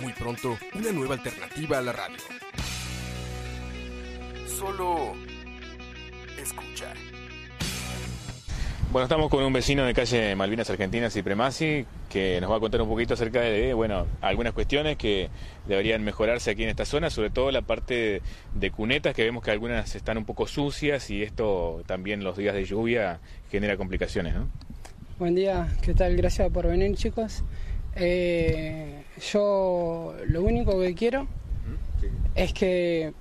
Muy pronto, una nueva alternativa a la radio. Solo escucha. Bueno, estamos con un vecino de calle Malvinas Argentinas y Premasi que nos va a contar un poquito acerca de, bueno, algunas cuestiones que deberían mejorarse aquí en esta zona, sobre todo la parte de, de cunetas, que vemos que algunas están un poco sucias y esto también los días de lluvia genera complicaciones, ¿no? Buen día, ¿qué tal? Gracias por venir, chicos. Eh, yo lo único que quiero es que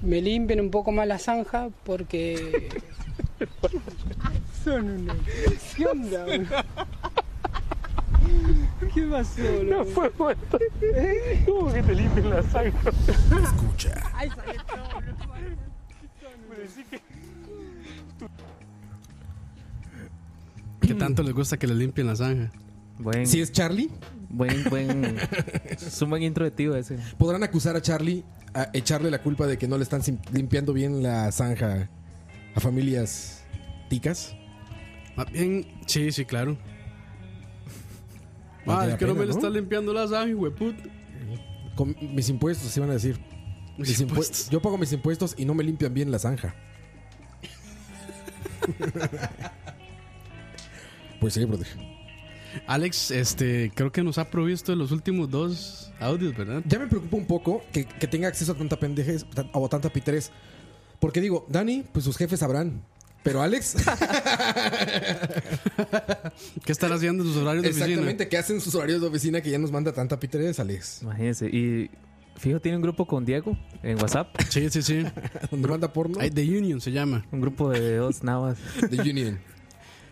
me limpien un poco más la zanja porque... Son unos... ¿Qué onda? ¿Qué pasó? No fue ¿Cómo que te limpien la zanja? Escucha. Que tanto les gusta que le limpien la zanja. Buen, Si es Charlie, buen, buen. es un buen intro de tío ese. podrán acusar a Charlie a echarle la culpa de que no le están sim- limpiando bien la zanja a familias ticas. Más bien, sí, sí, claro. Vale Ah, la es que no pena, me le ¿no? está limpiando la zanja, hueput. Con mis impuestos, se van a decir. Mis Mis impue- impuestos. Yo pago mis impuestos y no me limpian bien la zanja. pues sí, brother. Alex, este, creo que nos ha provisto de los últimos dos audios, ¿verdad? Ya me preocupa un poco que, que tenga acceso a tanta pendejes tan- o tanta piterés. Porque digo, Dani, pues sus jefes sabrán. Pero Alex, ¿Qué estará haciendo en sus horarios de oficina? exactamente, ¿qué hacen sus horarios de oficina que ya nos manda tanta piterés, Alex? Imagínense. Y fijo, tiene un grupo con Diego en WhatsApp. Sí, sí, sí. ¿Dónde manda porno? Ay, The Union se llama. Un grupo de dos navas. The Union.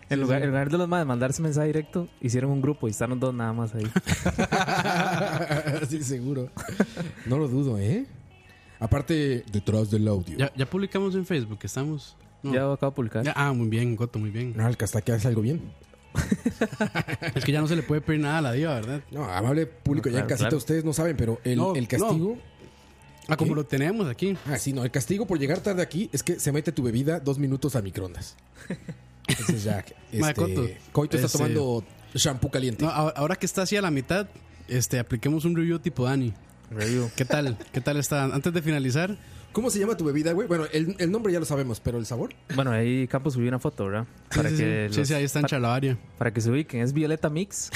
En lugar, en lugar de los más de mandarse mensaje directo, hicieron un grupo y están los dos nada más ahí. sí, seguro. No lo dudo, ¿eh? Aparte, detrás del audio. Ya, ya publicamos en Facebook, que estamos. No. Ya lo acabo de publicar. Ya- ah, muy bien, Goto, muy bien. No, el que hace algo bien. Es que ya no se le puede pedir nada a la diva, ¿verdad? No, amable público, No, ya en claro, casita claro. ustedes no saben, pero el, No, el castigo. Ah, como ¿Qué? lo tenemos aquí. Ah, sí, no, el castigo por llegar tarde aquí es que se mete tu bebida dos minutos a microondas. Entonces ya, este, Macoto. Coito está Este- tomando shampoo caliente. No, ahora ahora que está así a la mitad, este, apliquemos un review tipo Dani. Review. ¿Qué tal? ¿Qué tal está? Antes de finalizar, ¿Cómo se llama tu bebida, güey? Bueno, el, el nombre ya lo sabemos, pero el sabor. Bueno, ahí Campos subió una foto, ¿verdad? Sí, sí, sí. que Sí, los- sí, ahí está en para- Chalabaria. Para que se ubiquen, es Violeta Mix.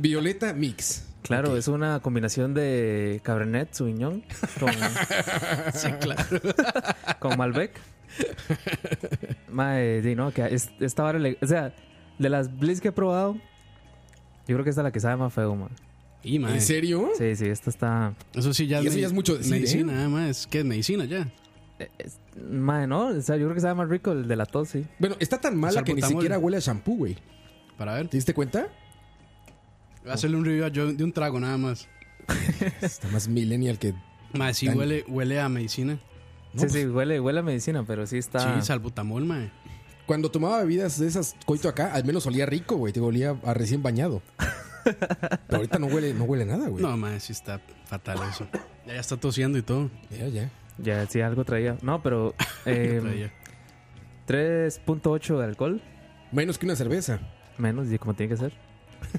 Violeta Mix. Claro, es una combinación de Cabernet Sauvignon con, Sí, claro. con Malbec. Mae, sí, no, que es- esta vara, le- o sea, de las Blitz que he probado, yo creo que esta es la que sabe más feo, man. Y, mae, ¿En serio? Sí, sí, esta está... Eso sí, ya, Y eso medi- ya es mucho decir, Medicina, nada más. ¿Qué es medicina ya? Mae, no, o sea, yo creo que sabe más rico el de la tos, sí. Bueno, está tan mala que ni Salbutamol. siquiera huele a shampoo, güey. Para ver. ¿Te diste cuenta? Voy a hacerle un review a yo de un trago nada más. Está más millennial que. Mae, sí Dani. huele, huele a medicina. No, sí, pues, sí, huele, huele a medicina, pero sí está... Sí, salbutamol, mae. Cuando tomaba bebidas de esas coito acá, al menos olía rico, güey. Te olía a recién bañado. Pero ahorita no huele, no huele nada, güey. No, mae, sí está fatal eso. Ya, ya está tosiendo y todo. Em, Ya, ya. Ya, sí, algo traía. No, pero... eh, Otra ya. 3.8 de alcohol, Menos que una cerveza. menos, y como tiene que ser.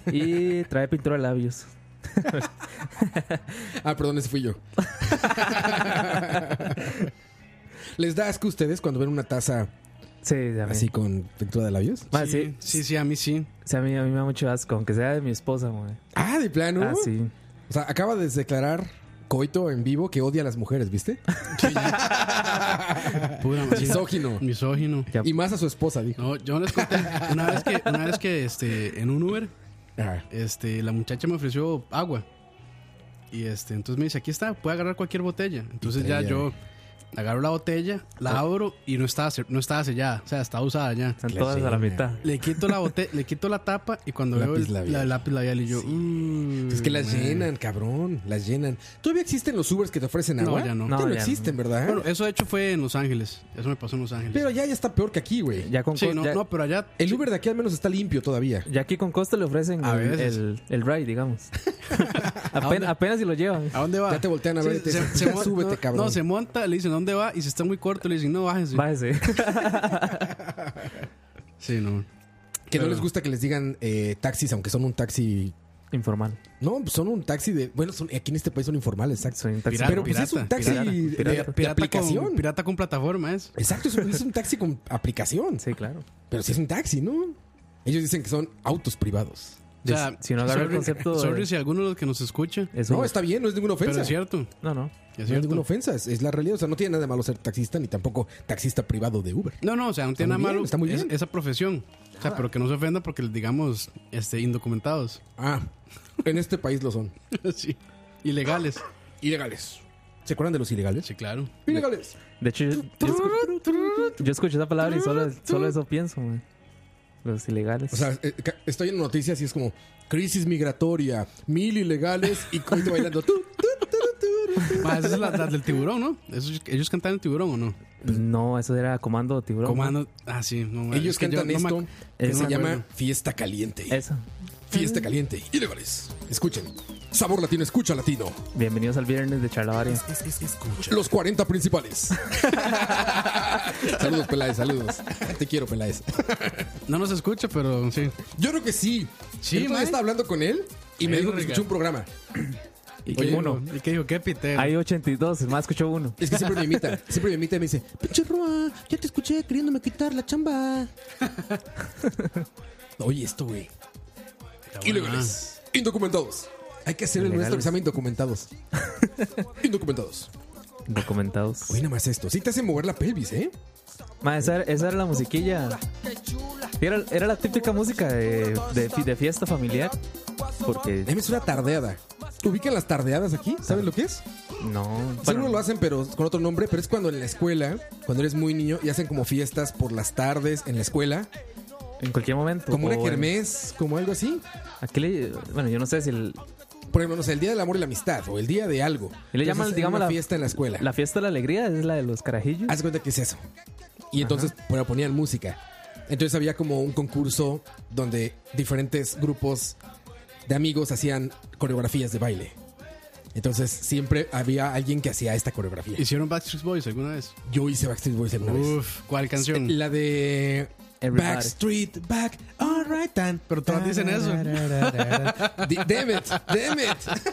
Y trae pintura de labios. Ah, perdón, ese fui yo. ¿Les da asco a ustedes cuando ven una taza Sí, a mí. así con pintura de labios? Mae, Sí, sí. sí, sí, a mí sí. sí, a mí, a mí me da mucho asco, aunque sea de mi esposa, mae. Ah, de plano. Ah, sí. O sea, acaba de declarar Coito en vivo que odia a las mujeres, ¿viste? Pura mae, sí. Misógino. Misógino. Ya. Y más a su esposa, dijo. No, yo no les conté. Una vez que, una vez que este, en un Uber, Ah, este, la muchacha me ofreció agua. Y este, entonces me dice, aquí está, puede agarrar cualquier botella. Entonces ya traía- yo agarro la botella, la abro y no estaba, cer- no estaba sellada, o sea, estaba usada ya. Están todas a la mitad. Le quito la bote- le quito la tapa y cuando veo Lápiz el, labial. la- el lápiz labial y yo, "Mm, Es pues que las man". llenan, cabrón. Las llenan. ¿Todavía existen los Ubers que te ofrecen No, agua? ya no. Ya No, no ya existen, ¿verdad? Bueno, eso de hecho fue en Los Ángeles. Eso me pasó en Los Ángeles. pero ya, ya está peor que aquí, güey. Ya con sí, co- no, ya, no, pero allá El Uber de aquí al menos está limpio todavía. ya aquí con costa le ofrecen A el, veces. el, el ride, digamos. Apen- dónde? apenas si lo llevan. ¿A dónde va? Ya te voltean a ver y te dicen, "Ya mon- súbete, no, cabrón". No, se monta, le dicen, ¿a dónde va? Y si está muy corto, le dicen, no, bájese. Bájese. Sí, no. Que no Pero- les gusta que les digan eh, taxis, aunque son un taxi. Informal. No, pues son un taxi de. Bueno, son, aquí en este país son informales, exacto. Soy un taxi. Pirata, pero pues es un taxi pirata, de- pirata. de- de, aplicación. Con, pirata con plataforma es. Exacto, es un, es un taxi con aplicación. Sí, claro. Pero sí es un taxi, ¿no? Ellos dicen que son autos privados. O sea, si no agarra el sorry- concepto de- Sorry si alguno de los que nos escucha. Es no, Uber. está bien, no es ninguna Pero ofensa. es cierto. No, no. Es No es ninguna cierto. ofensa, es, es la realidad. O sea, no tiene nada de malo ser taxista ni tampoco taxista privado de Uber. No, no, o sea, no Está tiene nada muy bien, malo está muy es- bien. esa profesión. O sea, pero que no se ofenda porque les digamos este, indocumentados. Ah, en este país lo son. sí. Ilegales. Ilegales. ¿Se acuerdan de los ilegales? Sí, claro. Ilegales. De hecho, yo, yo escu- yo escuché esa palabra y solo, solo eso pienso, man. Los ilegales. O sea, eh, ca- estoy en noticias y es como crisis migratoria, mil ilegales y coito bailando. Tú, tú, tú, tú, tú. Ma, esa es la, la del tiburón, ¿no? Esos- ¿Ellos cantaban el tiburón o no? no, eso era comando tiburón. pues, Comando. Ah, sí. No, ma, Ellos es que yo cantan no me esto ac- que es- se no me llama acuerdo. Fiesta Caliente. Eso. Fiesta Caliente. Ilegales. Escuchen. Sabor latino, escucha latino. Bienvenidos al viernes de Charlavaria. Los 40 principales. saludos, Peláez, saludos. Te quiero, Peláez. No nos escucha, pero sí. Yo creo que sí. Sí, Entonces, mae. estaba hablando con él y me dijo que Verga. escuchó un programa. Y Oye, uno. ¿Y qué dijo? ¿Qué pite? Hay 82, más escuchó uno. Es que siempre me imita, siempre me imita y me dice, pinche Roa, ya te escuché queriéndome quitar la chamba. Oye, esto, güey. Ilegales. Indocumentados. Hay que hacer el Ilegales. nuestro que se llama indocumentados. indocumentados. Documentados. Oye, nada más esto. Sí te hace mover la pelvis, ¿eh? Ma, esa, era- esa era la musiquilla. Era, era la típica música de, de, fi- de fiesta familiar. Porque Dame es una tardeada. ¿Ubican las tardeadas aquí? ¿Saben lo que es? no. Seguro bueno, lo hacen, pero con otro nombre. Pero es cuando en la escuela, cuando eres muy niño, y hacen como fiestas por las tardes en la escuela. en cualquier momento. Como una o en- kermés, como algo así. aquí le- bueno, yo no sé si el- Por ejemplo, no sé, el día del amor y la amistad o el día de Y algo. le Entonces, llaman, hacen digamos, una la- fiesta en la escuela. la fiesta de la alegría es la de los carajillos. Haz de cuenta que es eso. Y entonces bueno, ponían música. Entonces había como un concurso donde diferentes grupos de amigos hacían coreografías de baile. Entonces siempre había alguien que hacía esta coreografía. ¿Hicieron Backstreet Boys alguna vez? Yo hice Backstreet Boys alguna vez. Uf, ¿cuál canción? La de Everybody. Backstreet Back, alright then. Pero todas dicen eso. D- Damn it, damn it.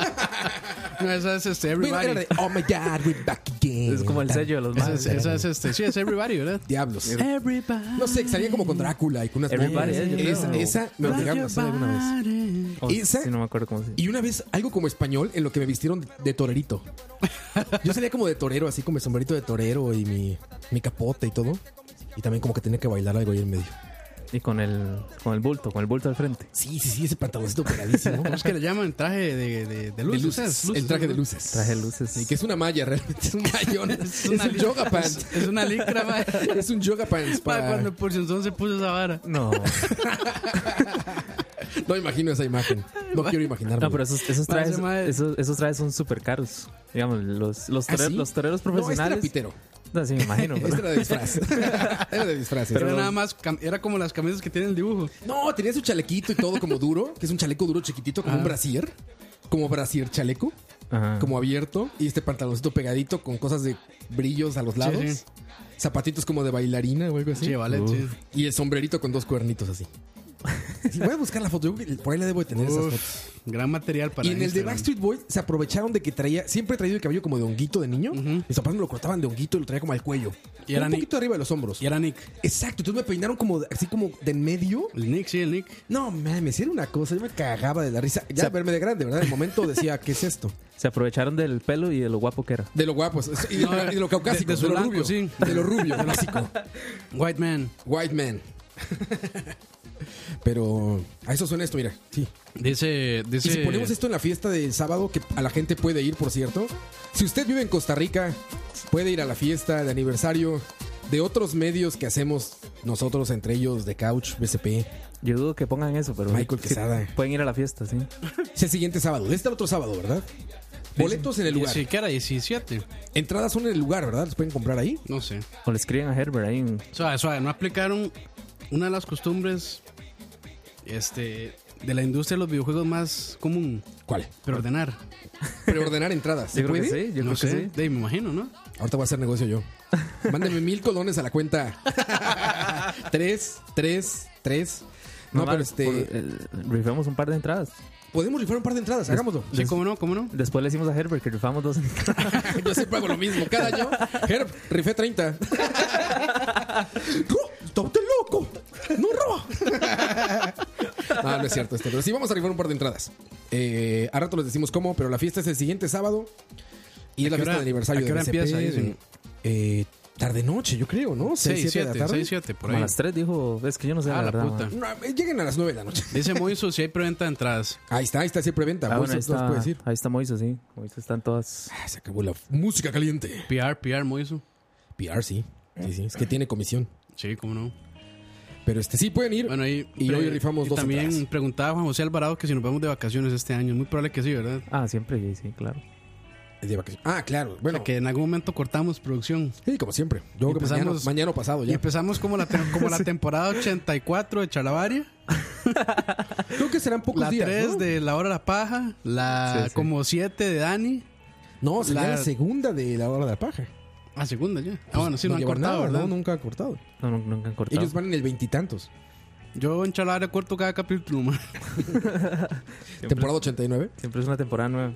No, esa es este, Bueno, era Everybody. de, oh my god, we're back again. es como el sello de los Esa más. es, esa es este. Sí, es Everybody, ¿verdad? Diablos. Everybody. No sé, que salían como con Drácula y con unas Everybody, bombas. eh, yo Esa, creo. esa me obligaron a hacer alguna vez. Esa- no me acuerdo cómo se Y una vez algo como español en lo que me vistieron de torerito. Yo salía como de torero, así con mi sombrerito de torero y mi, mi capote y todo. Y también como que tenía que bailar algo ahí en medio. Y con el, con el bulto, con el bulto al frente. Sí, sí, sí, ese pantaloncito pegadísimo. ¿Cómo es que le llaman? Traje de, de, de De luces. luces, ¿sabes? el traje de luces. Traje luces. Y que es una malla realmente, es un mayón. es, una un li- yoga pants. Es, es una licra, ma. es un yoga pants Pa, para... cuando por si entonces puso esa vara. No, No imagino esa imagen. No quiero imaginarlo. no, pero esos, esos Madre, trajes, madre. esos, esos trajes son súper caros. Digamos, los, los, ¿Ah, toreros- sí? los toreros No, este profesionales. era pitero. No, sí, me imagino. pero- Este era de disfraz. era de disfraz. Pero ese. nada más, cam- era como las camisas que tiene el dibujo. No, tenía su chalequito y todo como duro, que es un chaleco duro chiquitito, Ah. como un brasier. Como brasier chaleco, Ajá. como abierto. Y este pantaloncito pegadito con cosas de brillos a los lados. sí. Zapatitos como de bailarina o algo así. Sí, vale, sí. Y el sombrerito con dos cuernitos así. Sí, voy a buscar la foto. yo creo que por ahí la debo de tener esas Uf, fotos. gran material para Y en el de Instagram. Backstreet Boys se aprovecharon de que traía, siempre he traído el cabello como de honguito de niño. Mis papás me lo cortaban de honguito y lo traía como al cuello. Y un era ni- poquito arriba de los hombros. Y era Nick. Exacto, entonces me peinaron como de- así como de en medio. El Nick, sí, el Nick. No, mames, era una cosa, yo me cagaba de la risa. Ya verme de grande, ¿verdad? En el momento decía, ¿qué es esto? Se aprovecharon del pelo y de lo guapo que era. De los guapos y de, No, lo- y de lo caucásico, de- de de, su lo blanco, rubio, sí. de lo rubio, clásico. White Man. White man. Pero a eso suena esto, mira. Sí. Dice. dice Y este si ponemos esto en la fiesta del sábado, que a la gente puede ir, por cierto. Si usted vive en Costa Rica, Puede ir a la fiesta de aniversario de otros medios que hacemos nosotros, entre ellos de Couch, BCP. Yo dudo que pongan eso, pero. Michael sí, Quesada. pueden ir a la fiesta, sí. Es el siguiente sábado, este otro sábado, ¿verdad? Boletos en el lugar. Sí, que era 17. Entradas son en el lugar, ¿verdad? Las pueden comprar ahí. No sé. O le escriben a Herbert ahí. en- Suave, suave. No aplicaron una de las costumbres este, de la industria de los videojuegos más común. ¿Cuál? Pero ordenar. Preordenar entradas. Yo creo que puede? sí, yo no creo sé. que sí. De ahí me imagino, ¿no? Ahorita voy a hacer negocio yo. Mándeme mil colones a la cuenta. tres, tres, tres. No, Mamá, por- pero este. eh, rifemos un par de entradas. Podemos rifar un par de entradas, hagámoslo. Sí, cómo no, cómo no. Después le decimos a Herbert que rifamos dos entradas. Yo siempre hago lo mismo. Cada año, Herb, rifé 30. ¡Tópte loco! ¡No roba! No, no es cierto esto. Pero sí vamos a rifar un par de entradas. Eh, a rato les decimos cómo, pero la fiesta es el siguiente sábado. Y es la qué fiesta hora- de aniversario a qué de hora BCP, empieza de- eso? eh, tarde-noche, yo creo, ¿no? 6, 6, 7 de 7, la tarde. 6, 7, por Como a ahí. las tres dijo, es que yo no sé Ah, la la verdad. puta. man. No, eh, lleguen a las 9 de la noche. Dice Moiso si hay preventa de entradas. Ahí está, ahí está siempre venta. Ah, bueno, ahí Moiso, nos está, puedes ir. ahí está Moiso, sí. Moiso están todas. Ah, se acabó la f- música caliente. PR, PR, Moiso. PR, sí. Sí, sí. Es que tiene comisión. Sí, cómo no. Pero este sí pueden ir. Bueno, ahí. Y hoy rifamos y dos También entradas. preguntaba Juan José Alvarado que si nos vamos de vacaciones este año. Es muy probable que sí, ¿verdad? Ah, siempre, sí, sí, claro. De vacaciones. Ah, claro. O Bueno, sea, que en algún momento cortamos producción. sí, como siempre. Yo creo que mañana, Empezamos- mañana o pasado Y ya. empezamos como la, te- como la temporada 84 de Chalabaria. Creo que serán pocos La días. 3 ¿no? de La Hora de la Paja. La Sí, sí. como 7 de Dani. No, será la... la- segunda de la hora de la paja. Ah, segunda ya. Ah, bueno, sí, no, han llevan cortado, nada, ¿verdad? Pues, No, nunca han cortado. No, nu- nunca han cortado. Ellos van en el veintitantos. Yo en Chalabaria corto cada capítulo, man. Ah, Temporada 89. Siempre es una temporada nueva.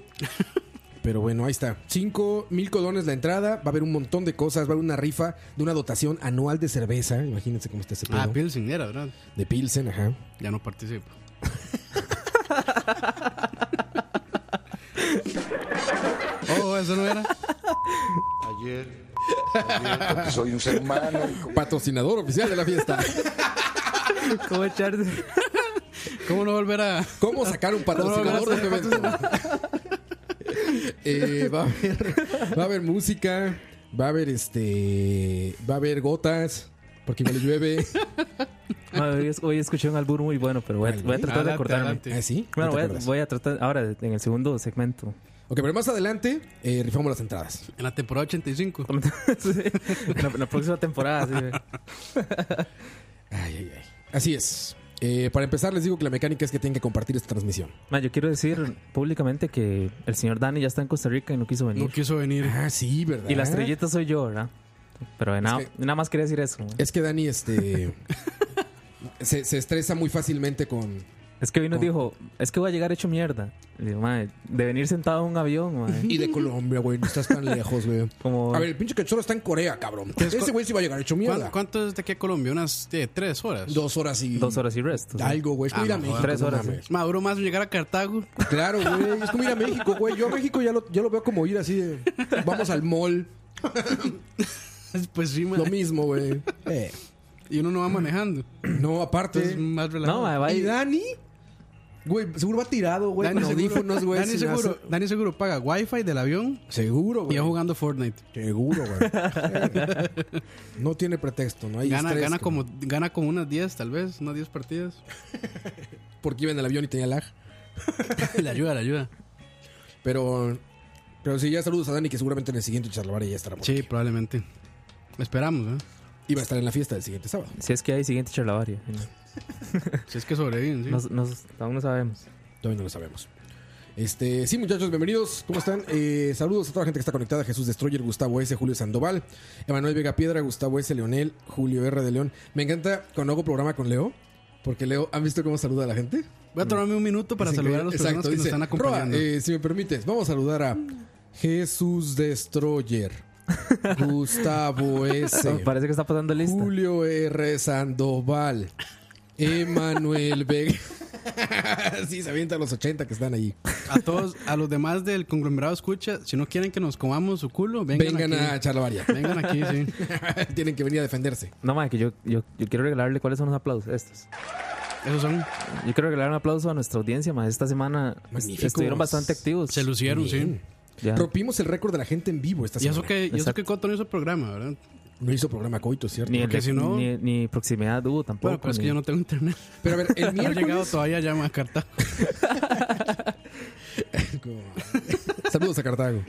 Pero bueno, ahí está. 5 mil colones la entrada. Va a haber un montón de cosas. Va a haber una rifa de una dotación anual de cerveza. Imagínense cómo está ese pedo. Ah, Pilsen era, ¿verdad? de Pilsen, ajá. Ya no participo. oh, eso no era. porque soy un ser humano. y como- Patrocinador oficial de la fiesta. ¿Cómo echarse? ¿Cómo no volver a.? ¿Cómo sacar un patrocinador de tu evento? Eh, va, a haber, va a haber música, va a haber este, va a haber gotas, porque igual llueve. No, hoy, es- hoy escuché un albur muy bueno, pero voy a, voy a tratar de Adelante, acordarme. adelante. ¿Ah, sí? Bueno, ¿No te voy a, acuerdas? voy a tratar ahora en el segundo segmento. Ok, pero más adelante eh, rifamos las entradas. En la temporada 85. Sí, la, la próxima temporada. sí. Ay, ay, ay. Así es. Eh, para empezar, les digo que la mecánica es que tienen que compartir esta transmisión. Ma, yo quiero decir públicamente que el señor Dani ya está en Costa Rica y no quiso venir. No quiso venir. Ah, sí, ¿verdad? y la estrellita soy yo, ¿verdad? Pero de nada, nada más quería decir eso. Es que Dani, este. se, se estresa muy fácilmente con. Es que hoy nos Oh. dijo, es que voy a llegar hecho mierda. Y digo, "Mae, de venir sentado en un avión, mae". Y de Colombia, güey, no estás tan lejos, güey. Como A ver, el pinche cachorro está en Corea, cabrón. es Ese co- güey sí va a llegar hecho ¿Cuán- mierda. ¿Cuánto es de aquí a Colombia? ¿Unas eh, tres horas? Dos horas y. dos horas y resto. ¿sí? Algo, güey. Es como Ah, ir a no, México. tres no horas, mames. Maduro más llegar a Cartago. Claro, güey. Es como ir a México, güey. Yo a México ya lo, ya lo veo como ir así de. Vamos al mall. Pues sí, man. Lo mismo, güey. Eh, Y uno no va manejando. No, Entonces, aparte. más relajado. No, mae, va a ¿Y ir- Dani? Güey, seguro va tirado, güey. Dani Con seguro- audífonos, güey. Dani sin seguro, hacer- Dani seguro paga wifi del avión Seguro, y güey. va jugando Fortnite. Seguro, güey. No tiene pretexto, ¿no? Hay Gana, estrés, gana, cabrón. como, gana como unas 10, tal vez, unas 10 partidas. Porque iba en el avión y tenía lag. la ayuda, la ayuda. Pero. Pero sí, ya saludos a Dani, que seguramente en el siguiente charlabar ya estará. por Sí, aquí. probablemente. Esperamos, ¿eh? Y va a estar en la fiesta del siguiente sábado. Si es que hay siguiente charlavaria. Si es que sobreviven, ¿sí? Nos- nos- aún no sabemos. Todavía no lo sabemos. Este, sí, muchachos, bienvenidos. ¿Cómo están? Eh, saludos a toda la gente que está conectada. Jesús Destroyer, Gustavo S, Julio Sandoval, Emanuel Vega Piedra, Gustavo S, Leonel, Julio R de León. Me encanta cuando hago programa con Leo, porque Leo, ¿han visto cómo saluda a la gente? Voy a tomarme un minuto para Es saludar a increíble. las personas Exacto, que nos dice, están acompañando. "Roa, eh, si me permites, vamos a saludar a Jesús Destroyer, No, Gustavo S, Parece que está pasando lista. Julio R. Sandoval. Emanuel Vega. sí, se avientan los 80 que están ahí. A todos, a los demás del conglomerado escucha, si no quieren que nos comamos su culo, vengan, Vengan, a aquí. Charlavaria. Vengan aquí, sí. Tienen que venir a defenderse. No, mae, que yo, yo, yo quiero regalarle cuáles son los aplausos. Estos. Esos son. Yo quiero regalar un aplauso a nuestra audiencia, mae. Esta semana est- Magníficos. estuvieron bastante activos. Se lucieron, sí. Ya. Rompimos el récord de la gente en vivo esta Y semana. eso que, y eso Exacto. que Coto no hizo programa, ¿verdad? No hizo programa Coito, ¿cierto? Ni, el porque de- si no- ni, ni proximidad hubo tampoco. Bueno, pero es que ni- yo no tengo internet. Pero a ver, el No ha llegado miércoles... todavía ya a Cartago. Saludos a Cartago.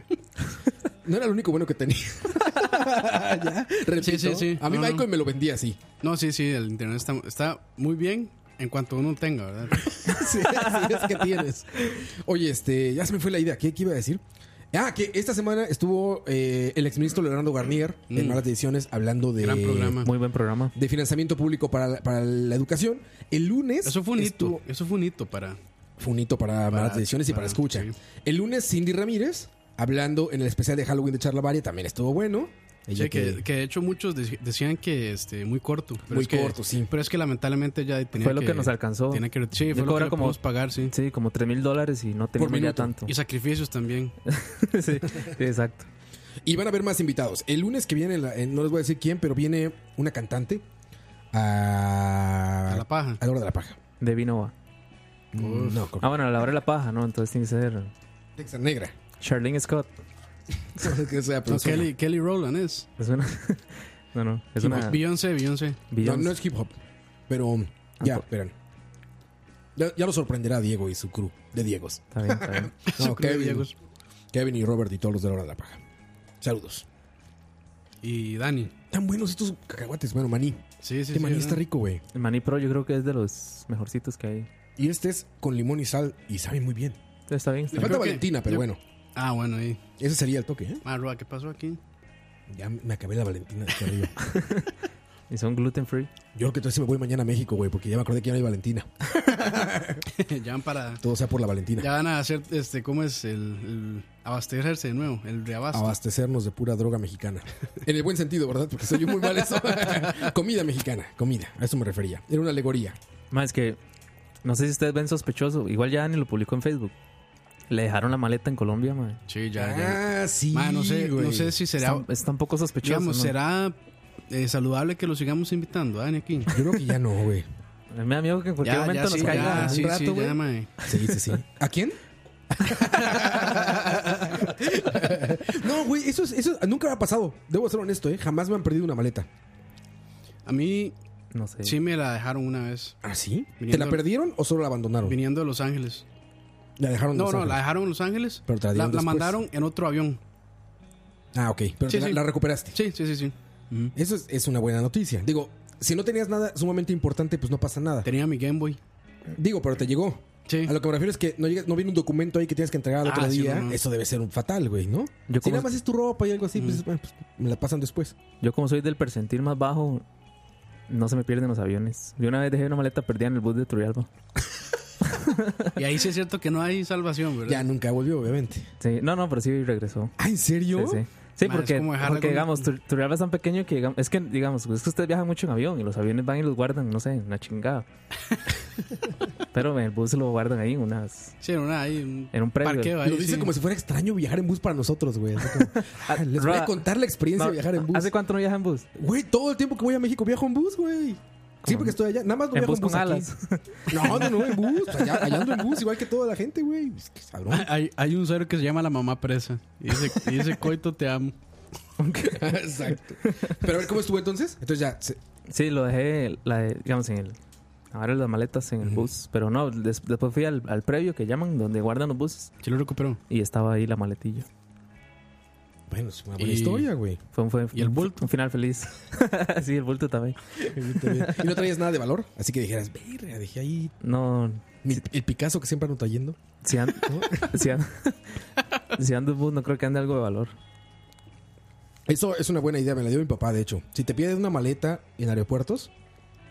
No era lo único bueno que tenía. Ya, repito. sí, sí. A mí No, no. Michael me lo vendía así. No, sí, sí, el internet está, está muy bien en cuanto uno tenga, ¿verdad? sí, así es que tienes. Oye, este, ya se me fue la idea. ¿Qué, qué iba a decir? Ah, que esta semana estuvo eh, el exministro Leonardo Garnier en Mm. Malas Decisiones hablando de, Gran programa. Eh, Muy buen programa. de financiamiento público para la, para la educación. El lunes. Eso fue un estuvo- hito. Eso fue un hito para. Fue un hito para, Malas Decisiones y para, Escucha. sí. El lunes, Cindy Ramírez, hablando en el especial de Halloween de Charla Varia, también estuvo bueno. Ella Sí, que, que de hecho muchos de- decían que este muy corto. Pero Muy es que- corto, sí. Pero es que lamentablemente ya tenía Fue lo que nos alcanzó. Tiene que, sí, Le fue lo cobra que como- como pagar, sí. Sí, como 3 mil dólares y no tenemos ya minuto. tanto. Y sacrificios también. sí, exacto. Y van a haber más invitados. El lunes que viene, la- eh, no les voy a decir quién, pero viene una cantante ah, a, Ah, A la paja. a la hora de la paja. De Vinova. Mm, No, con Ah, bueno, a la hora de la paja, ¿no? Entonces tiene que ser Texas Negra. Charlene Scott. Que ah, sea, pero No, suena. Kelly, Kelly Rowland es. Es una... no, no. Es Y una... Beyoncé, Beyoncé. No, Beyoncé. no es hip hop. Pero um, ya, Ah, por- verán. Ya, ya lo sorprenderá Diego y su crew de Diegos. Está bien, está bien. No, Kevin, Gallegos. Kevin y Robert y todos los de la hora de la paja. Saludos. Y Dani. Tan buenos estos cacahuates, bueno, maní. Sí, sí, Este sí, maní ¿verdad? está rico, güey. El Maní Pro yo creo que es de los mejorcitos que hay. Y este es con limón y sal y sabe muy bien. Entonces está bien. está Le bien. falta creo que- Valentina, pero yo- bueno. Ah, bueno, ahí. Ese sería el toque, ¿eh? Ah, Roa, ¿qué pasó aquí? Ya me acabé la Valentina de aquí arriba. Y son gluten free. Yo creo que entonces me voy mañana a México, güey, porque ya me acordé que ya no hay Valentina. ya van para. Todo sea por la Valentina. Ya van a hacer, este, ¿cómo es? El, el abastecerse de nuevo, el reabasto. Abastecernos de pura droga mexicana. En el buen sentido, ¿verdad? Porque soy muy mal eso. comida mexicana, comida. A eso me refería. Era una alegoría. Más es que no sé si ustedes ven sospechoso. Igual ya Dani lo publicó en Facebook. Le dejaron la maleta en Colombia, man. Sí, ya, ya. Ah, sí, Ma, no sé, güey. no sé si será, Está, está un poco sospechoso. digamos, ¿no? será eh, saludable que lo sigamos invitando, Dani, aquí. Yo creo que ya no, güey. A mí Me da miedo que en cualquier Ya, momento ya, nos sí, caiga. ya, un sí, rato, sí, güey. ya, mae. Sí, sí, sí. ¿A quién? no, güey, eso, es- eso nunca me ha pasado. Debo ser honesto, ¿eh? Jamás me han perdido una maleta. A mí No sé. sí me la dejaron una vez, ¿Ah, sí? ¿Te Viniendo- la perdieron o solo la abandonaron? viniendo de Los Ángeles. La dejaron en No, Oh. Los no, la Ángeles. dejaron en Los Ángeles. Pero te La, la dieron la después. mandaron en otro avión. Ah, ok. Pero Sí, te la, sí. la recuperaste. Sí, sí, sí, sí. Eso es, es una buena noticia. Digo, si no tenías nada sumamente importante, pues no pasa nada. Tenía mi Game Boy. Digo, pero te llegó. Sí. A lo que me refiero es que no, llega- no viene un documento ahí que tienes que entregar al Ah, otro sí, día. no, no. Eso debe ser un fatal, güey, ¿no? Yo si como- nada más es tu ropa y algo así, pues, bueno, pues, me la pasan después. Yo como soy del percentil más bajo, no se me pierden los aviones. Yo una vez dejé una maleta perdida en el bus de Turrialba. Y ahí sí es cierto que no hay salvación, ¿verdad? Ya nunca volvió, obviamente. Sí, no, no, pero sí regresó. Ah, ¿en serio? Sí, sí. Sí, Ma, es porque, como dejar porque, algo- digamos, Tur- Turrialba es tan pequeño que, digamos, es que, digamos, pues, es que ustedes viajan mucho en avión y los aviones van y los guardan, no sé, en una chingada. pero en el bus lo guardan ahí en unas... Sí, no, nada, ahí un En un predio. parqueo ahí. Lo dice sí. como si fuera extraño viajar en bus para nosotros, güey. Así como, ah, les voy a Ra- contar la experiencia No, de viajar en bus. ¿Hace cuánto no viaja en bus? Güey, todo el tiempo que voy a México viajo en bus, güey. Siempre que estoy allá, nada más no En viajo bus en bus con aquí. alas. No, no, no, en bus. Allá, allá ando en bus, igual que toda la gente, güey. Es que cabrón. Ah, Hay, hay un cero que se llama la mamá presa. Y dice, y dice coito, te amo. Exacto. Pero a ver, ¿cómo estuvo entonces? Entonces ya, se- Sí, lo dejé, la de- digamos, en el. Ahora las maletas en el bus. Pero no, des- después fui al, al previo que llaman, donde guardan los buses. Se lo recuperó. Y estaba ahí la maletilla. bueno, es una buena Y- historia, güey. Fue, un- fue- ¿Y el bulto? Un final feliz. sí, el bulto también. y no traías nada de valor, así que dijeras, verga, dejé ahí No. mi- el Picasso que siempre ando trayendo. Si, an- si, an- si ando en bus, no creo que ande algo de valor. Eso es una buena idea, me la dio mi papá, de hecho. Si te piden una maleta en aeropuertos,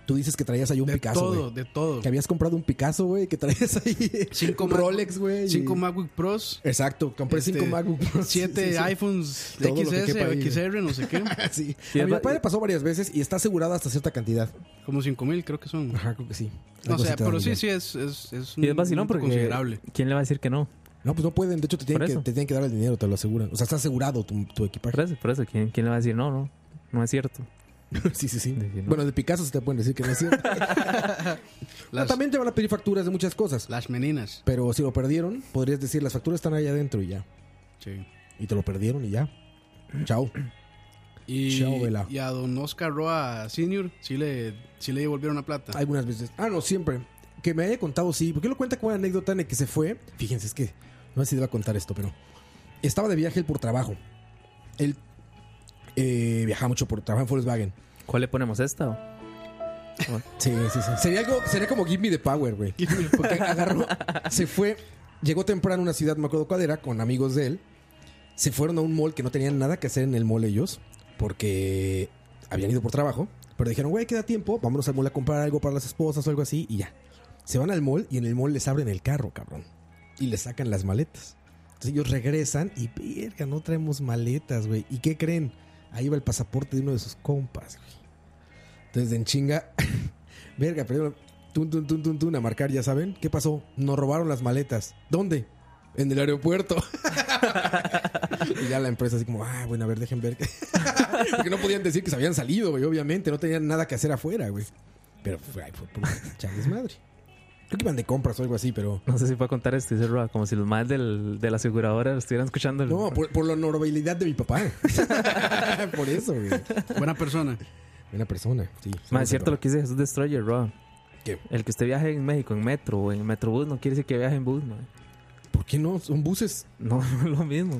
tú dices que traías ahí un De Picasso, todo, güey. de todo. Que habías comprado un Picasso, güey, que traías ahí Cinco un Mac- Rolex, güey. y- Cinco MacBook Pros. Exacto, compré Este, cinco MacBook. Pros. Siete Sí, sí, sí. iPhones Todo lo que XS quepa o ahí, güey. XR, no sé qué. Sí. Y A mi es- papá le pasó varias veces y está asegurada hasta cierta cantidad. Como cinco mil, creo que son. Ajá, creo que sí. No Algo sé, así te dan pero sí, bien. sí, es, es, es Y es vacilón monto porque. Mm, considerable. ¿Quién le va a decir que no? No, pues no pueden. De hecho, te tienen, Por que, eso. te tienen que dar el dinero, te lo aseguran. O sea, está asegurado tu, tu Por equipaje. eso, por eso. ¿Quién, quién le va a decir no? No, no es cierto. Sí, sí, sí. De que no. Bueno, de Picasso se te pueden decir que no es cierto. No, Las, Ah, también te van a pedir facturas de muchas cosas. las meninas. Pero si lo perdieron, podrías decir, las facturas están ahí adentro y ya. Sí. Y te lo perdieron y ya. Chao. Y, Chao, vela. y a don Oscar Roa Senior sí le, sí le devolvieron la plata. Algunas veces. Ah, no, siempre. Que me haya contado, sí. Porque él lo cuenta con una anécdota en el que se fue. Fíjense, es que no sé si deba contar esto, pero estaba de viaje él por trabajo. Él eh, viajaba mucho por trabajo en Volkswagen. ¿Cuál le ponemos esta? o? Sí, sí, sí. Sería, algo, sería como Give Me the Power, güey. Porque agarró, se fue, llegó temprano a una ciudad, no me acuerdo cuál era, con amigos de él. Se fueron a un mall que no tenían nada que hacer en el mall ellos, porque habían ido por trabajo. Pero dijeron, güey, queda tiempo, vámonos al mall a comprar algo para las esposas o algo así, y ya. Se van al mall y en el mall les abren el carro, cabrón. Y les sacan las maletas. Entonces ellos regresan y, verga, no traemos maletas, güey. ¿Y qué creen? Ahí va el pasaporte de uno de sus compas, güey. Entonces en chinga, verga, pero tun, tun, tun, tun, tun, a marcar, ya saben. ¿Qué pasó? Nos robaron las maletas. ¿Dónde? En el aeropuerto. y ya la empresa así como, ah, bueno, a ver, dejen ver. Porque no podían decir que se habían salido, güey, obviamente. No tenían nada que hacer afuera, güey. Pero fue, ay, fue por chales madre. Creo que iban de compras o algo así, pero... No sé si puedo contar esto, dice Roa, como si los más del, de la aseguradora lo estuvieran escuchando. No, por, por la honorabilidad de mi papá. por eso, güey. Buena persona. Una persona, sí. Más es cierto lo que dice Jesús Destroyer, Roa. ¿Qué? El que usted viaje en México en metro o en metrobús no quiere decir que viaje en bus, man. ¿Por qué no? Son buses. No, no es lo mismo.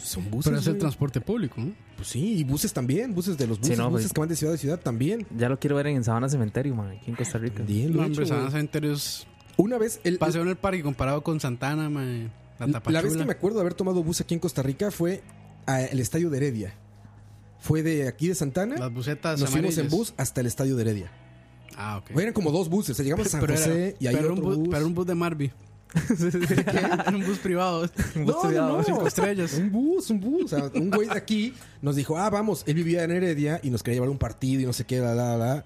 Son buses. Pero es el güey. transporte público, ¿no? Pues sí, y buses también, buses de los buses, Sí, no, pues. buses güey. que van de ciudad a ciudad también. Ya lo quiero ver en Sabana Cementerio, man, aquí en Costa Rica. Bien, lo No, he hombre, hecho, Sabana güey. Cementerio es Una vez, el, paseo en el parque comparado con Santana, mae, la la, tapachula. vez que me acuerdo de haber tomado bus aquí en Costa Rica fue al estadio de Heredia. Fue de aquí de Santana, Las bucetas nos fuimos en amarillas. bus hasta el estadio de Heredia. Ah, ok. Güey, Eran como dos buses, o sea, llegamos a San Pero era- José y ahí pero era otro un bus, bus. pero era un bus de Marby. era un bus privado. Un bus No, privado, no, no. cinco estrellas. Pues Un bus, un bus. O sea, un güey de aquí nos dijo, ah, vamos. Él vivía en Heredia y nos quería llevar a un partido y no sé qué, la, la, la.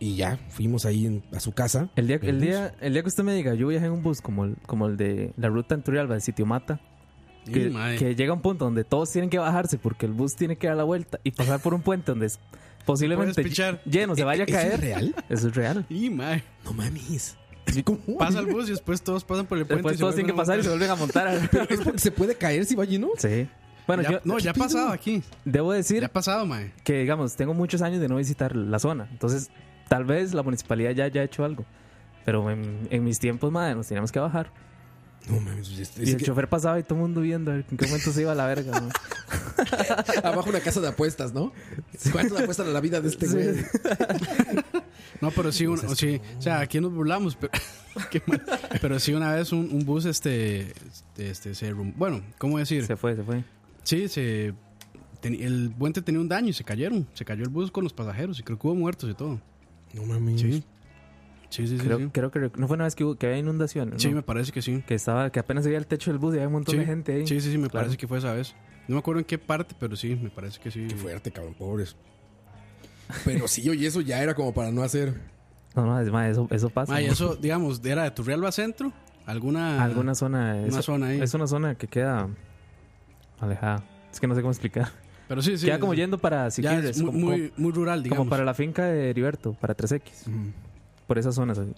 Y ya, fuimos ahí en- a su casa. El día, en el, bus. día, el día que usted me diga, yo viajé en un bus como el, como el de la ruta Anturialba de Sitio Mata, que, Y, mae, que llega un punto donde todos tienen que bajarse porque el bus tiene que dar la vuelta y pasar por un puente donde es posiblemente Puedes pichar. lleno se vaya a ¿Eso es caer. real? Eso es real. y, mae, No mames. ¿Cómo? Pasa el bus y después todos pasan por el puente. Después y se todos tienen que vuelven a pasar y se vuelven a montar. ¿Es porque se puede caer si va lleno? sí. Bueno, Ya- yo no, ya ha ¿Qué pedo? pasado aquí. debo decir Ya ha pasado, mae. que digamos, tengo muchos años de no visitar la zona. Entonces, tal vez la municipalidad ya haya hecho algo. Pero en, en mis tiempos, madre, nos teníamos que bajar. No mames. es- es y el que chofer pasaba y todo el mundo viendo a ver en qué momento se iba a la verga. ¿no? abajo una casa de apuestas, ¿no? ¿Cuánto le apuestan a la vida de este güey? No, pero sí, una- o sí, o sea, aquí nos burlamos, pero, qué mal. pero sí una vez un, un bus, este, este, este, se rum- bueno, ¿cómo decir? se fue, se fue. Sí, se, ten- el puente tenía un daño y se cayeron, se cayó el bus con los pasajeros y creo que hubo muertos y todo. No mames. Sí, sí, sí, sí. Mm. Creo, sí. creo que no fue una vez que, hubo, que había inundaciones. Sí, ¿no? me parece que sí. Que estaba, que apenas se veía el techo del bus y había un montón Sí, de gente ahí. sí, sí, sí, me Claro. parece que fue esa vez. No me acuerdo en qué parte, pero sí, me parece que sí. Qué fuerte, cabrón, pobres. Pero sí, oye, eso ya era como para no hacer. No, no, es más, eso, eso pasa. Mae, ¿no? Ah, eso, digamos, era de Turrialba Centro, alguna... Alguna zona. una eso- zona ahí. Es una zona que queda alejada. Es que no sé cómo explicar. Pero sí, sí. queda como sí. yendo para Ya Siquirres. es muy, como- muy, muy rural, digamos. Como para la finca de Heriberto, para 3X. Por esas zonas. así.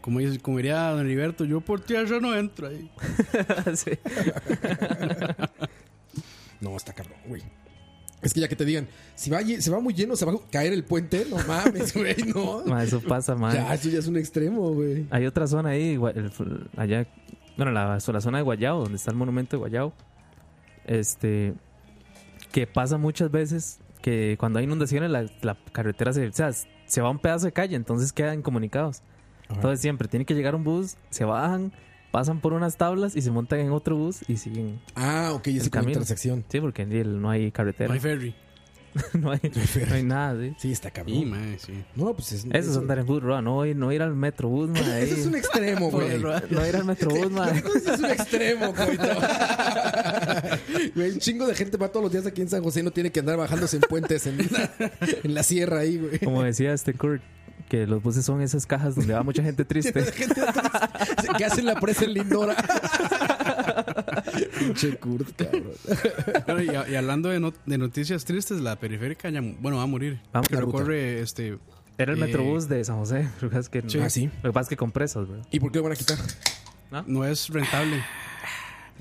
Como, dice, como diría Don Heriberto, yo por tierra no entro ahí. Sí. No, está cabrón, güey. Es que ya que te digan, si va, lle- se va muy lleno, se va a caer el puente. No mames, güey, no. Ma, eso pasa, man. Ya, eso ya es un extremo, güey. Hay otra zona ahí, gua- el- allá, bueno, la, la zona de Guayao, donde está el monumento de Guayao. Este, que pasa muchas veces que cuando hay inundaciones la, la carretera se, o sea, se va a un pedazo de calle, entonces quedan incomunicados. Entonces siempre tiene que llegar un bus, se bajan, pasan por unas tablas y se montan en otro bus y siguen. Ah, ok, ya El sí como camino. intersección. Sí, porque en el- no hay No carretera, hay ferry. no, hay, no hay nada, sí. Sí, está Y, cabrón. mae, sí. No, pues es. Eso es andar en bus, Roa, no, ir- no ir al metrobús, ma, ahí. Eso es un extremo, güey. No ir al metrobús, ma. Eso es un extremo, coito. Güey, un chingo de gente va todos los días aquí en San José y no tiene que andar bajándose en puentes en la, en la sierra ahí, güey. Como decía este Kurt, que los buses son esas cajas donde va mucha gente triste. este. Gente atrás, que hacen la presa en Lindora. Pinche Kurt, cabrón. Pero y, y hablando de, no- de noticias tristes, la periférica ya, bueno, va a morir. Va a morir. Pero Ruta. corre este. Era el Eh. metrobús de San José. Lo que pasa es que, Sí. Ah, sí. Lo que pasa es que con presas, bro. ¿Y por qué lo van a quitar? No es rentable.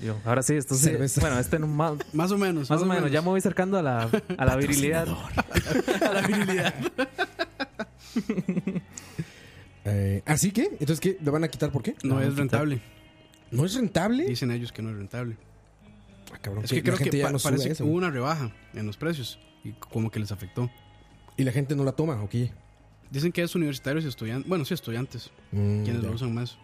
Yo, ahora sí, esto sí- Cerveza. Bueno, este no, más, más Más o menos. o menos, ya me voy acercando a la, a la virilidad. a la virilidad. Eh, ¿Así que? ¿Entonces qué? ¿Lo van a quitar por qué? No es rentable. ¿No es rentable? Dicen ellos que no es rentable. Ah, cabrón, Es que creo la gente que ya pa- no sube parece que eso. hubo una rebaja en los precios y como que les afectó. ¿Y la gente no la toma o qué? Dicen que es universitarios y estudiantes. Bueno, sí, estudiantes. Mm, Quienes ya. lo usan más.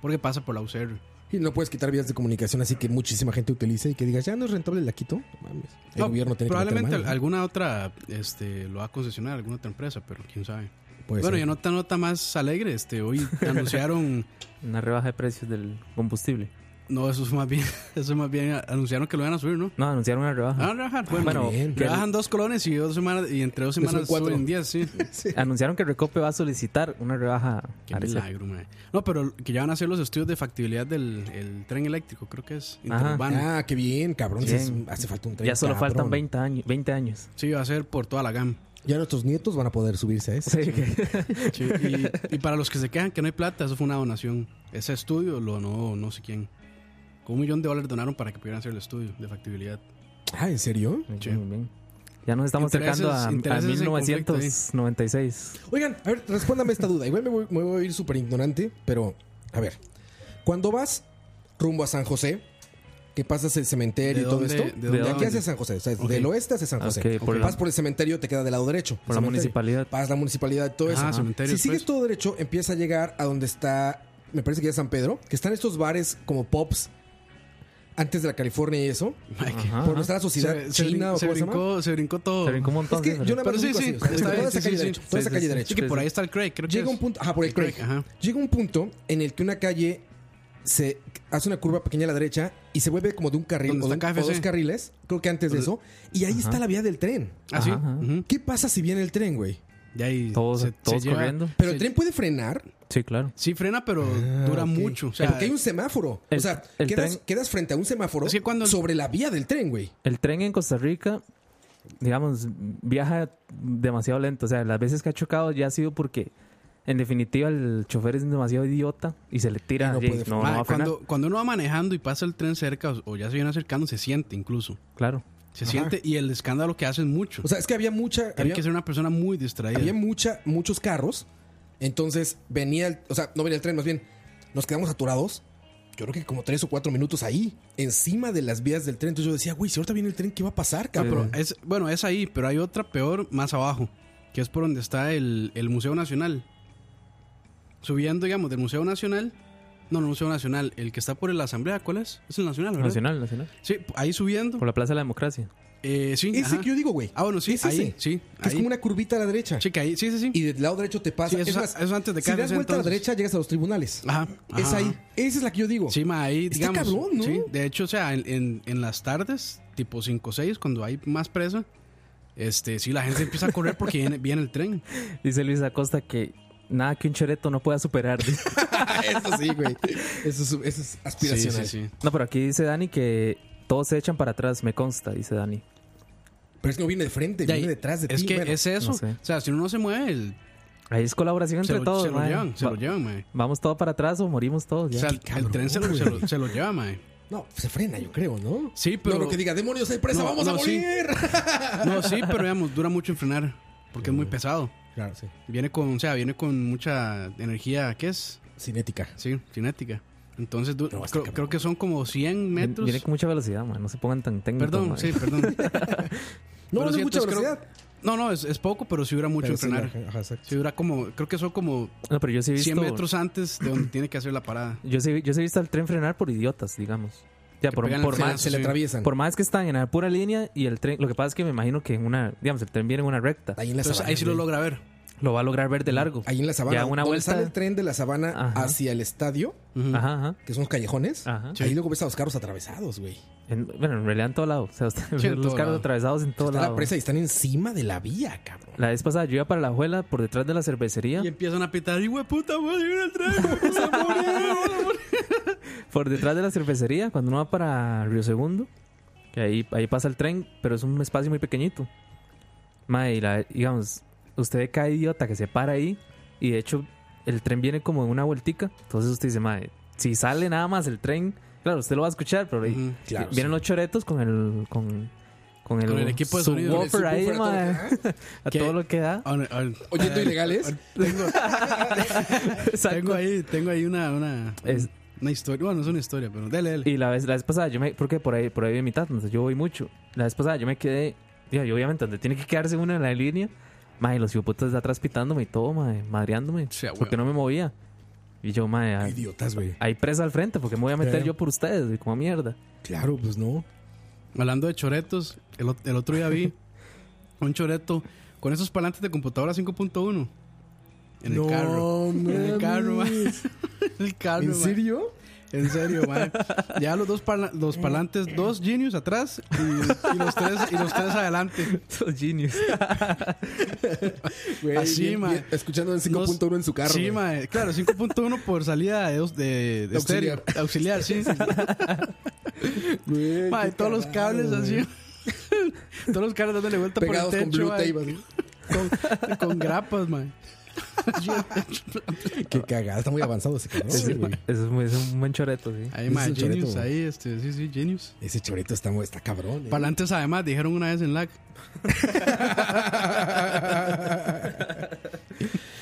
Porque pasa por la UCR. Y no puedes quitar vías de comunicación, así que muchísima gente utiliza y que digas, ya no es rentable, la quito. No mames. El No, gobierno tiene probablemente que meter mano, alguna otra este, lo va a concesionar, alguna otra empresa, pero quién sabe. ¿no? Puede bueno, ser. ya nota nota más alegre. Este, hoy anunciaron, Una rebaja de precios del combustible. no, eso es más bien, eso es más bien, anunciaron que lo van a subir, ¿no? No, anunciaron una rebaja. Ah, rebajar, bueno, Bueno, bien. rebajan dos colones y dos semanas y entre dos son semanas cuatro. suben diez, sí. Anunciaron que Recope va a solicitar una rebaja. Qué Arela. milagro, mae. No, pero que ya van a hacer los estudios de factibilidad del el tren eléctrico, creo que es Ajá. interurbano. Ah, qué bien, cabrón. Bien. Sí, es- hace falta un tren. Ya solo cabrón. faltan 20 años. 20 años. Sí, va a ser por toda la GAM. Ya nuestros nietos van a poder subirse a eso. Sí, que- Sí, y, y para los que se quejan que no hay plata, eso fue una donación. Ese estudio lo donó no sé quién. Con un millón de dólares donaron para que pudieran hacer el estudio de factibilidad. Ah, ¿en serio? Muy Sí. bien, muy bien. Ya nos estamos Intereses- acercando a, a intereses en conflicto, 1996. Oigan, a ver, respóndame esta duda. Igual me voy, me voy a ir súper ignorante, pero a ver. Cuando vas rumbo a San José, que pasas el cementerio ¿De y todo dónde- esto, de de, dónde? aquí hacia San José, o sea, Ok. del oeste hacia San José. Ok, por Vas la- por el cementerio, te queda del lado derecho. Por la cementerio. municipalidad. Pasas la municipalidad, todo eso. Ah, cementerio Si después. sigues todo derecho, empieza a llegar a donde está, me parece que ya es San Pedro, que están estos bares como Pops, antes de la California y eso. Ajá, por ajá. nuestra sociedad Ah, Se, se brin- china o se cómo se llama. brincó, se brincó todo. Se brincó un Es montón. que sí, yo pero- nada más Pero sí, ubico así, sí, o sea, está toda bien, esa sí, calle sí, derecha, sí. toda esa Sí, calle sí, sí. derecha. Sí, que por ahí está el Craig, creo que Llega un es. punto, ajá, por el Craig. Ajá. Llega un punto en el que una calle se hace una curva pequeña a la derecha y se vuelve como de un carril ¿Dónde o, de- está o KFC? dos carriles, creo que antes de eso, y ahí está la vía del tren. Ah, sí. Ajá, ajá. Ujú. ¿Qué pasa si viene el tren, güey? Y ahí Todos- todos lleva- corriendo. Pero el se- tren puede frenar, Sí, claro. Sí, frena, pero dura Ah, ok. mucho. O sea, porque hay un semáforo. o el- sea, el quedas, tren- quedas frente a un semáforo Es que cuando- sobre la vía del tren, güey. El tren en Costa Rica, digamos, viaja demasiado lento. O sea, las veces que ha chocado ya ha sido porque, en definitiva, el chofer es demasiado idiota y se le tira. Y no y puede no, mae, va a frenar. cuando, cuando uno va manejando y pasa el tren cerca o, o ya se viene acercando, se siente incluso. Claro. Se siente y el escándalo que hacen mucho. O sea, es que había mucha... Tiene había- que ser una persona muy distraída. había mucha, muchos carros. Entonces venía, el- o sea, no venía el tren, más bien nos quedamos aturados. Yo creo que como tres o cuatro minutos ahí, encima de las vías del tren. Entonces yo decía, güey, si ahorita viene el tren, ¿qué va a pasar, No, cabrón? pero es, bueno, es ahí, pero hay otra peor más abajo, que es por donde está el, el Museo Nacional. Subiendo, digamos, del Museo Nacional. No, no, Museo Nacional. El que está por la Asamblea, ¿cuál es? Es el Nacional, ¿verdad? Nacional, nacional. Sí, ahí subiendo. Por la Plaza de la Democracia. Eh, sí, ese ajá. que yo digo, güey. Ah, bueno, sí, es ahí, ese, sí. Que es ahí. como una curvita a la derecha. Sí, que ahí, sí, sí, sí. Y del lado derecho te Sí, pasa. eso es es- más, eso antes de si das KFC, vuelta a la entonces. derecha, llegas a los tribunales. Ajá, Es ajá, ahí. ajá. Esa es la que yo digo. Sí, ma, ahí, Está digamos. cabrón, ¿no? Sí, de hecho, o sea, en, en- en las tardes, tipo 5 o 6, cuando hay más presa, este, sí, la gente empieza a correr porque viene, viene el tren. Dice Luis Acosta que nada que un choreto no pueda superar. dice. eso sí, güey. Eso es, eso es Sí, sí, aspiracional. sí. no, pero aquí dice Dani que todos se echan para atrás, me consta, dice Dani. Pero es que no viene de frente, Ya, viene detrás de ti. Es que bueno. es eso. no sé. O sea, si uno no se mueve, el- Ahí es colaboración se, entre lo, todos. se lo mae. llevan, se Va- lo llevan, mae. Vamos todos para atrás o morimos todos. O ya. sea, el- cabrón, el tren se lo, güey. se lo- se lo lleva, mae. No, se frena, yo creo, ¿no? Sí, Pero pero. no lo que diga, demonios, hay presa, No, vamos a no, sí. morir. No, sí, pero digamos, dura mucho en frenar. Porque Mm. es muy pesado. Claro, sí. Viene con, o sea, viene con mucha energía, ¿qué es? Cinética. Sí, cinética. Entonces, du- Pero va a estar creo, cabrón. creo que son como 100 Viene- metros. Viene con mucha velocidad, man. No se pongan tan técnicos. Perdón, man. sí, perdón. No, Pero no es sí, mucha entonces creo- velocidad. No, no, es, es poco, pero sí dura mucho Pero en sí, frenar. ajá, exacto. Sí dura como, creo que son como No, pero yo sí he 100 visto. metros antes de donde tiene que hacer la parada. Yo sí, yo sí he visto al tren frenar por idiotas, digamos. Ya, Que por, pegan el por Se, más, se le sí. atraviesan. por más que están en la pura línea y el tren. Lo que pasa es que me imagino que en una. Digamos, el tren viene en una recta. Ahí en la Entonces sabana. ahí sí lo güey. logra ver. Lo va a lograr ver de largo. Ahí en la sabana. Ya una donde vuelta. sale el tren de la sabana Ajá. hacia el estadio, Ajá, ajá. que son los callejones. Ajá. Ahí luego ves a los carros atravesados, güey. En- bueno, en realidad en todo lado. O sea, usted ve en los todo carros lado. atravesados en todo Está lado. la presa y están encima de la vía, cabrón. La vez pasada yo iba para la abuela por detrás de la cervecería. Y empiezan a pitar, y puta, voy a llegar al tren, güey, que se murió". Por detrás de la cervecería, cuando uno va para Río Segundo, que ahí, ahí pasa el tren, pero es un espacio muy pequeñito. Mae, y la- digamos, usted ve cada idiota que se para ahí, y de hecho el tren viene como en una vueltica, entonces usted dice, mae, si sale nada más el tren, Claro, usted lo va a escuchar, pero ahí Ujú. Claro. vienen los choretos con el. Con, con Con el equipo de sonido. subwoofer Con el ahí, subwoofer a mae, todo lo Ah, A ¿Qué? todo lo que da. Ahora- ahora- Oyendo ilegales. Tengo, Exacto. tengo ahí, tengo ahí una, una, Es- una historia. Bueno, no es una historia, pero dale, dale. Y la vez, la vez pasada, yo me. Porque por ahí, por ahí de mitad, entonces yo voy mucho. La vez pasada, yo me quedé. digo, Y obviamente, donde tiene que quedarse uno en la línea. Mae, los hipoputas de atrás pitándome y todo, mae, madreándome. Sí, a huevo. porque no me movía. Y yo, mae, ah, Idiotas, güey. hay presa al frente, porque me voy a meter Claro. yo por ustedes, güey, como mierda. Claro, pues no. Hablando de choretos, el, ot- el otro día vi un choreto con esos parlantes de computadora 5.1 en el No carro. En el carro, ma. En el carro, ¿En ma. serio? Eh. En serio, ma. Ya los dos parla- los parlantes, dos genius atrás y, y los tres y los tres adelante. Los genius. Güey, Así, bien- ma. bien- Escuchando en 5.1 en su carro. Sí, güey. ma, claro, 5.1 por salida de, dos- de, de Auxiliar. estéreo. Auxiliar, sí. Güey, Ma, qué y todos los cagado, cables así. güey. todos los cables dándole vuelta Pegados por el con techo. blue ma. tape. así. con, con grapas, man. Qué cagada. Está muy avanzado ese cabrón, Ese- güey. ese es, muy- ese es un buen choreto, sí. Ahí, Ese man, es el genius, choreto. ahí, este, sí, sí, genius. Ese chorito está, mu- está cabrón. eh. Parlantes, además, dijeron una vez en lag.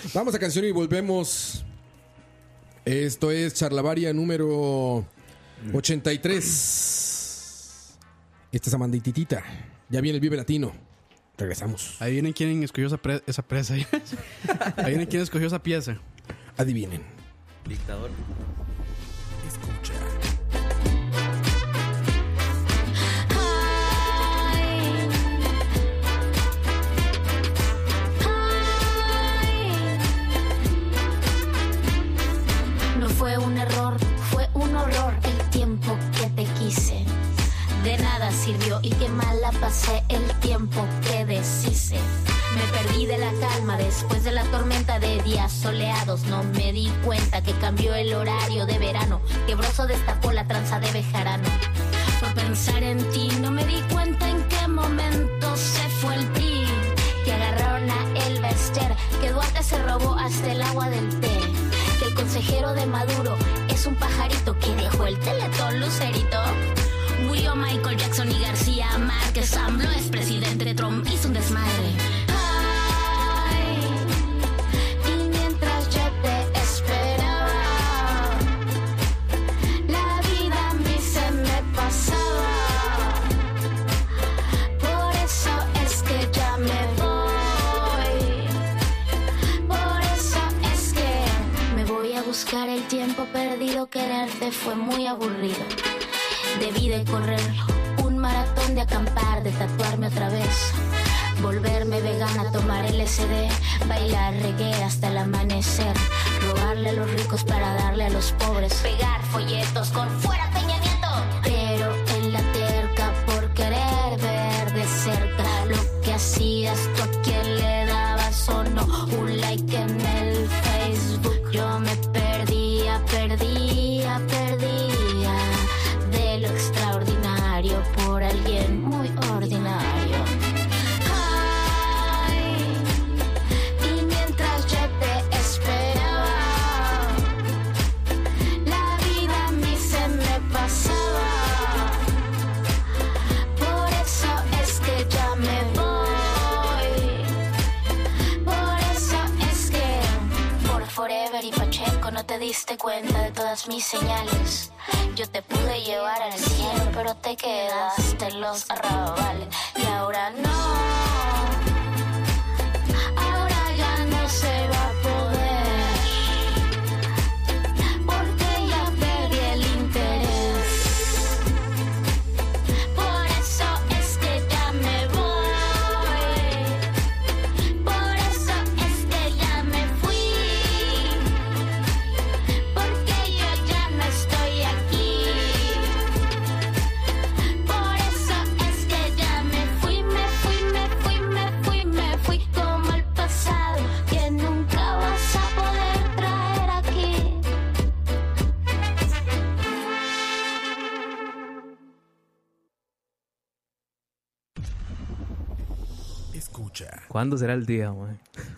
Vamos a canción y volvemos. Esto es Charlavaria número 83. Esta es Amandititita. Ya viene el Vive Latino. Regresamos. Ahí vienen quién escogió esa, pre- esa presa. ahí vienen quién escogió esa pieza. Adivinen. Dictador. No fue un error, fue un horror el tiempo que te quise. De nada sirvió y qué mala pasé el tiempo que deshice. Me perdí de la calma después de la tormenta de días soleados. No me di cuenta que cambió el horario de verano. Quebroso destapó la tranza de Bejarano. Por pensar en ti no me di cuenta en qué momento se fue el ti. Que agarraron a Elba Ester, que Duarte se robó hasta el agua del té. Que el consejero de Maduro es un pajarito que dejó el teletón lucerito. Guillo, Michael Jackson y García Márquez, AMLO es presidente, Trump hizo un desmadre. Ay, y mientras yo te esperaba, la vida a mí se me pasaba. Por eso es que ya me voy. Por eso es que me voy a buscar el tiempo perdido. Quererte fue muy aburrido. Debí de correr un maratón de acampar, de tatuarme otra vez. Volverme vegana, tomar LSD, bailar reggae hasta el amanecer, robarle a los ricos para darle a los pobres, pegar folletos con fuera Peña Nieto. Pero en la terca por querer ver de cerca lo que hacías tú a quien le dabas o no un like en el Facebook. Yo me perdía, perdía, perdía de lo extraordinario por alguien muy ordinario. Ay, y mientras yo te esperaba, la vida a mí se me pasaba. Por eso es que ya me voy. Por eso es que por Forever y Pacheco no te diste cuenta de todas mis señales. Yo te pude llevar al cielo, pero te quedaste en los arrabales. Y ahora no. Ahora ya no se va a poder, porque ya perdí el interés. Por eso es que ya me voy, por eso es que ya me fui, porque yo ya no estoy aquí. Por eso es que ya me fui, me fui, me escucha. ¿Cuándo será el día, mae?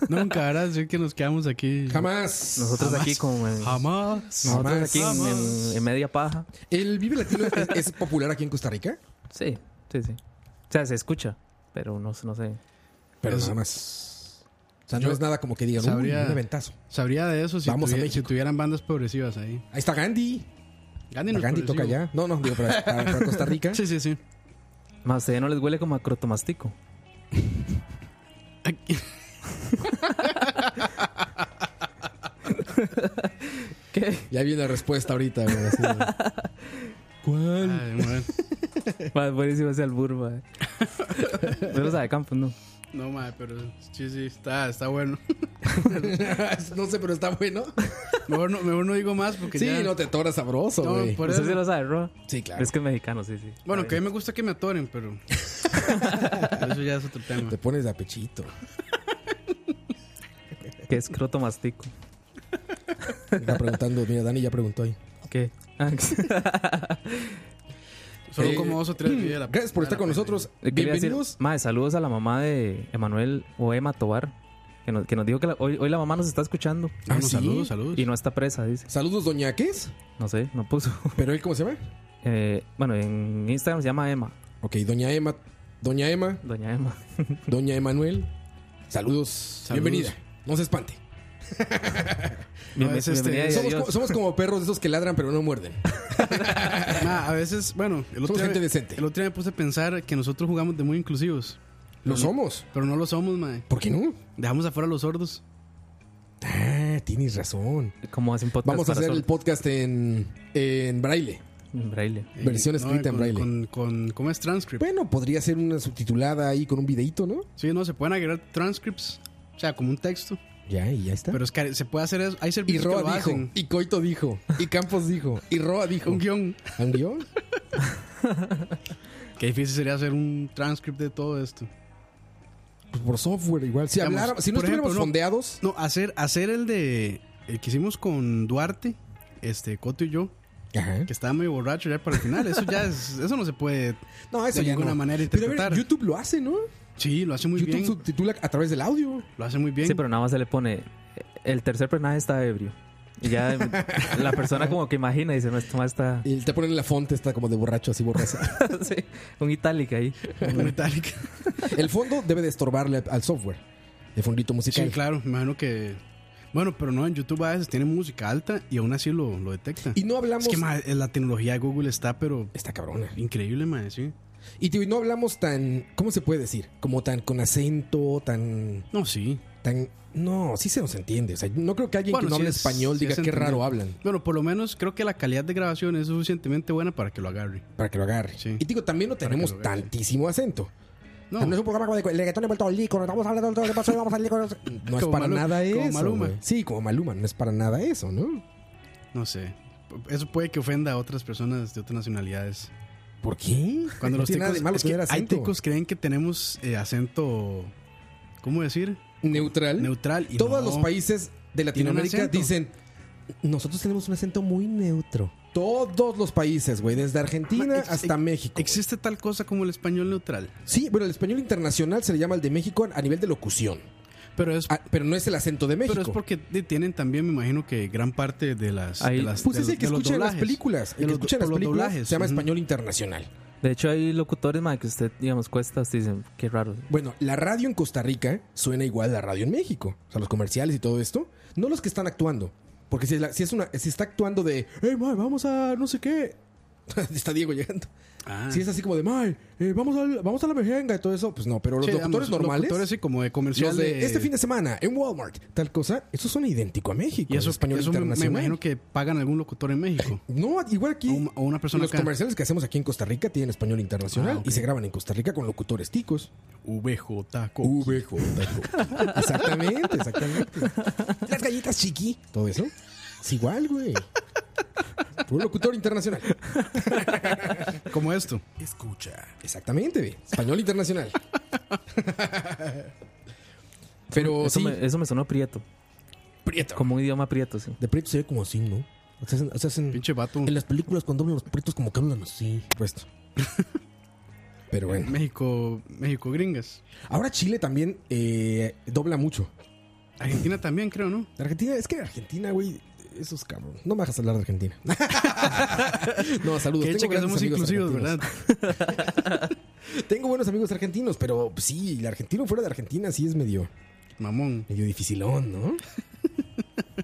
Nunca harás decir que nos quedamos aquí. Jamás. Nosotros Jamás. aquí con el- Jamás. Nosotros Jamás. aquí en, Jamás. en- en media paja. ¿El Vive Latino es, es popular aquí en Costa Rica? Sí, sí, sí. O sea, se escucha, pero no, no sé. Pero Es- nada más. O sea, Yo no es nada como que digan, sabría- "Uy, un aventazo. Sabría de eso si, Vamos a tuvie- México. si tuvieran bandas progresivas ahí. Ahí está Gandhi. Gandhi, no es La Gandhi toca progresivo. allá. No, no, digo, para, para- para Costa Rica. Sí, sí, sí. Más, ¿a ustedes no les huele como a crotomastico? ¿Qué? Ya viene la respuesta ahorita, güey, así de- ¿Cuál? Ay, man. Más buenísimo ese albur, mae. No lo sabe Campos, ¿no? No, madre, pero sí, sí, está, está bueno. Ah. no sé, pero está bueno. Mejor no, mejor no digo más porque Sí, ya... no te toras sabroso, No, güey. por Usted eso. sí lo sabe, Roa. Sí, claro. Es que es mexicano, sí, sí. Bueno, que a Está mí me gusta que me atoren, pero... pero eso ya es otro tema. Te pones de apechito. bien. Que es crotomastico. Está preguntando, mira, Dani ya preguntó ahí. ¿Qué? Ah, Solo Eh, como dos o tres videos. Gracias por estar con nosotros. Bienvenidos. Mae, saludos a la mamá de Emanuel o Emma Tobar. Que nos, que nos dijo que la- hoy, hoy la mamá nos está escuchando. Ah, Bueno, ¿sí? Saludos, saludos. Y no está presa, dice. Saludos, Doñaques. No sé, no puso. ¿Pero él cómo se llama? Eh, bueno, en Instagram se llama Emma. Ok, Doña Emma. Doña Emma. Doña Emma. Doña Emanuel. Saludos. Bienvenida. No se espante. No, Bienven- es este, bienvenida y Somos, adiós. co- somos como perros de esos que ladran pero no muerden. Ma, a veces, bueno, el otro, Somos día, gente decente. el otro día me puse a pensar que nosotros jugamos de muy inclusivos, Lo somos. pero no lo somos, mae. ¿Por qué no? Dejamos afuera a los sordos. Ah, tienes razón. ¿Cómo hacen podcast Vamos a para hacer el sordos? podcast en, en braille. En braille. Versión escrita en Eh, con- braille. Con, con- ¿Cómo es transcript? Bueno, podría ser una subtitulada ahí con un videito, ¿no? Sí, no, se pueden agregar transcripts, o sea, como un texto. Ya, y ya está. Pero es que se puede hacer eso. Hay ¿Ah? y servicios que Roa lo dijo, hacen. y Coito dijo, y Campos dijo, y Roa dijo. Un guión. ¿Un guión? Qué difícil sería hacer un transcript de todo esto. Pues por software igual. Si, Digamos, habláramos- si no por ejemplo, estuviéramos no. fondeados, No, hacer, hacer el de. El que hicimos con Duarte, este, Coto y yo, Ajá. que estaba medio borracho ya para el final. Eso ya es. Eso no se puede. no, eso de ya ninguna no. manera Pero a ver, interpretar. YouTube lo hace, ¿no? Sí, lo hace muy YouTube bien. subtitula a través del audio. Lo hace muy bien. Sí, pero nada más se le pone. El tercer personaje está ebrio. Y ya la persona como que imagina y dice, no, esto más está. Y te ponen la fonte esta como de borracho, así borracha. sí, un itálica ahí. Metallica. el fondo debe de estorbarle al software. El fondito musical. Sí, claro, me imagino que. Bueno, pero no, en YouTube a veces tiene música alta y aún así lo, lo detecta. Y no hablamos... es que ma, la tecnología de Google está, pero Está cabrona. increíble, ma, sí. Y tío, y no hablamos tan... ¿Cómo se puede decir? Como tan con acento, tan... No, sí. tan no, sí se nos entiende. O sea, no creo que alguien Bueno, que no sí hable es- español sí diga es qué raro entendible. hablan. Bueno, por lo menos creo que la calidad de grabación es suficientemente buena para que lo agarre. Para que lo agarre. Sí. Y digo, también no Para tenemos que lo agarre. tantísimo acento. No, O sea, No es un programa como de el reggaetón ha vuelto lico, nos vamos a hablar de todo lo que pasó, vamos a hablar de lico, No es Como para Maluma, nada como eso. Maluma. güey. Sí, como Maluma, no es para nada eso, ¿no? no sé. Eso puede que ofenda a otras personas de otras nacionalidades. ¿Por qué? Cuando no los tiene nada ticos, de malo es que tener hay acento. ticos creen que tenemos eh, acento, ¿cómo decir? neutral. Neutral. Y Todos no. los países de Latinoamérica acento. dicen, nosotros tenemos un acento muy neutro. Todos los países, güey, desde Argentina Ma, ex- hasta ex- México. güey. Existe tal cosa como el español neutral, Sí, bueno, el español internacional se le llama el de México a nivel de locución. pero es Ah, pero no es el acento de México. Pero es porque de- tienen también, me imagino que gran parte de las. Ahí- de las Pues de es los- el que de los escucha en las doblajes. películas. El De que los- escucha en las por los películas se doblajes, llama ujú. español internacional. De hecho, hay locutores, madre, que usted, digamos, cuesta, usted dicen, qué raro. Bueno, la radio en Costa Rica suena igual a la radio en México. O sea, los comerciales y todo esto. No los que están actuando. Porque si, la- si es una, si está actuando de, hey, mae, vamos a no sé qué. está Diego llegando. Ah. Si es así como de, mae, eh, vamos, al- vamos a la mejenga y todo eso. Pues no, pero los Sí, locutores digamos, normales. Locutores sí, como de los comerciales. de este fin de semana en Walmart, tal cosa, eso suena idéntico a México. Y eso, el español eso me, me internacional. imagino que pagan algún locutor en México. No, igual aquí. O un- o una persona los acá. comerciales que hacemos aquí en Costa Rica tienen español internacional Ah, ok. y se graban en Costa Rica con locutores ticos. VJ. VJ. exactamente, exactamente. Las galletas chiqui. Todo eso. Es igual, güey. Un locutor internacional. Como esto. Escucha. Exactamente, güey. Español internacional. Pero Eso, sí, me, eso me sonó prieto, prieto. como un idioma prieto, sí. De prieto se ve como así, ¿no? O sea, hacen- o sea, hacen- Pinche vato. En las películas cuando hablan los prietos como que hablan así. Puesto. Pero bueno. México, México gringas. Ahora Chile también eh, dobla mucho. Argentina también, creo, ¿no? Argentina, es que Argentina, güey, esos cabrón. No me hagas hablar de Argentina. no, saludos. Que hecho que grandes somos amigos inclusivos, argentinos. ¿verdad? Tengo buenos amigos argentinos, pero pues, sí, el argentino fuera de Argentina sí es medio, Mamón. medio dificilón, ¿no?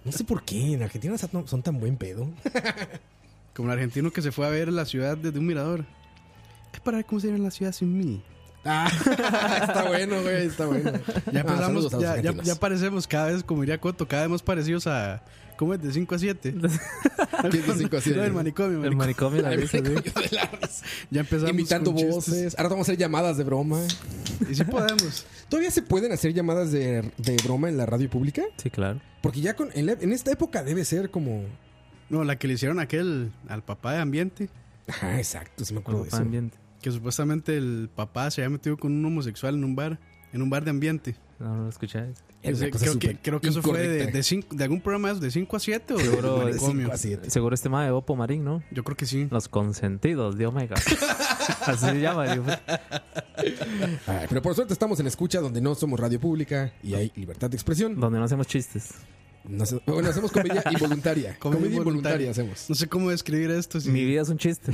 No sé por qué, en Argentina son- son tan buen pedo. Como el argentino que se fue a ver la ciudad desde un mirador. Es para ver cómo sería la ciudad sin mí. Ah, está bueno, güey, está bueno. Ya Ah, empezamos, saludos a los ya, ya, argentinos. ya parecemos cada vez, como diría Coto, cada vez más parecidos a. ¿Cómo es? De 5 a 7. de cinco a siete? el manicomio. El manicomio de la Ay, risa, me sí. coño de la risa. Ya empezamos. Imitando con chistes. voces. Ahora vamos a hacer llamadas de broma. Y sí podemos. ¿Todavía se pueden hacer llamadas de, de broma en la radio pública? Sí, claro. Porque ya con, en, la- en esta época debe ser como... No, la que le hicieron a aquel, al papá de ambiente, Ajá, exacto, sí me acuerdo Como de fan eso. ambiente. que supuestamente el papá se había metido con un homosexual en un bar, en un bar de ambiente. No, no lo escucháis. Era una Ese- cosa creo, que, súper creo que eso fue de, incorrecta. de, cinco- de algún programa de esos, de 5 a 7 o de Seguro de manicomio. cinco a siete. Seguro este mae de Opo Marín, ¿no? Yo creo que sí. Los consentidos de Omega. Así se llama. pues, yo- Ay, pero por suerte estamos en escucha donde no somos radio pública y hay libertad de expresión. Donde no hacemos chistes. No hace- bueno, hacemos comedia involuntaria. Comedia comedia involuntaria involuntaria. hacemos. No sé cómo describir esto. si- Mi vida es un chiste.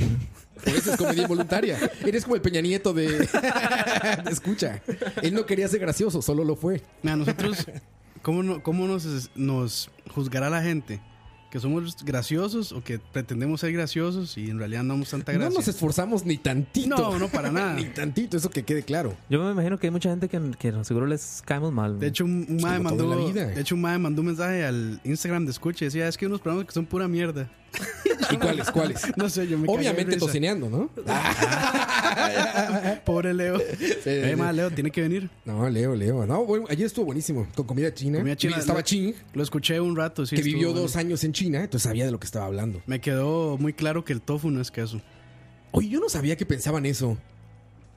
Por eso es comedia involuntaria. Eres como el Peña Nieto de... de escucha. Él no quería ser gracioso, solo lo fue. Mira, nosotros, ¿cómo, no- cómo nos, nos juzgará la gente? ¿Que somos graciosos o que pretendemos ser graciosos y en realidad no damos tanta gracia? No nos esforzamos ni tantito. No, no, para nada. ni tantito, eso que quede claro. Yo me imagino que hay mucha gente que, que seguro les caemos mal. De hecho, un, un Es mae como todo mandó, en la vida. de hecho, un mae mandó un mensaje al Instagram de escucha y decía, es que hay unos programas que son pura mierda. ¿Y cuáles? ¿Cuáles? No sé, yo me cagué de Obviamente risa. tocineando, ¿no? Pobre Leo. Eh, mae, Leo, tiene que venir. No, Leo, Leo. No, bueno, ayer estuvo buenísimo. Con comida china. Comida china. Y Estaba Lo- Ching, Lo escuché un rato, sí. que estuvo vivió bueno. dos años en China, entonces sabía de lo que estaba hablando. Me quedó muy claro que el tofu no es queso. Oye, yo no sabía que pensaban eso.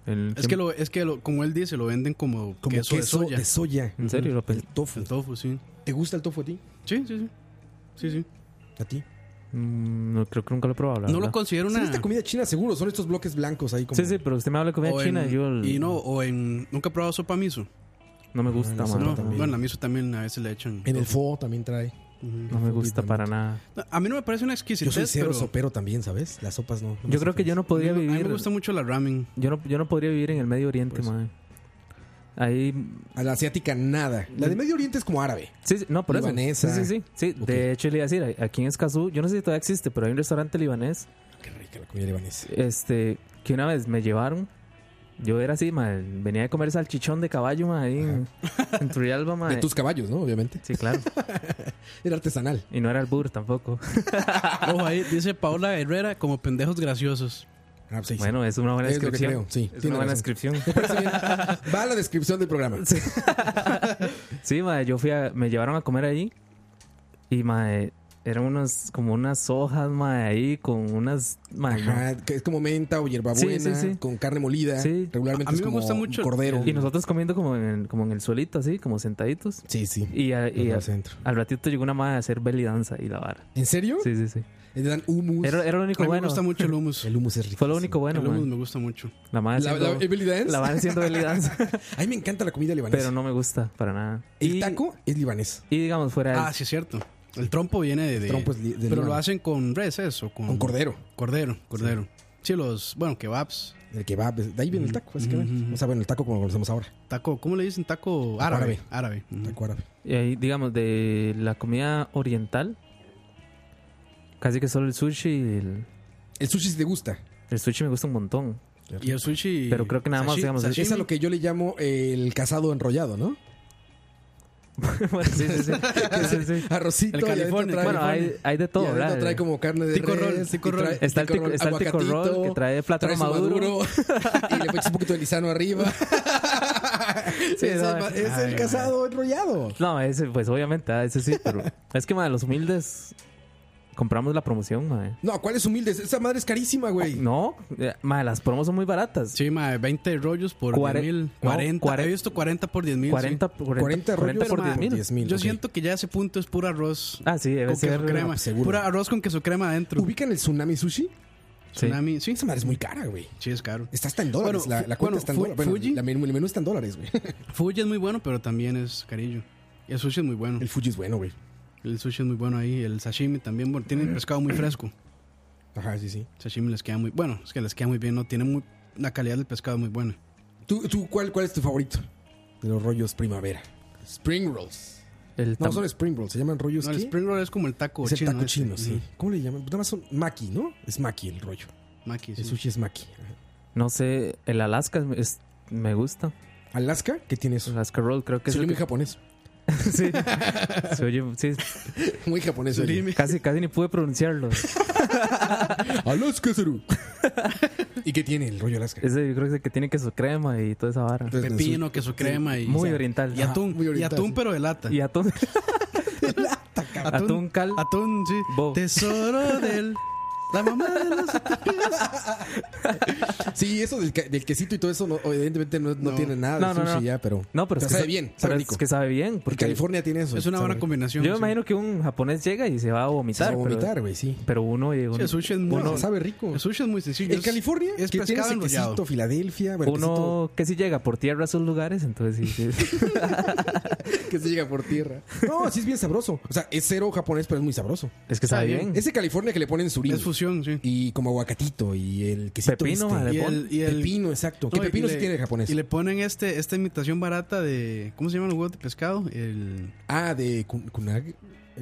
El- Es que, lo, es que lo- como él dice, lo venden como, Como queso, de soya. de soya. En serio, lo El pensé. tofu. El tofu, sí. ¿Te gusta el tofu a ti? Sí, sí, sí. Sí, sí. ¿A ti? Mm, no, creo que nunca lo he probado. la No lo verdad. considero Sí, una... esta comida china seguro, son estos bloques blancos ahí como... Sí, sí, pero usted me habla de comida o en- china. yo el- Y no, o en... Nunca he probado sopa miso. no me gusta, la mae, sopa No, no, también. bueno, la miso también a veces le echan... En el fo también trae. no me gusta para nada. No, A mí no me parece una Yo soy exquisitez, cero pero... sopero también, ¿sabes? Las sopas no. no me Yo creo que yo no podría a mí- vivir. A mí me gusta Pues. mucho la ramen. Yo no, yo no podría vivir en el Medio Oriente, mae. Ahí. A la asiática nada. La Mm. de Medio Oriente es como árabe. Sí, sí, no, por Libanesa. eso. Sí, sí, sí. sí Ok. De hecho, le iba a decir, aquí en Escazú, yo no sé si todavía existe, pero hay un restaurante libanés Ah, Qué rica la comida libanesa. este, que una vez me llevaron. Yo era así, mae, venía a comer salchichón de caballo, mae, ahí en, en Turrialba, mae. De tus caballos, ¿no? Obviamente. Sí, claro. Era artesanal. Y no era el burro tampoco. Ojo ahí, dice Paola Herrera como pendejos graciosos. Ah, pues ahí sí. Bueno, es una buena Es lo que descripción. creo, sí, es tiene una buena razón. descripción. Parece bien. Va a la descripción del programa. Sí, mae, yo fui a, me llevaron a comer ahí y mae, eran unas como unas hojas, mae, ahí con unas mae, no. Ajá, que es como menta o hierbabuena, Sí, sí, sí. con carne molida. Sí. A- Regularmente a mí es me como gusta un mucho cordero. y nosotros comiendo como en, como en el suelito así, como sentaditos. Sí, sí. Y, a- y ah, a- Los del centro. al ratito llegó una madre a hacer belly danza y la vara. ¿En serio? Sí, sí, sí. Le dan hummus. Era, era lo A único mí me bueno. gusta mucho el hummus. El hummus es rico. Fue lo único bueno, el hummus mae. me gusta mucho. La madre La, la, haciendo, el belly dance. la madre haciendo belly danza, A mí me encanta la comida libanesa. pero no me gusta para nada. El y, taco es libanés. y digamos fuera de Ah, sí, es cierto. El trompo viene de... de- Trompo es li- del pero lo Líbano. hacen con res, eso. Con, Con cordero. Cordero, cordero. Sí, los... Bueno, kebabs. El kebab. es- De ahí viene el taco, básicamente. O sea, bueno, el taco como lo conocemos ahora. Taco, ¿cómo le dicen? Taco árabe. Árabe. Ujú. Taco árabe. Y ahí, eh, digamos, de la comida oriental, casi que solo el sushi. y El, El sushi si te gusta. el sushi me gusta un montón. Y el sushi... Pero creo que nada más, sashi- digamos, sashimi. Es a lo que yo le llamo el casado enrollado, ¿no? Bueno, sí, sí, sí. Sí, Ah, sí, sí. Arrocito. El y adentro California. trae- Bueno, hay, hay de todo, y adentro ¿verdad? trae como carne de Tico res, roll, tico y trae- roll. Está el tico- roll, está el tico roll aguacatito, que trae plátano su maduro. y le echas un poquito de lisano arriba. Sí, es no, el, eh. es el casado enrollado. No, ese, pues obviamente, ah, ese sí, pero es que, madre, los humildes compramos la promoción, madre. No, ¿cuál es humilde? Esa madre es carísima, güey. No, eh, madre, las promos son muy baratas. Sí, mae, 20 rollos por Cuare- 10 mil. no, 40. cuare- He visto 40 por 10 mil. 40, por 40 rollos por por 10 mil. 10 mil. Yo ok. siento que ya ese punto es puro arroz Ah, sí, debe con queso ser. crema. seguro. Pura arroz con queso crema adentro. ¿Ubican el tsunami sushi? Sí. Tsunami, sí. Esa madre es muy cara, güey. Sí, es caro. Está hasta en dólares. Bueno, la, la fu- cuenta bueno, está en fu- dólares. Bueno, Fuji. la men- el menú está en dólares, güey. Fuji es muy bueno, pero también es carillo. Y el sushi es muy bueno. El Fuji es bueno, güey. El sushi es muy bueno ahí. El sashimi también. Bueno, tienen pescado muy fresco. Ajá, sí, sí. Sashimi les queda muy bueno. Es que les queda muy bien, ¿no? Tienen muy, la calidad del pescado es muy buena. ¿Tú, tú cuál, cuál es tu favorito? De los rollos primavera. Spring rolls. El No, tam- son spring rolls. Se llaman rollos No, el ¿qué? spring roll es como el taco Es el chino. taco ese. chino, sí. Ujú. este. ¿Cómo le llaman? Nada más son maki, ¿no? Es maki el rollo. Maki, El sí. sushi es maki. Ajá. No sé, el Alaska es- es- me gusta. Alaska, ¿qué tiene eso? Alaska Roll creo que es Soy el muy que... japonés. sí. Se oye- sí, Muy japonés. oye. casi, casi ni pude pronunciarlo. Alaska, Saru. ¿Y qué tiene el rollo Alaska? Ese yo creo que es el que tiene queso crema y toda esa vara. Entonces, Pepino, queso crema y. Muy oriental. Y atún. muy y oriental, atún, sí. pero de lata. Y atún. atún, atún cal. Atún, sí. Bo. Tesoro del. La mamá de los. Sí, eso del, ca- del quesito y todo eso, no- evidentemente no, no No. tiene nada No, de no, sushi no. ya, pero. No, pero Pero es que sabe sa- bien, sabe pero rico. es que sabe bien. Porque California tiene eso. Es una sabe buena rico. combinación. yo me sí. imagino que un japonés llega y se va a Se vomitar. va a pero- vomitar, güey, sí. Pero, uno, eh, y uno- Sí, el sushi es muy. Bueno, sabe rico. El sushi es muy sencillo. En es- California es que tiene pescado ese enrollado. quesito Filadelfia, bueno, uno que si llega por tierra a esos lugares, entonces sí, sí. quesito que se llega por tierra. No, sí es bien sabroso. O sea, es cero japonés, pero es muy sabroso. es que sabe Sabe bien. Ese California que le ponen surimi Es fusión, sí. y como aguacatito y el quesito Pepino, este. madre. Y el, y el- Pepino, exacto. no, que y pepino le- sí tiene japonés. Y le ponen este, esta imitación barata de. ¿Cómo se llaman los huevos de pescado? El. Ah, de kun- kunag.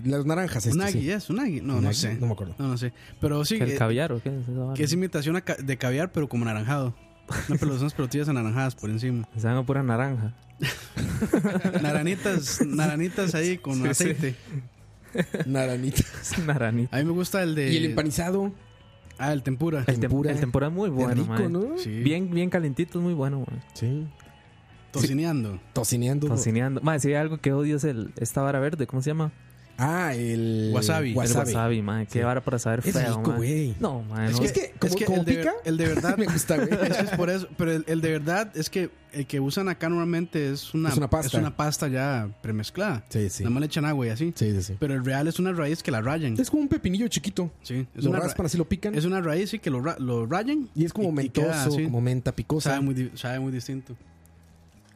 Las naranjas Este estas, unagi, sí. es unagi. eh. No, no Unagi, sé. no me acuerdo. No, no sé. Pero sí, el eh, caviar o qué. es esa vara? que es imitación a ca- de caviar, pero como naranjado. No, pero son unas pelotillas anaranjadas por encima. Se van a pura naranja. Naranitas, naranitas ahí con Sí, sí. aceite. Naranita. Es naranita. A mí me gusta el de. Y el empanizado. ah, el tempura. El, tem- Tempura. el tempura es muy Qué bueno, rico, mae. ¿no? Sí. Bien, bien calentito, es muy bueno, mae. Sí. Tocineando. Tocineando. Tocineando. Mae, si hay algo que odio es el, esta vara verde, ¿cómo se llama? Ah, el Wasabi. El El wasabi, mae. Qué vara para saber Es feo, rico, mae. güey. No, mae. no. Es que, como, como el de, pica, el de verdad. me gusta, güey. es que es por eso. Pero el, el de verdad es que el que usan acá normalmente es una, Es una pasta. es una pasta ya premezclada. Sí, sí. Nada más le echan agua y así. Sí, sí, sí. Pero el real es una raíz que la rayan. Es como un pepinillo chiquito. Sí, Mm. es lo una, ra- raspan, así lo pican. es una raíz y que lo, ra- lo rayan. y es como mentoso, queda así. como menta picosa. sabe, muy, di- sabe muy distinto.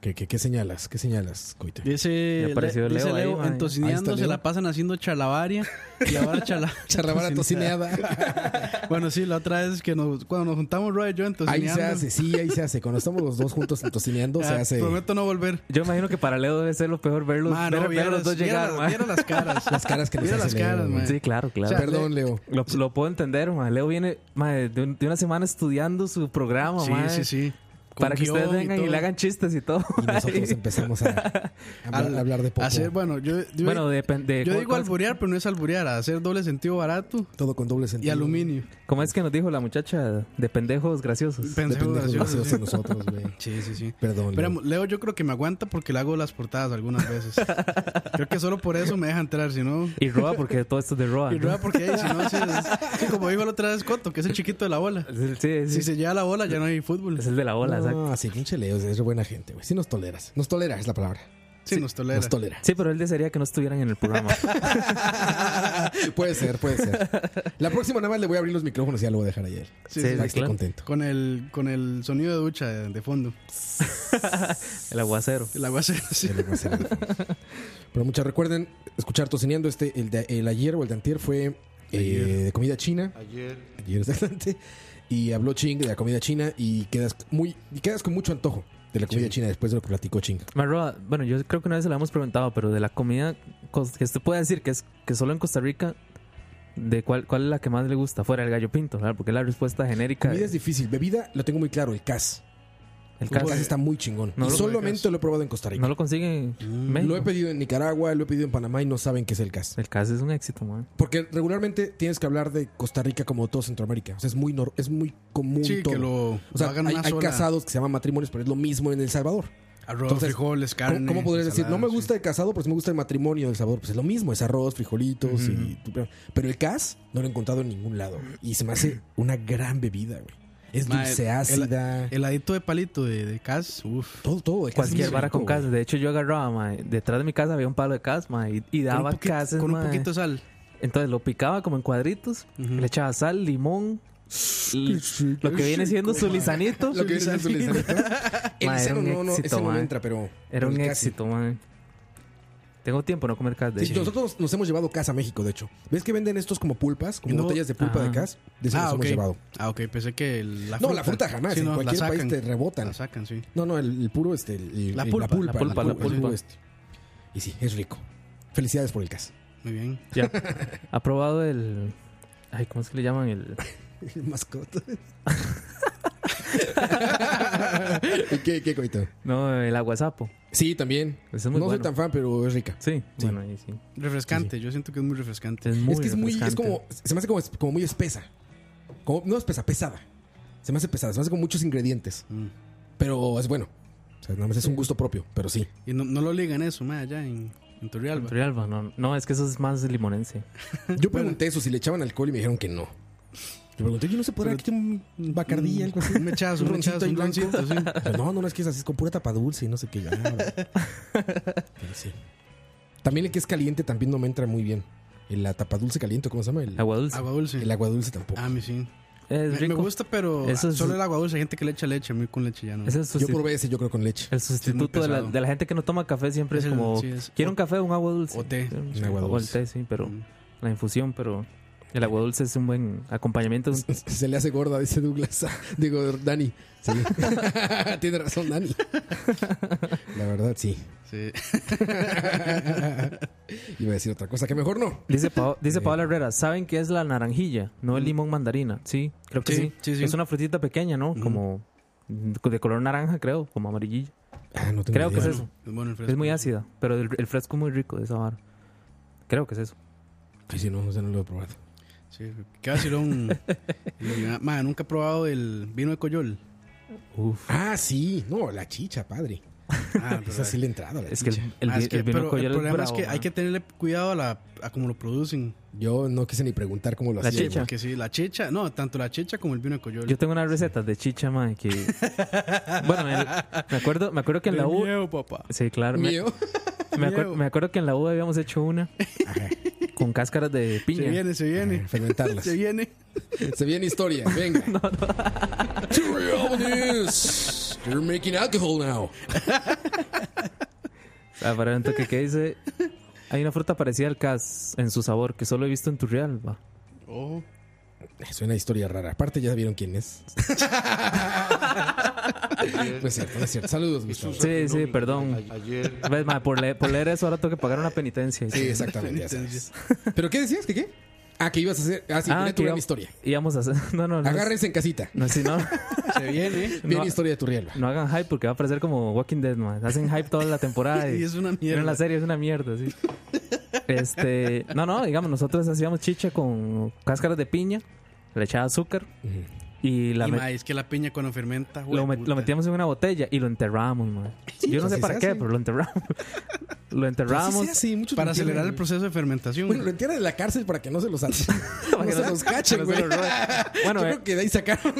¿Qué, qué, qué señalas? ¿Qué señalas, coite? Dice, Ya apareció dice Leo ahí, Leo, man. Ahí está entocineando, se Leo. la pasan haciendo chalabaria y ahora chala, Charrabara tocineada. Bueno, sí, la otra vez que nos, cuando nos juntamos Roy y yo Ahí entocineando. se hace, sí, ahí se hace. Cuando estamos los dos juntos tocineando, se ah, hace. Prometo no volver. Yo imagino que para Leo debe ser lo peor verlos, Ma, ver, no, ver a Ah, los vieras- dos ¿eh? llegar, vieras- mae. vieras las caras. Las caras que nos Vieras hace las Leo, caras, güey. mae. Sí, claro, claro. sea, Perdón, Leo. Lo, lo puedo entender, ma. Leo viene ma, de, un- de una semana estudiando su programa, Sí, ma, sí, sí. Con Para que ustedes guión y vengan y, todo. le hagan chistes y todo. Y nosotros empezamos a, a hablar, a hablar de poco. Hacer, bueno, yo, yo- bueno, depende. yo ¿cómo- digo cómo es- alburear, pero no es alburear. Hacer doble sentido barato Todo con doble y sentido. aluminio. ¿Cómo es que nos dijo la muchacha de pendejos graciosos? De Pensé pendejos gracioso, graciosos sí. nosotros, güey. Sí, sí, sí. Perdón. Pero Leo. Leo yo creo que me aguanta porque le hago las portadas algunas veces. creo que solo por eso me deja entrar, si no... Y Roa, porque todo esto es de Roa. Y ¿no? rueda porque ahí, si no, sí, es- sí, como dijo la otra vez Coto, que es el chiquito de la bola. Es el- Sí, sí, Si se lleva la bola, ya no hay fútbol. Es el de la bola, exacto. No, sí, pinche Leo, es buena gente, güey. Sí nos toleras. Nos tolera es la palabra. Sí, nos tolera. Nos tolera. Sí, pero él desearía que no estuvieran en el programa. puede ser, puede ser. La próxima nada más le voy a abrir los micrófonos y ya lo voy a dejar ayer. Sí, Sí, sí, Para que sí. esté claro. contento. Con el, con el sonido de ducha de, de fondo. el aguacero. El aguacero, sí. Él le va a hacer el fondo. Pero muchas recuerden escuchar tocineando este, el, de- el ayer o el de antier fue eh, de comida china. Ayer. Ayer exactamente. Y habló Ching de la comida china y quedas muy, y quedas con mucho antojo de la comida china después de lo que platicó Ching. Ma, Roa, bueno, yo creo que una vez se la hemos preguntado, pero de la comida cos- que usted puede decir que es que solo en Costa Rica, ¿de cuál, cuál es la que más le gusta? Fuera el gallo pinto, ¿verdad? Porque es la respuesta genérica. Comida es difícil. Bebida lo tengo muy claro, el cas. el El caso. cas está muy chingón. No y lo- solamente lo he probado en Costa Rica. No lo consiguen en Mm, Lo México. he pedido en Nicaragua, lo he pedido en Panamá y no saben qué es el cas. El caso es un éxito, man. Porque regularmente tienes que hablar de Costa Rica como todo Centroamérica. O sea, es muy, nor- es muy común Sí, todo. que lo, o sea, lo hagan hay, una hay sola. casados que se llaman matrimonios, pero es lo mismo en El Salvador. Arroz, Entonces, frijoles, ¿Cómo- carne. ¿Cómo, podrías decir? No ensaladas, me sí. gusta el casado, pero sí me gusta el matrimonio en El Salvador. Pues es lo mismo, es arroz, frijolitos y... Pero el cas no lo he encontrado en ningún lado. güey. Y se me hace una gran bebida, güey. Es Ma, dulce, el- ácida... Heladito de palito de, de cas, uff. todo, todo. el cas es Cualquier muy vara rico, con güey. casa. De hecho, yo agarraba, ma, detrás de mi casa había un palo de casa, ma, y, y Con, un daba poquito- casas, con un ma. poquito de sal. Entonces lo picaba como en cuadritos, le echaba sal, limón, l- lo que viene siendo su lisanito. Lo que dice su licenciado. El Ma, era Liceo un no, no, ese éxito, no ma. entra, pero. Era un casi. éxito, man. Tengo tiempo de no comer cas de Sí, hecho. Nosotros nos hemos llevado cas a México, de hecho. ¿Ves que venden estos como pulpas, como No. botellas de pulpa Ah. de cas? De eso Ah, nos ok. hemos llevado. Ah, ok, pensé que el- la No, la fruta jamás, en no, la cualquier país sacan. te rebotan. La sacan, sí. No, no, el, el puro, este. el- La el- pulpa, la pulpa, el la puro- el pulpa. puro este. Y sí, es rico. Felicidades por el cas. Muy bien. Ya. ¿Ha probado el. Ay, ¿cómo es que le llaman? El. El mascota. ¿Y ¿Qué, qué coito? No, el aguasapo. Sí, también. Ese es no muy soy bueno. tan fan, pero es rica. Sí, Sí. bueno, ahí sí. Refrescante, yo siento que es muy refrescante. Es muy es que es muy, es refrescante. como, se me hace como, como muy espesa. Como, no espesa, pesada. Se me hace pesada, se me hace con muchos ingredientes. Mm. Pero es bueno. O sea, nada más es un gusto propio, pero sí. Y no, no lo ligan eso, ma, allá en, en Turrialba. Turrialba, no, no, es que eso es más limonense. Yo pregunté eso, si le echaban alcohol y me dijeron que no. Yo pregunté, yo no sé, ¿podrá Pero- que tiene un bacardí algo así? Un mechazo, un roncito mechazo, ahí un blanco. roncito, sí. Pero no, no, no es que es así, es con pura tapa dulce y no sé qué. yo, ah, bueno. Pero sí. También el que es caliente también no me entra muy bien. El- La tapa dulce caliente, ¿cómo se llama? El, Agua dulce. Eh, Agua dulce. el agua dulce tampoco. Ah, mi sí. es Me, me rico. gusta, pero Eso es- solo el agua dulce. Hay gente que le echa leche, a mí con leche ya no. Es el, yo susti- probé ese, yo creo, con leche. el sustituto de, la, pesado. de la gente que no toma café siempre es, Es el- como. sí, es- Quiero o- un café, un agua dulce. o té. Sí, Un agua o el dulce. té, sí, pero. Mm. La infusión, pero. El agua dulce es un buen acompañamiento. de un- Se le hace gorda, dice Douglas. Digo, Dani. Sí. Tiene razón, Dani. La verdad, sí. Sí. Iba a decir otra cosa, que mejor no. Dice, Pao- dice Paola Herrera, ¿saben qué es la naranjilla? No el limón mandarina. Sí, creo que Mm. Sí, sí. sí, Mm. sí. Es una frutita pequeña, ¿no? Como de color naranja, creo, como amarillillo. Ah, no tengo Creo que idea. es eso. Es bueno el fresco. Es muy ácida, pero el, el fresco es muy rico de esa vara. Creo que es eso. Sí, sí, no, o sea, no lo he probado. Sí. Qué vacilón. Y, ah, ma, nunca he probado el vino de Coyol. Uf. Ah, sí. No, la chicha, padre. Ah, Esa sí la entrada. la Es que chicha. el, el, Ah, es vi- que- el vino pero Coyol el es problema es bravo, que man. hay que tenerle cuidado a, la, a cómo lo producen. Yo no quise ni preguntar cómo lo La hacía. chicha. Porque sí, la chicha, no, tanto la chicha como el vino de Coyol. Yo tengo unas recetas de chicha, man, que... bueno, me, me acuerdo, me acuergo que en la U... miedo, papá. Sí, claro. Me, Mío. me acuer- miedo. me acuerdo que en la U habíamos hecho una con cáscaras de Se piña. viene, se viene. Eh, Fermentarlas. Se viene. Se viene historia. Venga. Cheerio, news. You're making alcohol now. Aparente que que dice hay una fruta parecida al cas en su sabor que solo he visto en Turrialba. Ojo. Suena historia rara. Aparte, ya vieron quién es. no es cierto, no es cierto. Saludos, Gustavo. Sí, sí, perdón. Ves, ma, por, le- por leer eso ahora tengo que pagar una penitencia. Sí, exactamente. ya sabes. ¿Pero qué decías? ¿Que qué? Ah, que ibas a hacer. Ah, sí, Ah, tenía que tu gran íbam- historia. Íbamos a hacer no no no. Agárrense en casita. No, si no, Se viene. Viene no- historia de tu rielva. no hagan hype porque va a parecer como Walking Dead, ma. Hacen hype toda la temporada y, Y es una pero en mierda. la serie es una mierda, sí. Este, no, no, digamos nosotros hacíamos chicha con cáscaras de piña, le echaba azúcar y la y, met- ma, es que la piña cuando fermenta, lo, met- jueputa. lo metíamos en una botella y lo enterramos, man. Yo no pues así sé se para qué, hace. Pues pero lo enterramos. lo Así enterramos. se hace, y muchos Para lo entierran. acelerar el proceso de fermentación. Bueno, lo entierran en la cárcel para que no se los, para que que no no se- se los cachen, para que güey. no se los roben. Bueno, Yo eh. creo que de ahí sacaron.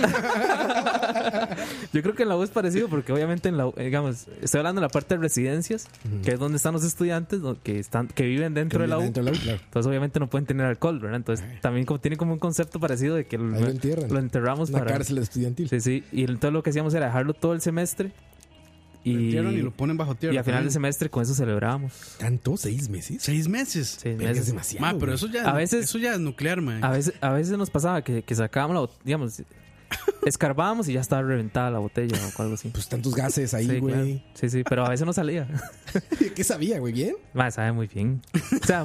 Yo creo que en la U es parecido porque obviamente en la U, eh, digamos, estoy hablando de la parte de residencias, que es donde están los estudiantes ¿no? que están que viven dentro de la U. Dentro de la U, claro. Entonces obviamente no pueden tener alcohol, ¿verdad? Entonces también como, tiene como un concepto parecido de que lo, Ahí lo entierran. lo enterramos Una para cárcel estudiantil. Sí, sí, y entonces lo que hacíamos era dejarlo todo el semestre Lo y entierran y lo ponen bajo tierra. y al final también. del semestre con eso celebrábamos. ¿Tanto? ¿Seis meses? Seis meses. Seis Verga, Es meses. demasiado. Ma, pero güey. eso ya, A veces- eso ya es nuclear, man. A veces, a veces nos pasaba que, que sacábamos la bot- digamos, escarbábamos y ya estaba reventada la botella o algo así. Pues tantos gases ahí, sí, claro. güey. sí, sí, pero a veces no salía. ¿Qué sabía, güey? ¿Bien? Ma, sabe muy bien. O sea,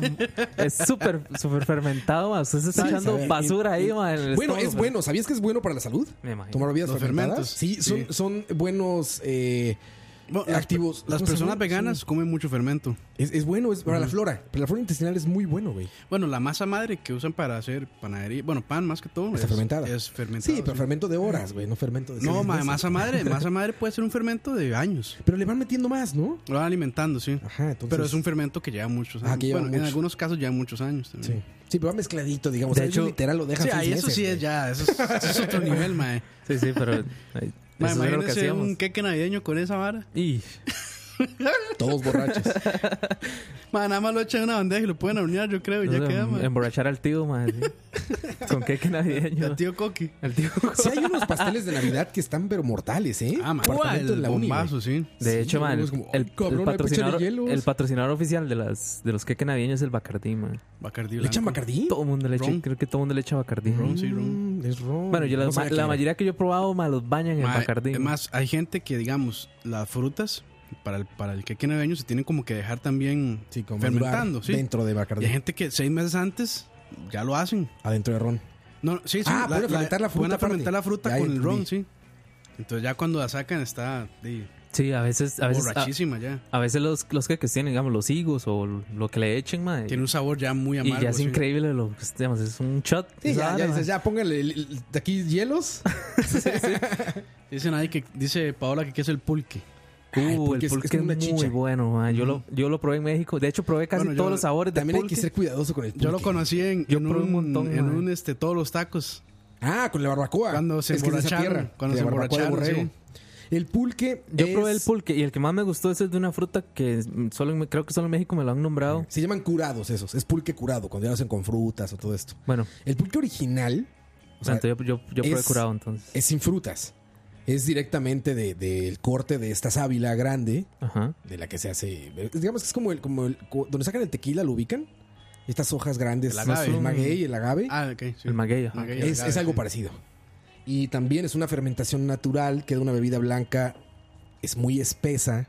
es súper, súper fermentado, ma. Usted se está Sí, echando sabe. basura ahí, ma. en el Bueno, estómago, es pero- bueno. ¿Sabías que es bueno para la salud? Me imagino. Tomar bebidas Los fermentadas. fermentos. Sí, Sí. son, son buenos. eh, Bueno, las- activos. Las ¿Cómo se personas llama? veganas Sí. comen mucho fermento. Es, es bueno es para la flora. Para la flora intestinal es muy bueno, güey. Bueno, la masa madre que usan para hacer panadería, bueno, pan más que todo. es, Está fermentada. Es fermentada. Sí, pero fermento de horas, güey. No fermento de seis No, ma, meses. masa madre, masa madre puede ser un fermento de años. Pero le van metiendo más, ¿no? Lo van alimentando, sí. Ajá, entonces. Pero es un fermento que lleva muchos Ah, años. que lleva bueno, en muchos. algunos casos lleva muchos años Sí. también. Sí, pero va mezcladito, digamos. De De hecho, hecho- literal lo dejan Sí, seis ahí eso meses, sí es güey. ya, eso es, eso es otro nivel, mae. Sí, sí, pero. ay, Ma, eso era lo que imagínese hacíamos. un queque navideño con esa vara. Y. Todos borrachos. Ma, nada más lo echan en una bandeja y lo pueden hornear, yo creo, y ya Em- queda, ma. Emborrachar al tío, madre. Con queque navideño. El tío Coqui. El tío. Sí hay unos pasteles de Navidad que están pero mortales, ¿eh? Ah, ma, Apartamento en el la uni, güey. bombazo, sí. De Sí, hecho, man, es el, como, el- el "Ay, cabrón, hay pecho de patrocinador, hielos". el patrocinador oficial de las de los queques navideños es el Bacardí, man. Bacardí ¿Le blanco. echan Bacardí? Todo el mundo le echa, Ron. creo que todo el mundo le echa Bacardí. Ron, sí, ron. Mm, es ron. Bueno, yo No las- sabía la que- mayoría que yo he probado, man, los bañan en Ma, Bacardí. es man. más, hay gente que, digamos, las frutas para el, para el queque navideño se tienen como que dejar también Sí, como fermentando, fermentando, sí. Dentro de Y Bacardí. hay gente que seis meses antes ya lo hacen. Adentro de ron. No, no, sí, sí. Ah, pueden fermentar la fruta pueden aparte. fermentar la fruta Ya, ya con el ron, sí. entendí. Entonces ya cuando la sacan está di, Sí, a veces, a veces, ah, eh, a, borrachísima ya. a veces los, los queques tienen, digamos, los higos o lo que le echen, man. Tiene un sabor ya muy Y amargo. ya es sí. increíble lo que digamos, es un shot. Sí, esa "Ah, ya, vara, ya, man. dices, ya, póngale el- el- de aquí hielos. Dicen ahí que dice Paola que qué es el pulque. Uh, Ah, el el pulque es- pulque es es, una muy chicha. bueno, man. Yo, lo, yo lo probé en México. De hecho, probé casi Bueno, yo- todos los sabores de También hay pulque. que ser cuidadoso con el pulque. Yo lo conocí en, Yo en probé un montón, en madre. un este todos los tacos. Ah, con la barbacoa. Cuando se Es que es de esa emborracharon, tierra, cuando de se barbacoa de emborracharon, borrego. El pulque Yo es- probé el pulque y el que más me gustó es el de una fruta que mm, solo en- creo que solo en México me lo han nombrado. Se llaman curados esos. Es pulque curado, cuando ya lo hacen con frutas o todo esto. Bueno, El pulque original o sea, entonces yo, yo, yo probé es- eh, curado entonces. es sin frutas. Es directamente de- del corte de esta sábila grande, Ajá. de la que se hace. Digamos que es como el, como el co- donde sacan el tequila, lo ubican. Estas hojas grandes, El agave. el maguey, el agave. Ah, ok. sí. El maguey. ajá. Maguey, es, agave, es algo sí. parecido. Y también es una fermentación natural, queda una bebida blanca, es muy espesa.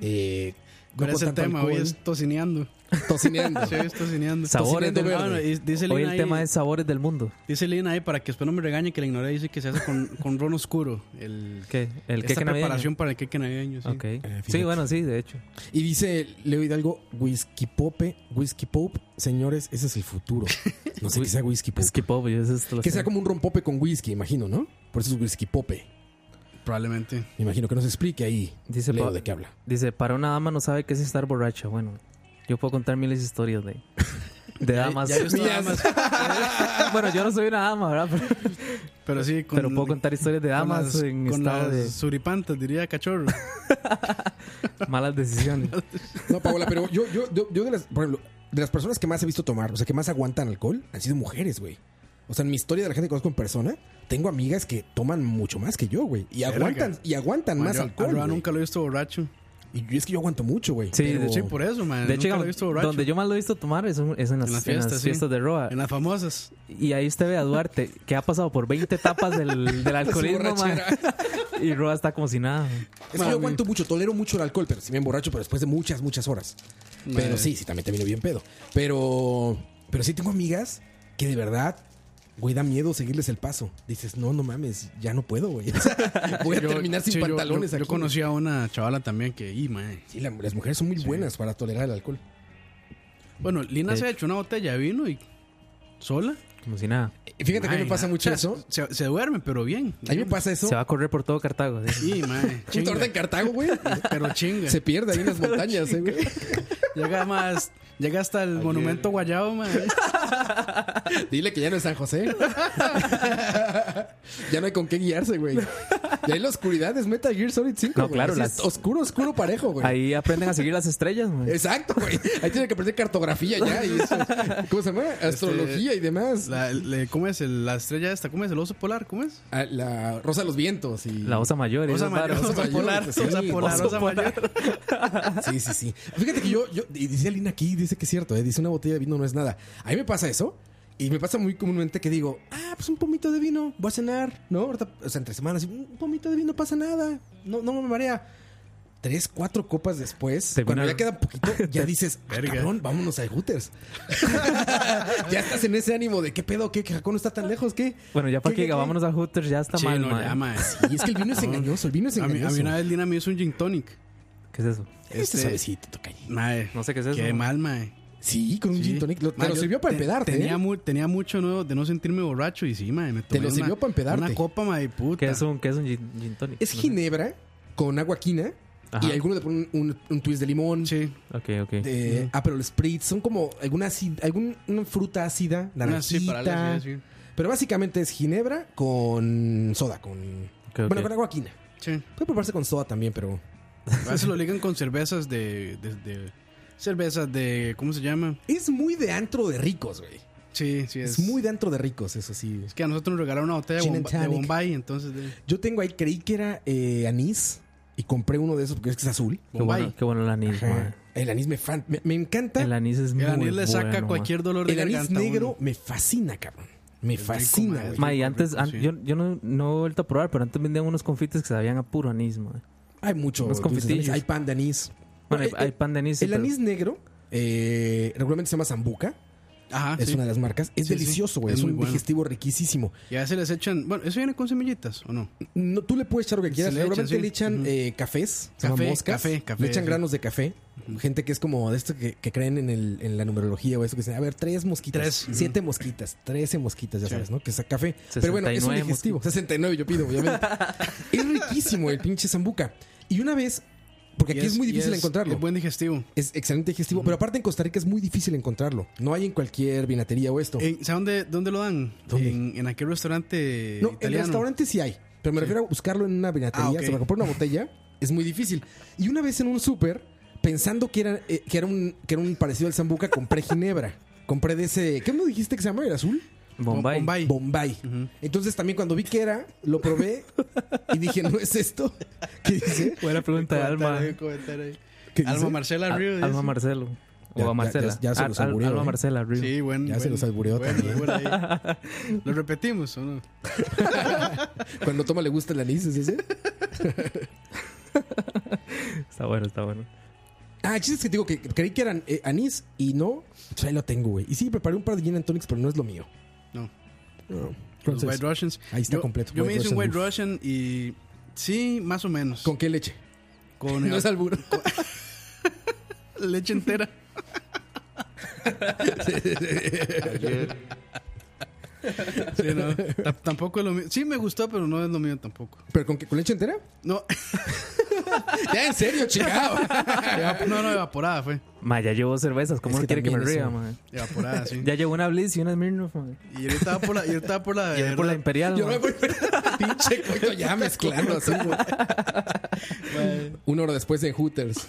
Eh, no ¿Cuál con es el tanto tema? Hoy alcohol, es tocineando. tocineando. Sí, hoy es tocineando. Sabores Tocineando del verde. Ah, bueno, y dice Hoy Lina el ahí, tema es sabores del mundo. dice Lina ahí para que después no me regañe que la ignoré, dice que se hace con, con ron oscuro. El, ¿Qué? El esta queque navideño. preparación para el queque navideño, sí. Ok. sí, Eh, fíjate. bueno, sí, de hecho. Y dice Leo Hidalgo, Whisky Pope, Whisky Pope, señores, ese es el futuro. No sé qué sea Whisky Pope. Es que pop, yo eso es lo Que sé. sea como un rompope con whisky, imagino, ¿no? Por eso es Whisky Pope. Probablemente. Me imagino que nos explique ahí Dice Leo Pa- de qué habla. Dice, para una dama no sabe qué es estar borracha. Bueno, yo puedo contar miles de historias de, de damas. Ya he visto nada más. bueno, yo no soy una dama, ¿verdad? Pero, Pero sí, con, pero puedo contar historias de con damas las, en con estado las de suripantas, diría Cachorro. malas decisiones. No, Paola, pero yo, yo, yo, yo de las, por ejemplo, de las personas que más he visto tomar, o sea, que más aguantan alcohol, han sido mujeres, güey. O sea, en mi historia de la gente que conozco en persona, tengo amigas que toman mucho más que yo, güey. Y aguantan, y aguantan Man, más yo- alcohol. a Roa güey. nunca lo he visto borracho. Y yo- es que yo aguanto mucho, güey. Sí, pero- de Sí, por eso, man. Ah, nunca De hecho, lo digamos, he visto borracho. donde yo más lo he visto tomar es, un- es en, las, en las fiestas, sí. de Roa. En las famosas. Y ahí usted ve a Duarte, que ha pasado por 20 etapas del, del alcoholismo, man. Y Roa está como si nada. man. Es que yo aguanto mucho, tolero mucho el alcohol, pero si me emborracho, pero después de muchas, muchas horas. Pero sí, sí, también termino bien pedo. Pero, pero sí tengo amigas que de verdad, güey, da miedo seguirles el paso. Dices, no, no mames, ya no puedo, güey. O sea, Voy a Yo- terminar sin sí, yo- pantalones yo, aquí. Yo conocí a una chavala también que, y, man. Sí, la- las mujeres son muy buenas para tolerar el alcohol. Bueno, Lina De se ha hecho una botella de vino y. ¿Sola? Como si nada. Eh, Fíjate que a mí Ay, me pasa man. mucho O sea, eso. Se, se duerme, pero bien. A mí me pasa eso. Se va a correr por todo Cartago. ¿sí? Sí, man. Un torta chinga. en Cartago, güey. Pero chinga. Se pierde ahí en las montañas, eh, güey. Llega más. Llega hasta el monumento guayabo, man. Dile que ya no es San José. ya no hay con qué guiarse, güey. Y ahí la oscuridad es Metal Gear Solid 5. No, güey. claro, Así las- es oscuro, oscuro parejo, güey. Ahí aprenden a seguir las estrellas, man. Exacto, güey. Ahí tiene que aprender cartografía ya y eso. ¿Cómo se llama? Astrología y demás. La, La- le- ¿Cómo es? el- la estrella esta, ¿cómo es? El oso polar, ¿cómo es? ah, la rosa de los vientos y. La osa mayor. Osa esas varas. mayor, oso osa mayor, polar, sí, osa polar, oso osa mayor. Sí, sí, sí. Fíjate que yo, yo y dice Alina aquí, dice que es cierto, ¿eh? dice una botella de vino no es nada. A mí me pasa eso. Y me pasa muy comúnmente que digo, ah, pues un pomito de vino, voy a cenar, ¿no? Ahorita, o sea, entre semanas, y un pomito de vino no pasa nada, no, no me marea. Tres, cuatro copas después, Te cuando vino- ya queda poquito, ya dices, ah, Verga. cabrón, vámonos a Hooters. ya estás en ese ánimo de, ¿qué pedo? ¿Qué? ¿Jacón no está tan lejos? ¿Qué? Bueno, ya para que ¿Qué, qué, qué? vámonos a Hooters ya está Sí, mal, no, man. ya, man. Y es que el vino es engañoso, el vino es A mí, a engañoso. mí una vez Lina me hizo un gin tonic. ¿Qué es eso? Este este- suavecito, tocayo. Mae, No sé qué es eso. Qué mal, mae. Sí, con un Sí. gin tonic. Lo- Mae, te lo yo sirvió para te- empedarte. ¿eh? Tenía, mu- tenía mucho nuevo de no sentirme borracho y sí, mae. Me tomé lo una- sirvió pa' empedarte. Una copa, mae, puta. ¿Qué es un, qué es un gin, gin tonic? Es No sé. ginebra con agua quina Ajá. y algunos le ponen un, un twist de limón. Sí, Ok, ok. de- Ah, pero el spritz son como alguna, aci- algún- una fruta ácida, una sí, para naranjita. sí, sí. Pero básicamente es ginebra con soda, con... Ok, ok. Bueno, con agua quina. Sí. Puede probarse con soda también, pero A veces lo ligan con cervezas de, de- de- Cervezas de. ¿Cómo se llama? Es muy de antro de ricos, güey. Sí, sí, Es es. muy de antro de ricos, eso sí. Es que a nosotros nos regalaron una botella de, Gin and Bomba- de tonic. Bombay, entonces. de- Yo tengo ahí, creí que era eh, anís y compré uno de esos porque es que es azul. Qué Bombay. bueno, qué bueno el anís, Ajá. madre. El anís me, fan- me, me encanta. El El, anís es muy El anís le saca bueno, cualquier dolor de anís garganta, negro uno. me fascina, cabrón. Me rico, fascina, madre. güey. Ma, y rico, antes, rico, an- sí. yo, yo no, no he vuelto a probar, pero antes vendían unos confites que sabían a puro anís, ma. Hay mucho. Unos dulces de anís. confitillos. Hay pan de anís. Bueno, hay, Eh, hay eh, pan de anís. sí, el pero- anís negro eh, regularmente se llama Zambuca. Ajá. es Ah, sí. una de las marcas. Es Sí, sí. delicioso, güey. Es Es, muy un bueno. digestivo riquísimo. Y a veces les echan. Bueno, ¿eso viene con semillitas o no? No, tú le puedes echar lo que quieras. le echan, Seguramente sí. le echan Ujú. eh, cafés, se Café, llaman moscas. café, café, le echan sí. granos de café. Gente que es como de esto que, que creen en, el, en la numerología o eso, que dicen, a ver, tres mosquitas. Tres. Siete mosquitas, trece mosquitas, ya Sí. sabes, ¿no? Que es café. Pero bueno, es un 69 digestivo. 69, yo pido, obviamente. es riquísimo el pinche zambuca. Y una vez, porque Y aquí es, muy y difícil es- encontrarlo. Es buen digestivo. Es excelente digestivo, pero aparte en Costa Rica es muy difícil encontrarlo. No hay en cualquier vinatería o esto. En- ¿Sabes Eh, dónde, dónde lo dan? ¿Dónde? En, en aquel restaurante No, en eh, italiano. restaurantes sí hay. Pero me refiero a buscarlo en una vinatería. Ah, O ok. sea, para comprar una botella es muy difícil. Y una vez en un súper, pensando que era, eh, que, era un, que era un parecido al Zambuca, compré ginebra. Compré de ese... ¿Qué me dijiste que se llamaba? ¿El azul? Bombay. Bombay. Bombay. Entonces también cuando vi que era, lo probé y dije, ¿no es esto? ¿Qué dice? Buena pregunta de Alma. Comentario, comentario. ¿Qué dice? Alma Marcela Al- Ríos. Alma dice. Marcelo. Ya- O ya- a Marcela. ya- ya se Al- los al- albureó, Alma ¿eh? Marcela Ríos. Sí, buen, Ya se buen- los albureó buen- también. buen ahí. ¿Lo repetimos o no? Cuando toma le gusta el anís, ¿es ese? Está bueno, está bueno. Ah, el chiste es que te digo que creí que eran eh, anís y no. Pues ahí lo tengo, güey. Y sí, preparé un par de gin and tonics, pero no es lo mío. No. No. Los Entonces, White Russians. ahí está Yo- completo. Yo me White hice un White Russian, Russian y. Sí, más o menos. ¿Con qué leche? con- No es albur. leche entera. Sí, no. ta- Tampoco es lo mío. Sí, me gustó, pero no es lo mío tampoco. ¿Pero con, qué- con leche entera? No, Ya, en serio, chingado. evap- no, no, evaporada fue. Ma, ya llevo cervezas. ¿Cómo no Es que quiere que me también ría, eso. ma? Evaporada, sí. Ya llevo una Blitz y una Smirnoff, ma. Y yo estaba por la. Yo estaba por la. Y una por la Imperial, Yo ma. me voy este pinche coito ya mezclando así, güey. Una hora después de Hooters.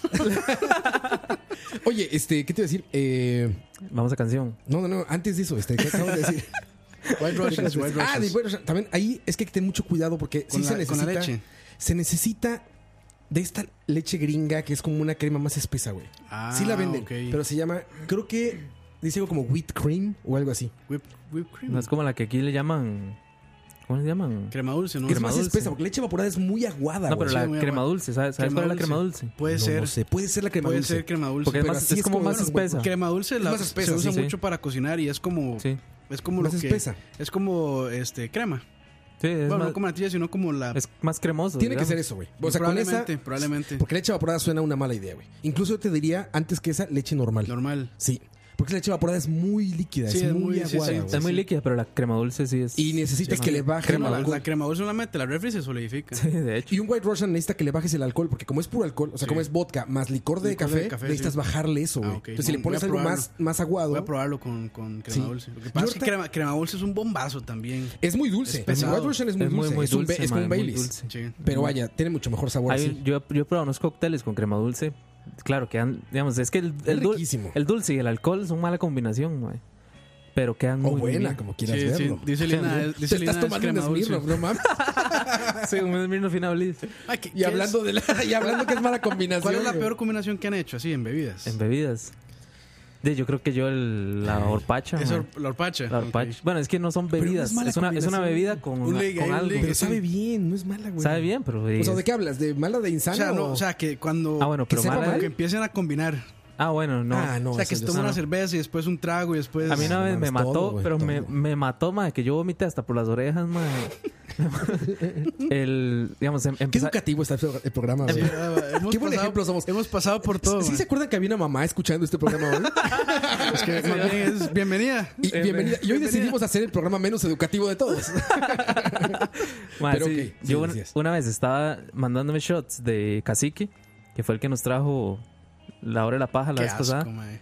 Oye, este, ¿qué te iba a decir? Eh, Vamos a canción. no, no, no, antes de eso, este, ¿qué acabas de decir? White Russians, White Russians. Ah, de White Russian. También ahí es que hay que tener mucho cuidado porque Con sí se la- con la necesita. leche. Se necesita de esta leche gringa que es como una crema más espesa, güey. Ah, sí la venden, ok. pero se llama, creo que dice algo como wheat cream o algo así. Whip- whipped cream. No es como la que aquí le llaman. ¿Cómo le llaman? Crema dulce, ¿no? es crema más dulce. espesa porque leche evaporada es muy aguada, No, güey. pero Sí, la muy crema aguada. dulce. ¿Sabes, sabes cuál es la crema dulce? Puede No, ser. no sé, puede ser la crema puede dulce. ser crema dulce. Porque es, Pero más, así es es como como- más bueno, espesa. Crema dulce la- más espesa, se usa sí, sí. mucho para cocinar y es como Sí, es como Más lo que espesa. es como este crema. sí es, bueno, más, no como natilla, sino como la es más cremoso. Tiene que digamos. ser eso, güey. O sea, con probablemente, esa probablemente porque leche evaporada suena una mala idea, güey. Incluso yo te diría antes que esa leche normal. normal. Sí, porque la leche evaporada es muy líquida, Sí, es, es muy, muy- sí, aguada. sí, güey. Es muy líquida, pero la crema dulce sí es. Y necesitas Sí, que ma. le baje Crema, el la, alcohol. crema dulce solamente la refri se solidifica. Sí, de hecho. Y un White Russian necesita que le bajes el alcohol, porque como es puro alcohol, o sea, Sí. como es vodka más licor de, Licor café, de café, necesitas sí. bajarle eso, güey. Ah, ok. Entonces, si le Voy pones a algo probarlo. más, más aguado, Voy a probarlo con, con crema Sí. dulce. Lo que Yo pasa es que ahorita- crema, crema dulce es un bombazo también. es muy dulce. Es pesado. El White Russian es muy Es muy, dulce. muy es, un dulce, ba- es como un madre, muy Baileys. dulce. Sí. Pero vaya, tiene mucho mejor sabor Hay- así. yo, yo he probado unos cócteles con crema dulce. Claro, quedan, digamos, es que el, el, dul- riquísimo. el dulce y el alcohol son mala combinación, mae. Pero quedan O muy buena, bien. como quieras Sí, sí. verlo. Dice Lina, es- Te dice Lina estás es tomando un crema dulce. Smirnoff, no mames. Sí, un Smirnoff y una Blitz. Ay, ¿qué- qué Y es? hablando, de la- y hablando que es mala combinación. ¿Cuál es la güey. peor combinación que han hecho así en bebidas? En bebidas. De, yo creo que yo el- la horpacha. Es mae. or- la horpacha. La Ok. horpacha. Bueno, es que no son no es bebidas. mala es, una, es una combinación. bebida con, Un ligue, con hay un algo. ligue. Pero sabe bien, no es mala, güey. Sabe bien, pero. O sea, es- ¿de qué hablas? ¿De mala de O insana? sea, no, o sea, que cuando Ah, bueno, que pero sepa, mala, como ¿eh? que empiecen a combinar. Ah, bueno, no. Ah, no. o sea, que eso se yo toma sé. una cerveza y después un trago y después... A mí una no vez me mames, mató, todo, güey, pero todo. me, me mató, madre, que yo vomité hasta por las orejas, madre. el, digamos, em- Qué empezar- educativo está el programa, güey. Eh, hemos Qué buen pasado- ejemplo somos. Hemos pasado por todo. ¿Sí se man. acuerdan que había una mamá escuchando este programa hoy? Es que más bien es bienvenida. Y, bienvenida. y hoy Bienvenida. decidimos hacer el programa menos educativo de todos. madre, pero sí, ok, sí, yo una, decías. una vez estaba mandándome shots de Cacique, que fue el que nos trajo la hora de la paja la Qué vez pasada. asco, mae.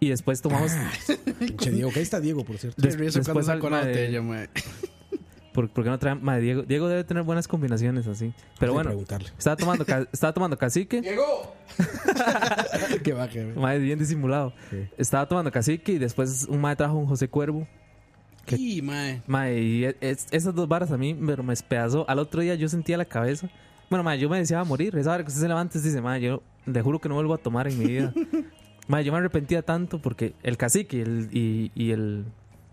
Y después tomamos. Pinche Diego, que ahí está Diego, por cierto. Qué risa cuando después sacó la algo de- botella, mae. ¿Por, por qué no traen? Madre, Diego, Diego debe tener buenas combinaciones así. Pero Voy a bueno, preguntarle. estaba tomando, ca- estaba tomando cacique. ¡Diego! que baje, güey. Madre, bien disimulado. Sí. Estaba tomando cacique y después un madre trajo un José Cuervo. ¿Qué? Y, mae. Mae, y e- es- esas dos varas a mí me, me despedazó. Al otro día yo sentía la cabeza. Bueno, mae, yo me deseaba morir. Esa hora que usted se levanta y usted dice, mae, yo le juro que no vuelvo a tomar en mi vida. mae, yo me arrepentía tanto porque el cacique y el... Y, y el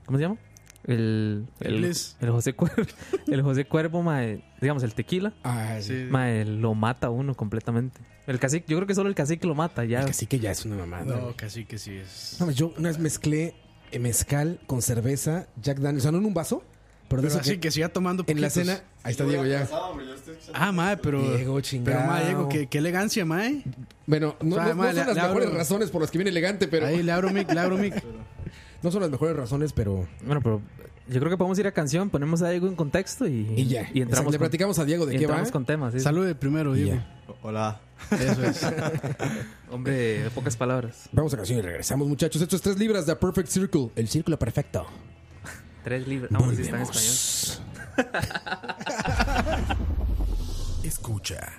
¿Cómo se llama? El... El, Liz. el José Cuervo. El José Cuervo, mae, digamos, el tequila. Ay, Sí. Mae, lo mata a uno completamente. El cacique, yo creo que solo el cacique lo mata ya. Así que ya es una mamada. güey. No, casi que sí es. No, yo una vez mezclé eh, mezcal con cerveza, Jack Daniels, o sea, no en un vaso, pero de Pero eso así que siga tomando en la poquitos. cena. Ahí está Diego ya. Ah, mae, pero. Diego, chingado. Pero, mae, Diego, qué, qué elegancia, mae. Bueno, no, O sea, no- no madre, son le- las le abro- mejores razones por las que viene elegante, pero Ahí le abro mic, le abro mic. no son las mejores razones, pero Bueno, pero yo creo que podemos ir a canción, ponemos a Diego en contexto y, y ya. y Exacto, entramos, le con, platicamos a Diego y de qué va. ¿eh? entramos con temas. sí. Salude primero, y Diego. ya. Hola. Eso es. Hombre, de pocas palabras. Vamos a canción y regresamos, muchachos. Esto es tres libras de Perfect Circle, el círculo perfecto. Tres libras. Vamos, si pues, está en español. Volvemos. Escucha.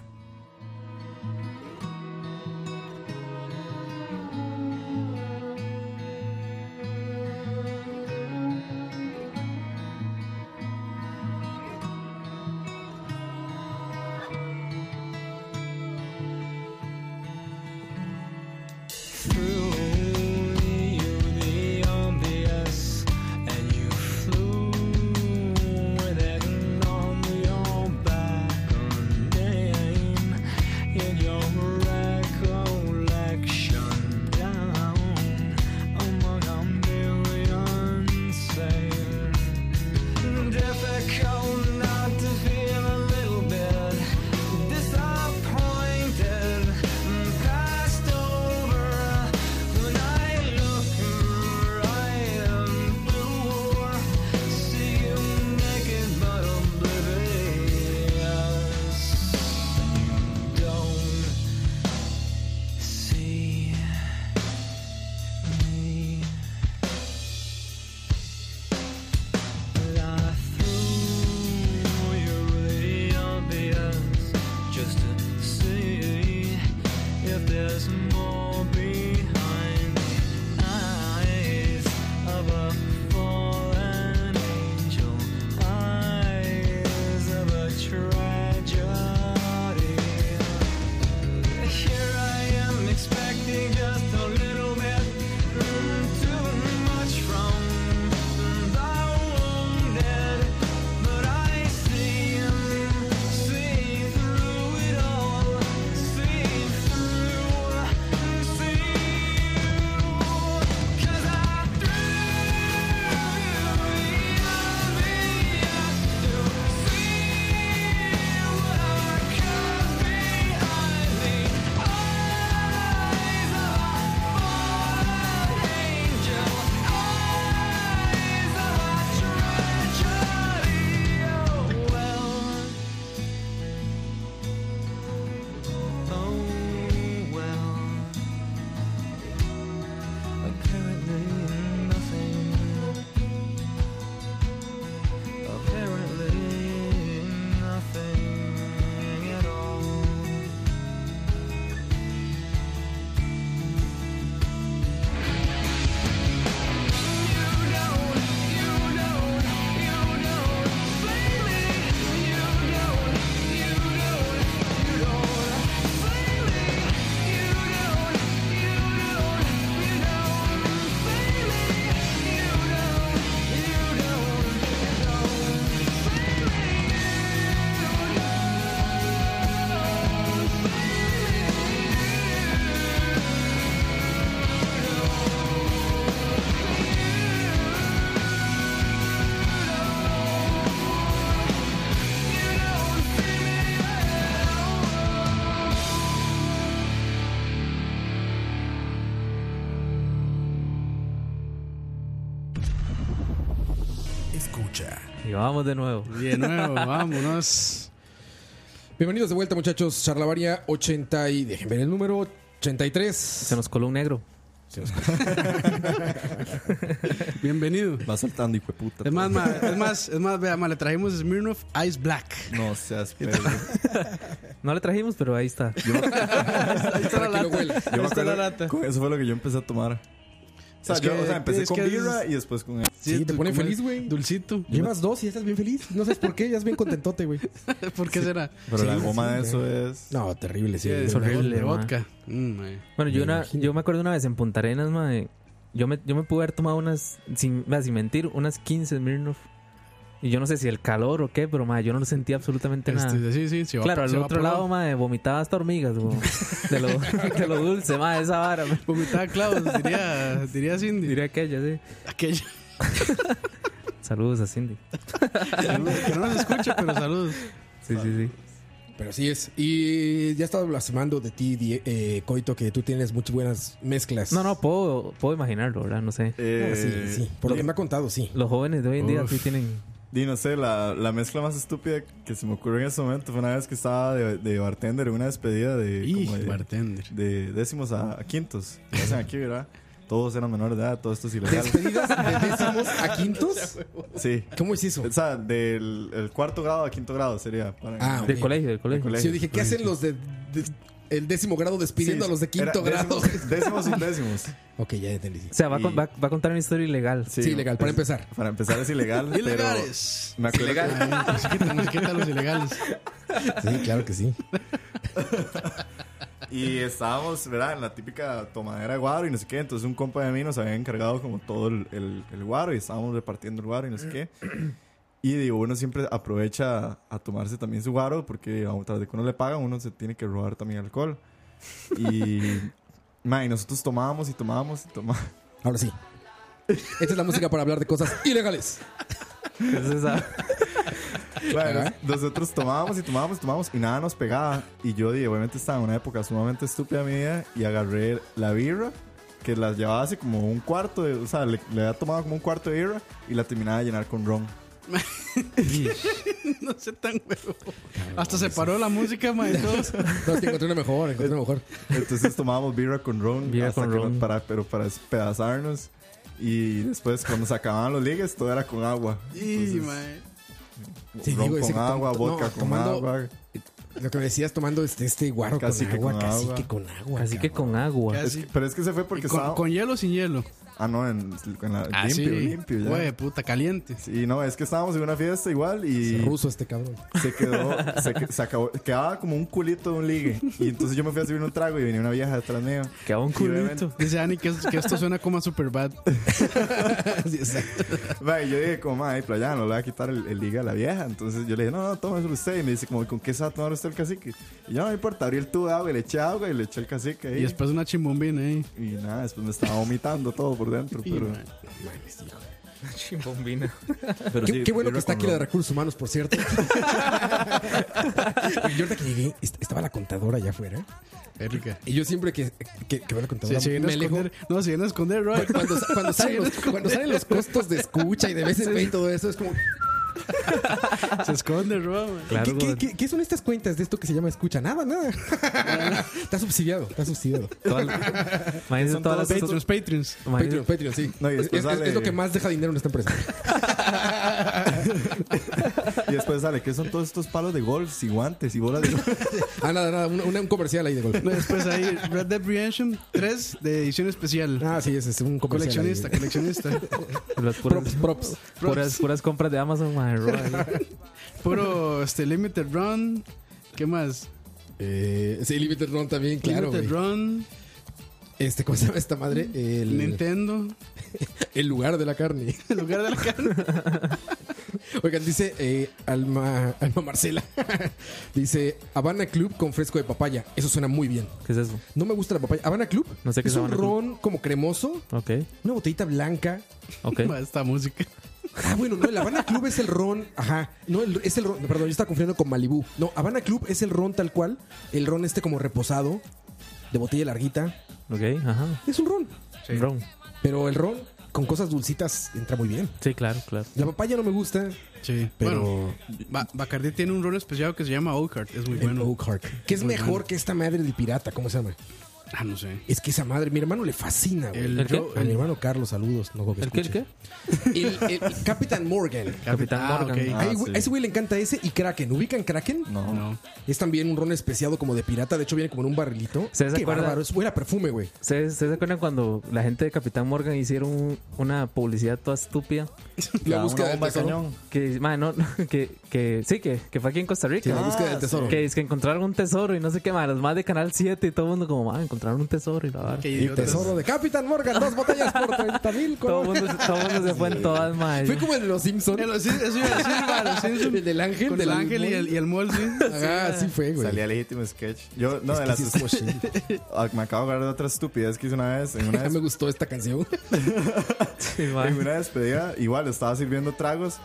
Escucha. Y vamos de nuevo. De nuevo, vámonos. Bienvenidos de vuelta, muchachos. Charlavaria 80 y déjenme ver el número 83. Se nos coló un negro. Se nos cayó. Bienvenido. Va saltando, hijo de puta. Es más, É ma- es más, es más, vea, ma, le trajimos Smirnoff Ice Black. No seas pedo. No le trajimos, pero ahí está. Ahí está la Para lata. que lo huela. Yo me Esta es la acuerdo- lata. con- Eso fue lo que yo empecé a tomar. O sea, Es yo, que- o sea, empecé es con que es- birra y después con... Sí, te tú pone comes feliz, güey. Dulcito. Llevas dos y ya estás bien feliz. No sabes por qué, ya es bien contentote, güey. ¿Por qué será? Pero la goma de eso es... No, terrible, sí. es de- horrible, de ma. vodka. Mm, ma. Bueno, Me yo, una, imagino. yo me acuerdo una vez en Punta Arenas, madre. Yo me, yo me pude haber tomado unas, sin, vea, sin mentir, unas 15 Smirnoff. Y yo no sé si el calor o qué, pero madre, yo no sentía absolutamente nada. Este, sí, sí, se va- claro, al se va otro por lado, madre, vomitaba hasta hormigas, güey. De lo, de lo dulce, madre, esa vara. madre. Vomitaba clavos, diría, diría Cindy. Diría aquella, sí. Aquella. Saludos a Cindy. que no nos escuche, pero saludos. Sí, sí, sí. Pero así es. Y ya estaba blasfemando de ti, Die- eh, Coito, que tú tienes muchas buenas mezclas. No, no, puedo, puedo imaginarlo, ¿verdad? No sé. Eh, Ah, sí, sí. Por lo que me ha contado, sí. Los jóvenes de hoy en día Uf. sí tienen... Y no sé, la, la mezcla más estúpida que se me ocurrió en ese momento fue una vez que estaba de, de bartender en una despedida de, Y como de, bartender. de décimos a, a quintos. que hacen aquí, ¿verdad? Todos eran menores de edad, todo esto es ilegal. Despedidas de décimos a quintos. Sí. ¿Cómo es eso? O sea, del el cuarto grado a quinto grado sería. Para Ah, Del ok. colegio, del colegio. colegio. Sí, yo dije, ¿qué hacen los de, de- el décimo grado despidiendo Sí, a los de era quinto grado? Décimos, décimos y décimos. ok, ya entendí. sí. O sea, va, a con- Y- va, va a contar una historia ilegal. Sí, ilegal, para empezar. Para empezar es ilegal. pero Ilegales. Me acuerdo que- Ay, pues Nos quita, nos quita los ilegales. Sí, claro que sí. Y estábamos, ¿verdad? En la típica tomadera de guaro y no sé qué. Entonces un compa de mí nos había encargado como todo el, el- el guaro y estábamos repartiendo el guaro y no sé qué. Y digo, uno siempre aprovecha a tomarse también su guaro porque a través de que uno le paga, uno se tiene que robar también alcohol. Y, ma, y nosotros tomábamos y tomábamos y tomábamos. Ahora sí. Esta es la música para hablar de cosas ilegales. Es esa- Bueno, Ajá. nosotros tomábamos y tomábamos y tomábamos y nada nos pegaba. Y yo, di, obviamente, estaba en una época sumamente estúpida mía y agarré la birra, que la llevaba así como un cuarto, de- o sea, le, le había tomado como un cuarto de birra y la terminaba de llenar con ron. No sé tan huevo. Hasta se paró la música, ma, y todos. No, es que encontré una mejor, encontré una mejor. Entonces tomábamos birra con ron, Birra hasta con que ron. nos- para, pero para despedazarnos. Y después, cuando se acababan los ligues, todo era con agua. Y, Entonces, ma. Sí, ron digo, ese con que tom- agua, no, vodka con tomando- agua. Lo que me decías tomando este, este guaro Cacique con agua, con casi que agua. con agua. Así que cabrón. con agua. Es Casi. que- pero es que se fue porque Y con, estaba. con hielo o sin hielo. Ah, no, en, en la, Ah, Así. limpio, limpio. Ya. Güey, puta, caliente. Sí, no, es que estábamos en una fiesta igual y Es ruso este cabrón. se quedó, se, que- se acabó, quedaba como un culito de un ligue. Y entonces yo me fui a servir un trago y venía una vieja detrás mío. Quedaba un Y obviamente- culito. Dice Ani que, es- que esto suena como a Superbad. Sí, exacto. Va, y yo dije, como, ay, playa, no le voy a quitar el, el ligue a la vieja. Entonces yo le dije, no, no, tómeselo usted. Y me dice, como, ¿con qué se va a tomar usted el cacique? Y yo, no, me importa, abrí el tubo de agua y le eché agua y le eché el cacique ahí. Y Y, después una eh. chimbombina ahí. nada, después me estaba vomitando todo por dentro. Y, Pero, ma, Chimbombina. pero Qué, sí, qué bueno que birra está con aquí la de ron. recursos humanos, por cierto. yo ahorita que llegué, est- estaba la contadora allá afuera. verga. Y yo siempre que, que, que veo la Se, contadora, se viene a me alejo. esconder. No, se viene a esconder, Roy. Cuando, cuando salen los, cuando salen los costos de escucha y de veces ve y todo eso, es como. Se esconde, Roy. ma. Claro, ¿qué, güey. qué, qué- qué son estas cuentas de esto que se llama escucha? Nada, nada. está subsidiado, está subsidiado. Todas- Imagínense Son todas las todos cosas- Los Patreons. imagínense- Patreon, Patreon, sí. No, y es, después es- es sale- lo que más deja dinero en esta empresa. Y después sale, ¿qué son todos estos palos de golf y guantes y bolas de Ah, nada, nada, un, un- un comercial ahí de golpe. No, Después ahí, Red Dead Redemption 3 de edición especial. Ah, sí, ese es un comercial. ahí. coleccionista, coleccionista. las puras, Props, props. puras, puras compras de Amazon, madre. Roy. Puro este, Limited Run. ¿Qué más? Eh, sí, Limited Run también, claro. Limited güey. Run, Este, ¿cómo se llama esta madre? El, Nintendo, el lugar de la carne. el lugar de la carne. Oigan, dice eh, Alma, Alma Marcela. dice Habana Club con fresco de papaya. Eso suena muy bien. ¿Qué es eso? No me gusta la papaya. Habana Club No sé qué es es un Habana Club. ron como cremoso, Ok, una botellita blanca. ok. Ma, Esta música. Ah, bueno, no, el Habana Club es el ron. Ajá. No, el- es el ron. Perdón, yo estaba confundiendo con Malibú. No, Habana Club es el ron tal cual. El ron este como reposado, de botella larguita. Ok, ajá. Es un ron. Ron. Pero el ron con cosas dulcitas entra muy bien. Sí, claro, claro. La papaya no me gusta, Sí, pero. bueno. Ba- Bacardi tiene un rol especial que se llama Oakhart. Es muy El bueno. Oak Heart. Que es mejor que esta madre del pirata, ¿cómo se llama? Ah, no sé. Es que esa madre, mi hermano le fascina, güey. El- ¿El qué? Yo- A mi hermano Carlos, saludos. No, creo que ¿El qué? ¿El escuche. qué? El, el Capitán Morgan. Capitán ah, Morgan. ok. Ah, Ay, güey, sí. A ese güey le encanta ese y Kraken. ¿Ubican Kraken? No. No. Es también un ron especiado como de pirata. De hecho, viene como en un barrilito. ¿Se Qué acuerdan? bárbaro. Es buena perfume, güey. ¿Ustedes, ustedes se acuerdan cuando la gente de Capitán Morgan hicieron un- una publicidad toda estúpida? La Cada búsqueda una del bomba de tesoro. cañón. Que, mae, no, que, que sí, que, que fue aquí en Costa Sí, Rica. Ah, la búsqueda del tesoro. Que es que encontraron un tesoro y no sé qué más. Los más de Canal 7 y todo el mundo como, ah, encontraron un tesoro y la vara. Qué El idiotas. tesoro de Capitán Morgan. Dos botellas por 30 mil. Todo el mundo, todo el mundo se fue en todas, mae. Fue como el de los Simpsons. Eh, lo- sí, Eso iba a decir, mae, los Simpsons. El del ángel, Con del el ángel y el, y el mol, sí. Ah, sí fue, güey. Salía legítimo sketch. Yo, no, Es de que las. sí estuvo chido. Ah, Me acabo de acordar de otra estupidez que hice una vez. En una, Ya des- me gustó esta canción. Sí, mae. en una despedida, igual estaba sirviendo tragos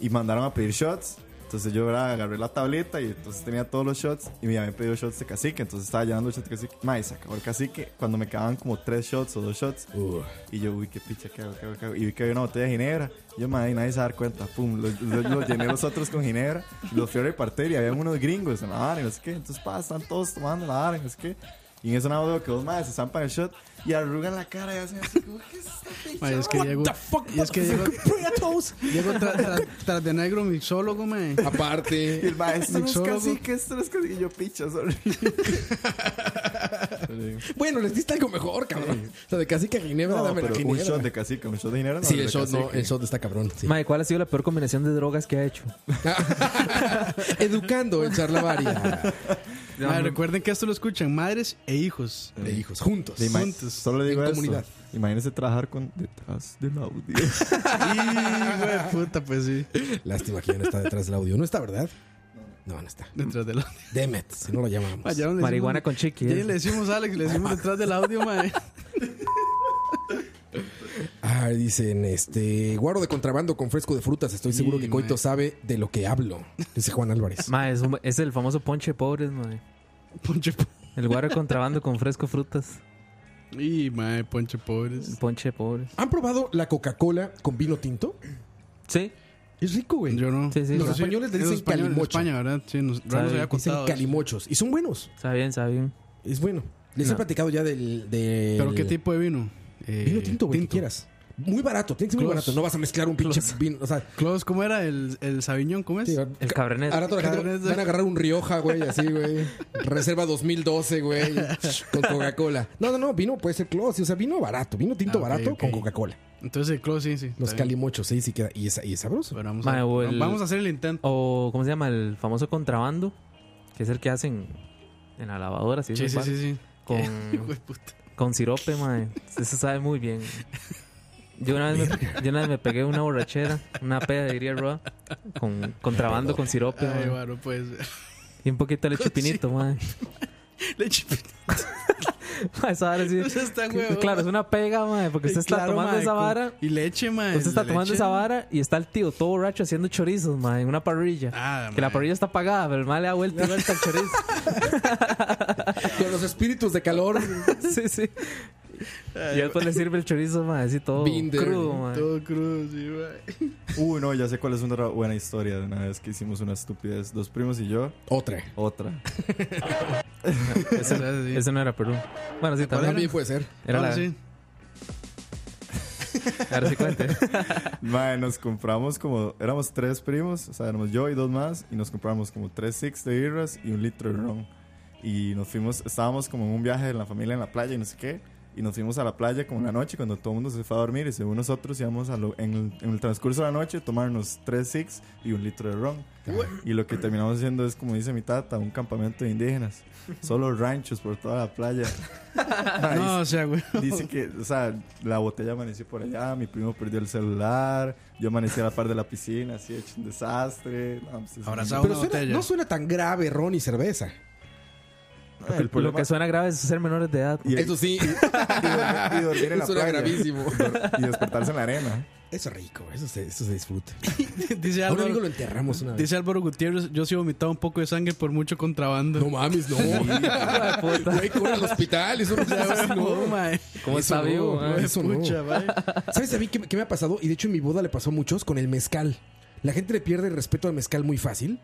y mandaron a pedir shots. Entonces yo ¿verdad? agarré la tableta y entonces tenía todos los shots y me habían pedido shots de cacique. Entonces estaba llevando shots de cacique. Mae, se acabó el cacique cuando me quedaban como tres shots o dos shots. Y yo, uy, qué picha, qué hago, qué hago, qué hago? Y vi que había una botella de ginebra. Yo, madre, nadie se va a dar cuenta. Pum, los lo, lo llené los otros con ginebra. Los fui a repartir y había unos gringos en la vara y no sé qué. Entonces, pa, están todos tomando la vara y no sé qué. Y en eso nada más veo que dos madres se zampan el shot y arrugan la cara y hacen así como, ¿qué es esta picha? Mae, es que llego. Y es que llego. Llego tras tras- tras de negro mixólogo, mae. Y Aparte. el maestro no es Mixólogo. cacique, esto no es cacique. Y yo, picha, sorry. Bueno, les diste algo mejor, cabrón. O sea, de cacique a Ginebra, No, dame la pero un Ginebra. shot de cacique, un shot de ginebra. No, Sí, de el shot, no, cacique. el shot está cabrón. sí. Mae, ¿cuál ha sido la peor combinación de drogas que ha hecho? Educando en charlavaria Mae, recuerden que esto lo escuchan madres e hijos. de hijos, juntos. De ima- Juntos, Solo le digo en esto. comunidad. Imagínense trabajar con detrás del audio. Y, güey, puta, pues sí. Lástima que ya no está detrás del audio. ¿No está, verdad? No, no está. Detrás del audio. Demet, si no lo llamamos. Mae, Ah, ya no le decimos- Marihuana con chiqui. Ya ¿eh? le decimos a Alex, le decimos detrás del audio, mae. Ah, dicen, este, guaro de contrabando con fresco de frutas. Estoy seguro Sí, que Coito mae. sabe de lo que hablo. Dice Juan Álvarez. Mae, es, un- es el famoso ponche de pobres, mae. Ponche po- El guaro de contrabando con fresco frutas. Y, mae, Ponche Pobres. Ponche de pobres. ¿Han probado la Coca-Cola con vino tinto? Sí, Es rico, güey. Yo no. sí, sí. Los sa- Sí, españoles le los dicen españoles en calimocho. España, ¿verdad? Sí, nos, Ron nos Sabe, había Dicen contado. calimochos. Y son buenos. Está bien, está bien. Es bueno. Les he No. platicado ya del. del- ¿Pero qué tipo de vino? Eh, Vino tinto, güey, que quieras. Muy barato, tiene que ser muy Close. barato. No vas a mezclar un pinche vino. O sea, Close, ¿cómo era? ¿El, el Sabiñón? ¿Cómo es? sí, El cabernet. Ahora toda la gente Cabernet. van a agarrar un Rioja, güey, así, güey. Reserva 2012, güey, con Coca-Cola. No, no, no, vino puede ser close, o sea, vino barato, vino tinto Ah, ok, barato ok. con Coca-Cola. Entonces, el Close, sí, sí. Los está bien. calimochos, sí, sí queda. Y es, y es sabroso. Bueno, vamos, Mae, a, o el- vamos a hacer el intento. O, ¿cómo se llama? El famoso contrabando, que es el que hacen en la lavadora, ¿sí? sí, Esos sí, sí, sí. bar- Hijo Con, de puta. con sirope, mae. Eso sabe muy bien. Yo una, vez me, yo una vez me pegué una borrachera, una peda, diría Roa, con contrabando con sirope, mae. Ay, bueno, pues. Y un poquito de leche pinito, mae. Le chipito Mae, Esa vara sí. pues, está, güey. Claro, es una pega, mae, porque usted está Claro, tomando mae, esa con- vara. Y leche, mae. Usted está la tomando leche. esa vara y está el tío todo borracho haciendo chorizos, mae, en una parrilla. Ah, que la mae. parrilla está apagada, pero el mae le da vuelta y vuelta al chorizo. Con los espíritus de calor, sí, sí. Y después le sirve el chorizo, mae, así todo Binder. crudo, mae. Todo crudo, sí, mae. Uy, no, ya sé cuál es una buena historia de una vez que hicimos una estupidez. Dos primos y yo, otra. otra. Esa es así. Ese no era Perú. Bueno, sí, ¿Cuál también. También puede ser. Era Ahora la... sí. Ahora sí cuente. Mae, nos compramos como, éramos tres primos, o sea, éramos yo y dos más, y nos compramos como tres six de birras y un litro de ron. Y nos fuimos, estábamos como en un viaje de la familia en la playa y no sé qué, y nos fuimos a la playa como en la noche cuando todo el mundo se fue a dormir, y según nosotros íbamos a lo- en, el, en el transcurso de la noche a tomarnos tres six y un litro de ron. Y lo que terminamos haciendo es, como dice mi tata, un campamento de indígenas, solo ranchos por toda la playa. Mae, No, o sea, güey. Dice que, o sea, la botella amaneció por allá, mi primo perdió el celular, yo amanecí a la par de la piscina, así hecho un desastre. No, pues, es- Abrazado Pero una suena- botella. no suena tan grave ron y cerveza. el Lo problema- que suena grave es ser menores de edad. y, Eso sí, y dormir, y dormir en la suena playa. gravísimo. Y despertarse en la arena. Eso es rico, eso se, eso se disfruta. dice A un amigo Álvaro, lo enterramos una vez. dice Álvaro Gutiérrez, yo sí he vomitado un poco de sangre por mucho contrabando. No mames, no. Güey, corre al hospital. Eso no se hace así, no. No, mae. ¿Cómo Eso está vivo, no, mae? eso no. Pucha, mae. ¿Sabes a mí qué, qué me ha pasado? Y de hecho en mi boda le pasó a muchos con el mezcal. La gente le pierde el respeto al mezcal muy fácil.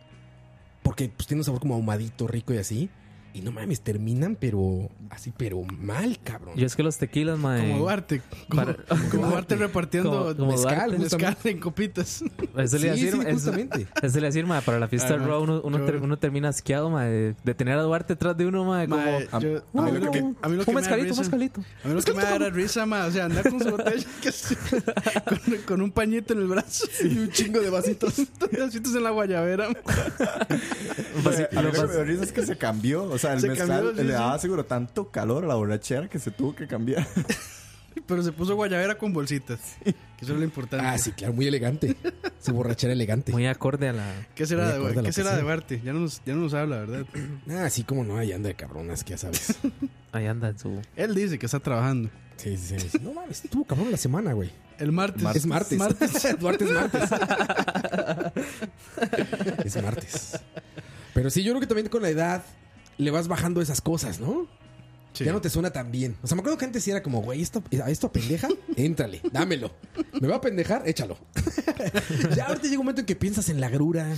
Porque pues, tiene un sabor como ahumadito, rico y así. Y no mames, terminan, pero así, pero mal, cabrón. Yo es que los tequilas, mae. Como Duarte. Como, Para- como Duarte Como- repartiendo como mezcal, Duarte. mezcal en copitas. Eso le iba a Sí, decir, sí, eso- justamente. eso le iba a decir, mae, para la fiesta Ah, no. Raw uno, uno Yo- ter- uno termina asqueado, mae, de, de tener a Duarte atrás de uno, mae, como... Mae, yo- "No, a mí lo no, que- a mí lo que un me da mezcalito, un risa- mezcalito. A mí lo que me da era risa, ma, o sea, andar con su botella que es- con, con un pañito en el brazo y un chingo de vasitos, de vasitos en la guayabera. ma. Vasi- A mí lo lo que vas- me da risa es que se cambió. O sea, el Se mezcal cambió, sí, le sí. daba seguro tanto calor a la borrachera que se tuvo que cambiar. Pero se puso guayabera con bolsitas, que eso es lo importante. Ah, sí, claro, muy elegante. Su borrachera elegante. Muy acorde a la... ¿Qué Muy será, acorde de, a lo ¿qué que será sea. de Duarte? Ya no, nos, ya no nos habla, ¿verdad? Ah, sí, como no, ahí anda de cabronas, que ya sabes. Ahí anda en su... Él dice que está trabajando. Sí, sí, sí. No mames, estuvo cabrón la semana, güey. El martes. Es martes. Duarte es martes. es martes. Pero sí, yo creo que también con la edad le vas bajando esas cosas, ¿no? Sí. Ya no te suena tan bien. O sea, me acuerdo que antes sí era como, güey, esto, a esto pendeja, éntrale, dámelo. ¿Me va a pendejar? Échalo. ya ahorita llega un momento en que piensas en la grura.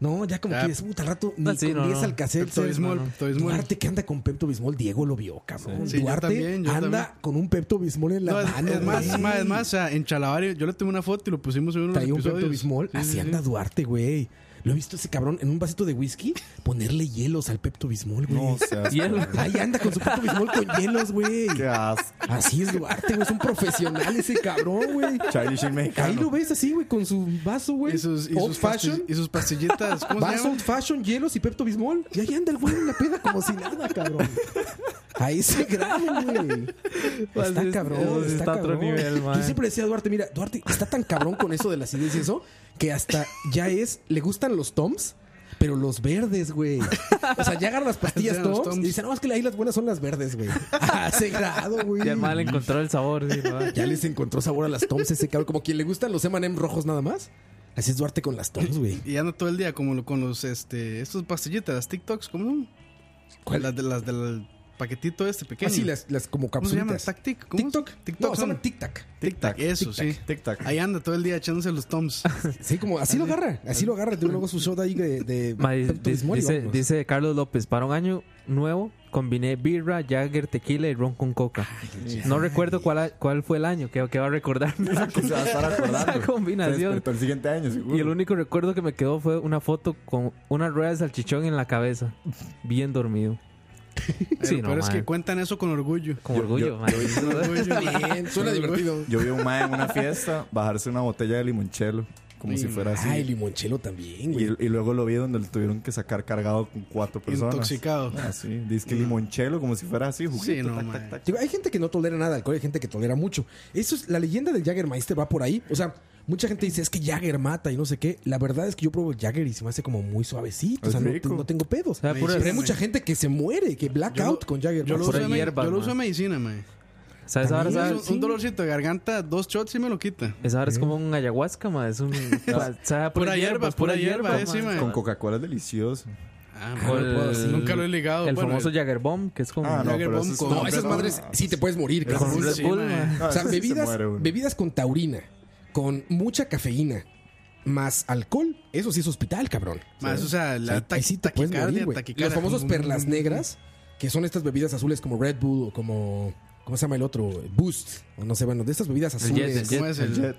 No, ya como Ah. que es puta rato, ni No, sí, con no, 10 no. al cassette. Pepto Bismol, no, no. Pepto Bismol. Duarte que anda con Pepto Bismol, Diego lo vio, cabrón. Sí, yo Duarte también, yo anda también. con un Pepto Bismol en la No, es, mano. es más, güey. es más, es más, o sea, en Chalabario, yo le tomé una foto y lo pusimos en uno de los Traía un episodios. Pepto Bismol. Sí, así sí, sí. anda Duarte, güey. Lo he visto ese cabrón en un vasito de whisky ponerle hielos al Pepto Bismol, güey. No, o sea, es- Hielo. Ahí anda con su Pepto Bismol con hielos, güey. qué asco. Así es Duarte, güey. Es un profesional ese cabrón, güey. Charlie Sheen mexicano. Ahí lo ves así, güey, con su vaso, güey. Y sus, y Old sus pasti- Fashion. y sus pastillitas. ¿Cómo se Vaso llama? Old Fashion, hielos y Pepto Bismol. Y ahí anda el güey en la peda como si nada, cabrón. Ahí se graba, güey. Está Así es, eso cabrón, sí está, está a otro cabrón. nivel, man. Yo siempre decía a Duarte, mira, Duarte está tan cabrón con eso de la acidez y eso, que hasta ya es, le gustan los toms, pero los verdes, güey. O sea, ya agarra las pastillas Ya los toms, Toms. y dice, no, es que ahí las buenas son las verdes, güey. Ah, ese grado, güey. Y el mae le encontró el sabor, sí, mae. Ya les encontró sabor a las toms ese cabrón, como quien le gustan los M&M rojos nada más. Así es Duarte con las toms, güey. Y anda todo el día como lo- con los, este, estos pastillitas, las TikToks, ¿cómo son? ¿Cuál? Las, de, las del paquetito este pequeño. Así las, las como ¿Cómo se llaman? capsulitas. ¿Tic-tac? ¿Cómo? TikTok. TikTok No, son. se llaman tic-tac. Tic-tac, eso, sí. Tic-tac. Ahí anda todo el día echándose los toms. Sí, como así lo agarra. Así lo agarra. Tiene luego su soda ahí de. de Mae, Pepto di- Bismol y dice, vámonos. pues. dice Carlos López, para un año nuevo combiné birra, Jagger, tequila y ron con coca. no recuerdo cuál, a- cuál fue el año, que, que va a recordar Que se va a estar acordando. esa combinación. Pero el siguiente año, seguro. Y el único recuerdo que me quedó fue una foto con una rueda de salchichón en la cabeza, bien dormido. Sí, no, Pero es mae. que cuentan eso con orgullo. Con orgullo, yo- mae. Con orgullo. Bien, Pues, suena divertido. Yo vi un mae en una fiesta bajarse una botella de limonchelo, como si fuera así. Ay, limonchelo también, güey. y, y luego lo vi donde lo tuvieron que sacar cargado con cuatro personas. Intoxicado. Ah, Así, dice Mm. que limonchelo, como si fuera así, juguito. Sí, no, tac, mae. tac, tac. Digo, hay gente que no tolera nada de alcohol, hay gente que tolera mucho. Eso es, la leyenda del Jaggermeister va por ahí. O sea, mucha gente dice es que Jagger mata y no sé qué. La verdad es que yo pruebo el Jagger y se me hace como muy suavecito. O sea, Es no, rico. no tengo pedos. sea, puro- Pero hay mucha gente que se muere, que blackout con Jagger. Yo lo uso, Pura de me- hierba, yo lo uso de mae. medicina, mae. ¿Sabes? Ahora, Un- sabes? Un, dolorcito de garganta, dos shots y me lo quita. Esa vara es como un ayahuasca, ma. Es un. pa- sabe a Pura hierba, pura hierba, eh, sí, ma. ma. Con Coca-Cola es delicioso. Ah, O mae, el- puedo decir. nunca lo he ligado. pues. El bueno, famoso Jagger Bomb, que es como. Ah, no, Jagger pero Bomb eso es- con- No, esas madres sí te puedes morir. Pero cabrón. con sí, Red sí, Bull, ma. ma. No, O sea, eso sí se bebidas, muere uno. bebidas con taurina, con mucha cafeína, más alcohol, eso sí es hospital, cabrón. Más, o sea, la Ahí- ahí sí te puedes taquicardia, morir, güey. taquicardia. Los famosos Mm. perlas negras, que son estas bebidas azules como Red Bull o como... ¿Cómo se llama el otro? Boost. O no sé, bueno, de estas bebidas azules. Jet, el ¿Cómo es el- Jet.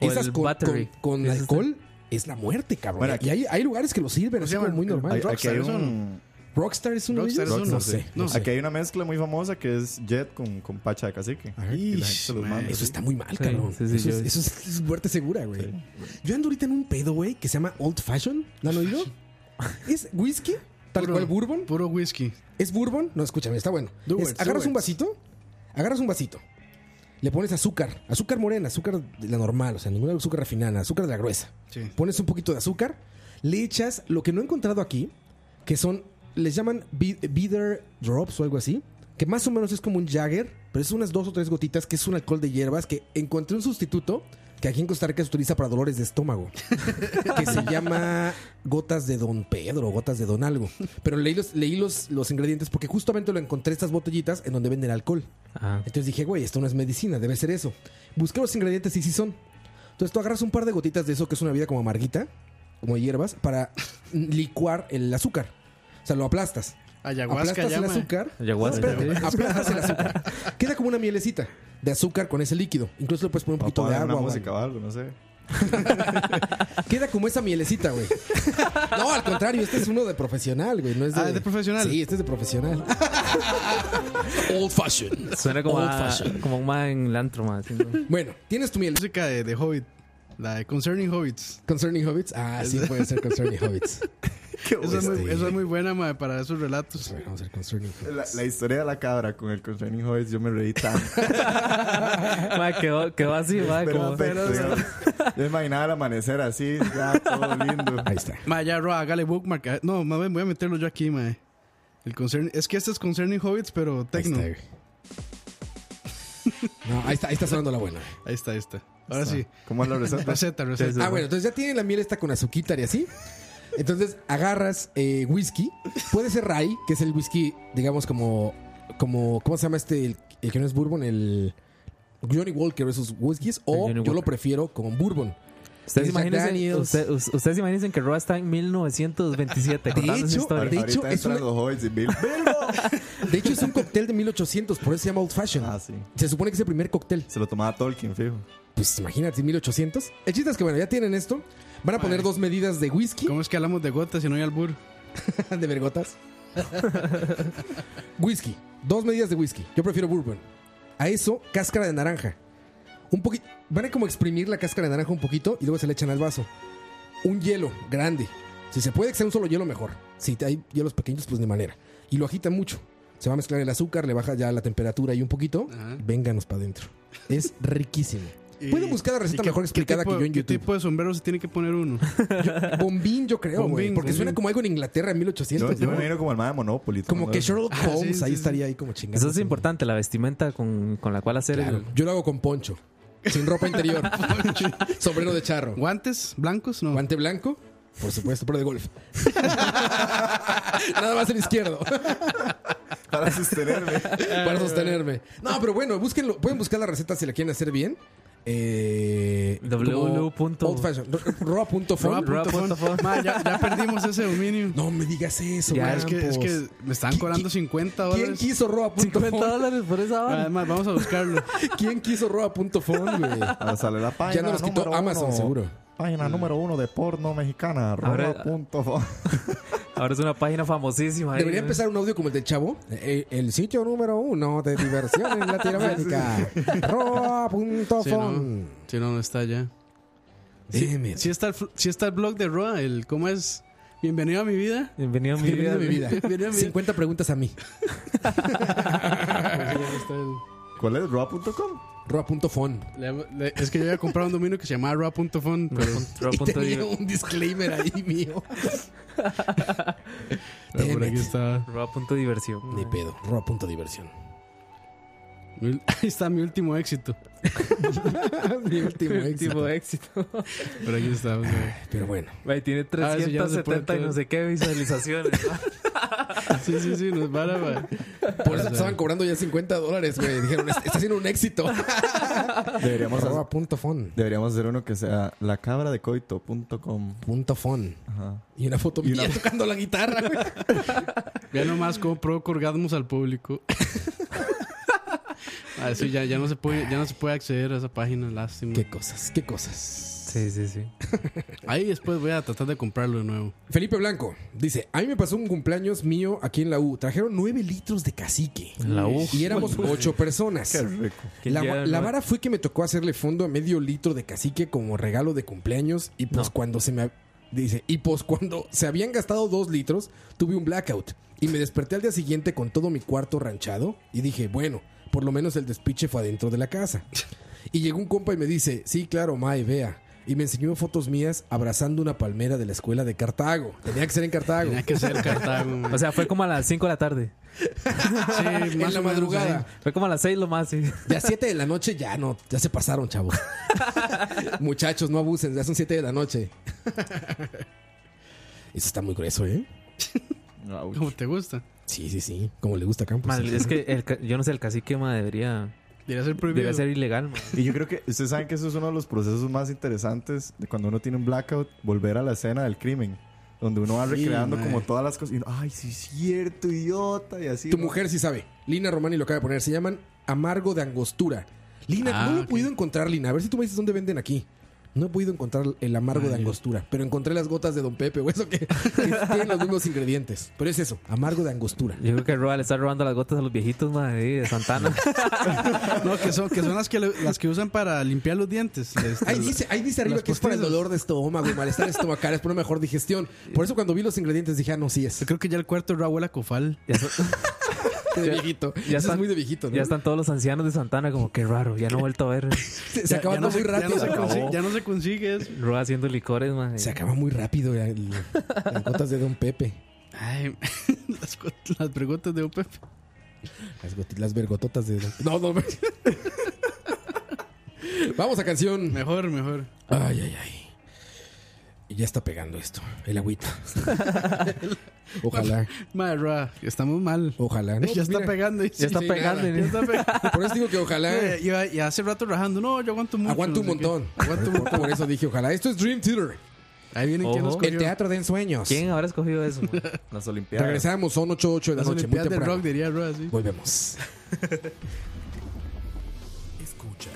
O Esas el con, Battery. con- con Ese alcohol es la muerte, cabrón. Bueno, y hay, hay lugares que lo sirven, ¿Cómo así se como llama? muy normal. Hay- Rockstar aquí hay es un... ¿Rockstar es uno de Rockstar ellos? es uno, No sí. sé, no No. sé. Aquí hay una mezcla muy famosa que es Jet con, con pacha de cacique. Ah, Y la gente se los man, manda. Eso está muy mal, Sí, cabrón. sí, sí, eso, yo- es, eso es- es muerte segura, güey. Yo ando ahorita en un pedo, güey, que se llama Old Fashion. ¿Lo han oído? Es whisky, tal Puro- cual bourbon. Puro whisky. Es bourbon. No, escúchame, está bueno. Do Es- it, do agarras un it. vasito, agarras un vasito. Le pones azúcar, azúcar morena, azúcar de la normal, o sea, ninguna azúcar refinada, azúcar de la gruesa. Sí. Pones un poquito de azúcar, le echas lo que no he encontrado aquí, que son, les llaman bi- bitter drops o algo así, que más o menos es como un Jagger, pero es unas dos o tres gotitas, que es un alcohol de hierbas, que encontré un sustituto que aquí en Costa Rica se utiliza para dolores de estómago, que se llama gotas de Don Pedro, gotas de Don algo. Pero leí los, leí los, los ingredientes porque justamente lo encontré estas botellitas en donde venden alcohol. Ah, Entonces dije, güey, esto no es medicina, debe ser eso. Busqué los ingredientes y sí son. Entonces tú agarras un par de gotitas de eso, que es una vida como amarguita, como hierbas, para licuar el azúcar. O sea, lo aplastas. Ayahuasca Aplastas el llama. ¿eh? azúcar. Ayahuasca. Espérate, Aplastas el azúcar. Queda como una mielecita de azúcar con ese líquido. Incluso le puedes poner un poquito de Papá, agua. una o música algo. o algo, no sé. Queda como esa mielecita, güey. No, al contrario, este es uno de profesional, güey. No es de, Ah, ¿es de profesional? Sí, este es de profesional. Old fashioned. Suena como, Old a- fashioned. como un ma en Lantro, ma. haciendo- Bueno, tienes tu miel. Música de, de Hobbit. La de Concerning Hobbits. Concerning Hobbits. Ah, sí, puede ser Concerning Hobbits. Esa es, muy, Este- esa es muy buena, mae, para esos relatos. A ver, vamos a ver Concerning Hobbits. La, la historia de la cabra con el Concerning Hobbits, yo me reí tanto. Ma, quedó, quedó así, ma. Pero, Como, pero, yo imaginaba el amanecer así, ya todo lindo. Ahí está. Mae, ya, Roa, hágale bookmark. Ah, No, más bien voy a meterlo yo aquí, mae. El concern... Es que este es Concerning Hobbits, pero Ahí techno. está, güey. No, ahí está, ahí está sonando la buena. Ahí está, ahí está. Ahora sí. ¿Cómo es la receta? Receta, receta. Ah, bueno, entonces ya tienen la miel esta con azuquita y así. Entonces agarras eh, whisky. Puede ser rye, que es el whisky, digamos, como. como ¿Cómo se llama este? El, el que no es bourbon, el. Johnny Walker esos whiskies. O El yo Johnny lo Walker. prefiero con bourbon. Ustedes Jack imagínense, Daniels. usted- us- ustedes imagínense que Roa está en 1927 contando esa hecho, historia. de Ahorita hecho, es entran una- los Hobbits y Bill. De hecho, es un cóctel de 1800, por eso se llama Old Fashioned. Ah, sí. Se supone que es el primer cóctel. Se lo tomaba Tolkien, fijo. Pues imagínate, 1800. El chiste es que, bueno, ya tienen esto. Van a poner dos medidas de whisky. ¿Cómo es que hablamos de gotas y no hay albur? de vergotas. whisky. Dos medidas de whisky. Yo prefiero bourbon. A eso, cáscara de naranja. Un poquito. Van a como exprimir la cáscara de naranja un poquito y luego se le echan al vaso. Un hielo grande. Si se puede que sea un solo hielo, mejor. Si te- hay hielos pequeños, pues de manera. Y lo agitan mucho. Se va a mezclar el azúcar, le baja ya la temperatura y un poquito. Ajá. Vénganos para adentro. Es riquísimo. Y- Pueden buscar la ¿y receta qué- mejor qué explicada tipo- que yo en ¿Qué YouTube. tipo de sombrero se tiene que poner uno? Bombín, yo creo, güey. Bombín, Porque suena bombín. como algo en Inglaterra en Yo, 1800. yo me ¿no? imagino como el mae de Monopoly. Como tomando- que Sherlock Ah, sí, Holmes sí, ahí sí. estaría ahí como chingando. Eso es importante, la vestimenta con, con la cual hacer Claro. el... Yo lo hago con poncho. Sin ropa interior. Sombrero de charro. ¿Guantes blancos? No. Guante blanco. Por supuesto, pero de golf. Nada más el izquierdo. Ah, Para sostenerme. para sostenerme. No, pero bueno, búsquenlo. Pueden buscar la receta si la quieren hacer bien. Eh, www. como old fashion- ro- Roa roa.fun. punto com. punto com. Mae, ya, ya perdimos ese dominio. No me digas eso, Ya, Mae, es, que, es Campos. que me están ¿Qui- cobrando qui- 50 ¿Quién dólares. quiso roa.fun? 50 dólares por esa hora. Además, vamos a buscarlo. ¿Quién quiso roa.fun, güey? Ahora sale la página. Ya no los quitó número Amazon, uno. seguro. Mm. Página número uno de porno mexicana. Ahora- roba.fo. Ahora es una página famosísima. ahí, Debería ¿no? empezar un audio como el del chavo. Eh, El, sitio número uno de diversión en Latinoamérica. Sí, Roa.fon. no. Si no, no está ya. Damn it. Si está, el, fl- sí está el blog de Roa, el cómo es. Bienvenido a mi vida. Bienvenido a mi Bienvenido a mi vida. vida. Bienvenido a mi vida. 50 preguntas a mí. ¿Cuál es? Roa.com. Roa.fon. Le- le- es que yo había comprado un dominio que se llamaba Roa.fun. pero- Roa Y punto tenía io. un disclaimer ahí mío. pero por Damn aquí it. está. Roa punto diversión. Ni pedo. Roa.diversión. Mi- Ahí está mi último éxito. Mi último Tipo éxito. de éxito. Por aquí está. o sea. Pero bueno. Mae, tiene Ah, eso ya no se puede 370 y no creer. sé qué visualizaciones. Sí, sí, sí, nos van a. Por eso estaban cobrando ya 50 dólares, güey. Dijeron, "Est- está haciendo un éxito. Deberíamos, hacer- Roa.fon. deberíamos hacer uno que sea lacabradecoito.com. Punto fon. Ajá. Y una foto Y una mía tocando la guitarra, güey. Ya nomás como provoco orgasmos al público. Ah, sí, ya, ya, no se puede, ya no se puede acceder a esa página, lástima. Qué cosas, qué cosas. sí, sí, sí. Ahí después voy a tratar de comprarlo de nuevo. Felipe Blanco dice: A mí me pasó un cumpleaños mío aquí en la U. Trajeron nueve litros de cacique. La U. Y éramos ocho personas. Qué rico. La, Ya, la ¿no? vara fue que me tocó hacerle fondo a medio litro de cacique como regalo de cumpleaños. Y pues cuando se me. Dice: Y pues cuando se habían gastado dos litros, tuve un blackout. Y me desperté al día siguiente con todo mi cuarto ranchado. Y dije: Bueno, por lo menos el despiche fue adentro de la casa. Y llegó un compa y me dice, sí, claro, Mae, vea. Y me enseñó fotos mías abrazando una palmera de la escuela de Cartago. Tenía que ser en Cartago. Tenía que ser Cartago. O sea, fue como a las 5 de la tarde. sí, más en la o menos madrugada. Fue como a las 6 lo más. sí. Ya 7 de la noche ya no, ya se pasaron, chavos. Muchachos, no abusen, ya son 7 de la noche. Eso está muy grueso, ¿eh? ahí. Como te gusta. Sí, sí, sí. Como le gusta a Campos. Madre, es que el ca- yo no sé, el cacique ma, debería, Debería ser prohibido. debería ser ilegal. ma. Y yo creo que ustedes saben que eso es uno de los procesos más interesantes de cuando uno tiene un blackout, volver a la escena del crimen. donde uno va Sí, recreando mae. como todas las cosas. Y, uno, Ay, sí, es cierto, idiota. Y así. Tu mae. mujer sí sabe. Lina Romani lo acaba de poner. Se llaman Amargo de Angostura. Lina, Ah, no lo he ok. podido encontrar, Lina. A ver si tú me dices dónde venden aquí. No he podido encontrar el amargo de Ay. angostura, pero encontré las gotas de Don Pepe o eso que, que tienen los mismos ingredientes. Pero es eso, amargo de angostura. Yo creo que Roa le está robando las gotas a los viejitos, madre, ahí de Santana. No, que son, que son las que le- las que usan para limpiar los dientes. este, Ahí dice, ahí dice arriba Las que es para el postizas. dolor de estómago y malestar estomacal, es por una mejor digestión. Por eso cuando vi los ingredientes dije, ah, no, sí es. Yo creo que ya el cuarto era abuela cofal. Ya, son- De viejito. ya eso están- es muy de viejito, ¿no? ya están todos los ancianos de Santana como que raro, ya no he vuelto a ver. se, se Ya- acaba ya no todo se- muy rápido. Ya no se acabó. consigue, ya no se consigue eso. Roa haciendo licores, madre. Se acaba muy rápido la- la- las gotas de Don Pepe. Ay, las, co- las preguntas de UPF. Las, goti- las vergototas de Don No, no. Vamos a canción. Mejor, mejor. Ay, ay, ay. Y ya está pegando esto, el agüita. Ojalá, Madre, Roa, estamos mal. ojalá. No, ya pues está mira, pegando. Ya está sí, pegando. nada. ¿no? Ya está pegando. Por eso digo que ojalá. Y, y- y hace rato rajando. No, yo aguanto mucho. Aguanto un no sé qué. montón. Aguanto un montón. Por eso dije ojalá. Esto es Dream Theater. Ahí vienen quien nos Ojo. El cogió. teatro de ensueños. ¿Quién habrá escogido eso? madre? Las Olimpiadas. Regresamos, son 8.08 de la Las noche, muy Olimpiadas del temprano. Rock, diría Roa, sí. Volvemos. Escucha.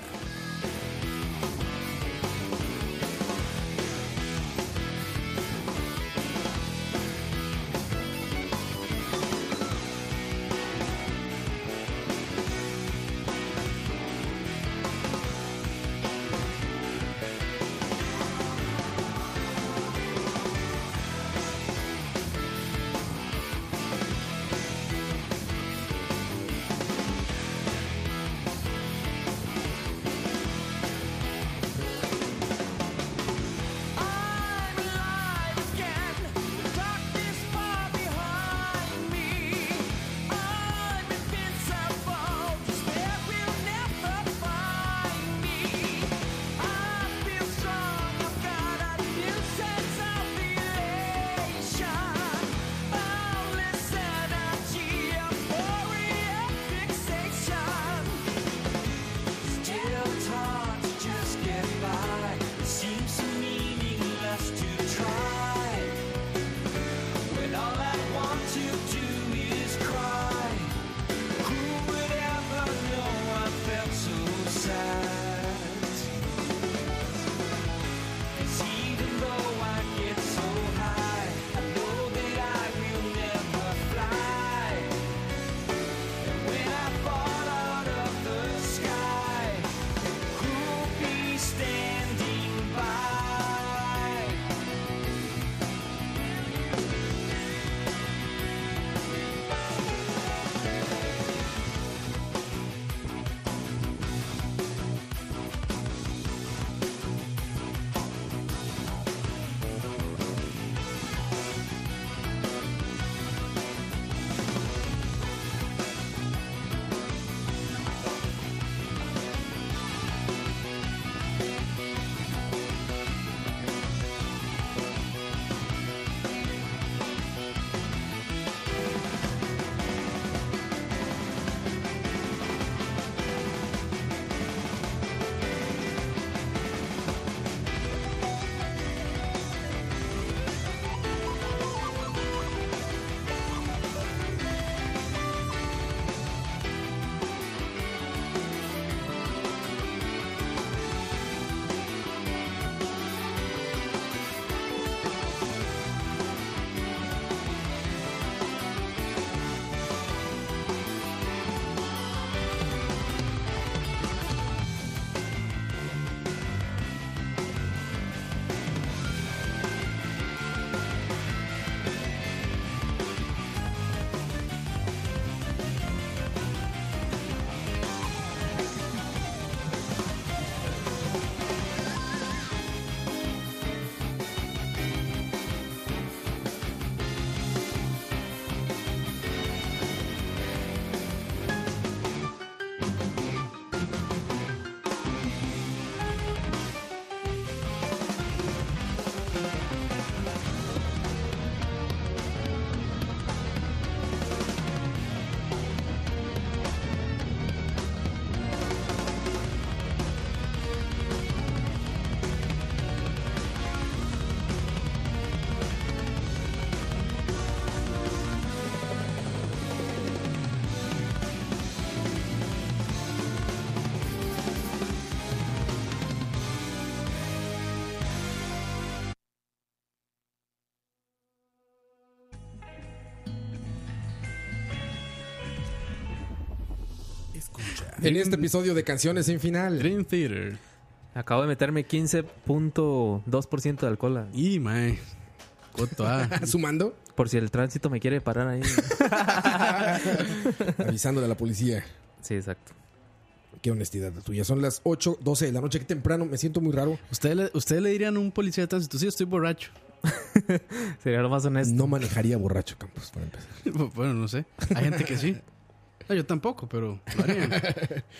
Quiero escucha. En este episodio de Canciones sin final. Dream Theater. Acabo de meterme 15.2% de alcohol. ah, Y, mae. Coto, ah. Sumando, Por si el tránsito me quiere parar ahí. avisándole a la policía. Sí, exacto. Qué honestidad la tuya. Son las 8, 12 de la noche. Qué temprano. Me siento muy raro. ¿Ustedes le, usted le dirían a un policía de tránsito, sí, estoy borracho? Sería lo más honesto. No manejaría borracho, Campos, para empezar. bueno, no sé. Hay gente que sí. No, yo tampoco, pero lo harían.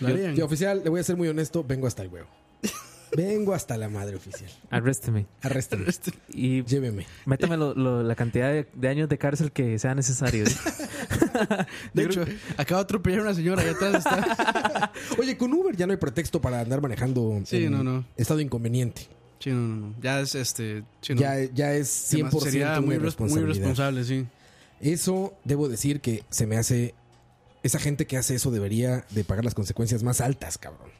Lo harían. Tío oficial, le voy a ser muy honesto. Vengo hasta el huevo. Vengo hasta la madre oficial. Arrésteme. Arrésteme. Y Lléveme. métame lo- lo- la cantidad de, de años de cárcel que sea necesario. De hecho, acaba de atropellar a una señora allá atrás. Está. Oye, con Uber ya no hay pretexto para andar manejando. Sí, en no, no. Estado inconveniente. Sí, no, no, no. Ya es este. Sí, no. Ya, ya es 100% Sería muy, muy, res- muy responsable, sí. Eso debo decir que se me hace. Esa gente que hace eso debería de pagar las consecuencias más altas, cabrón.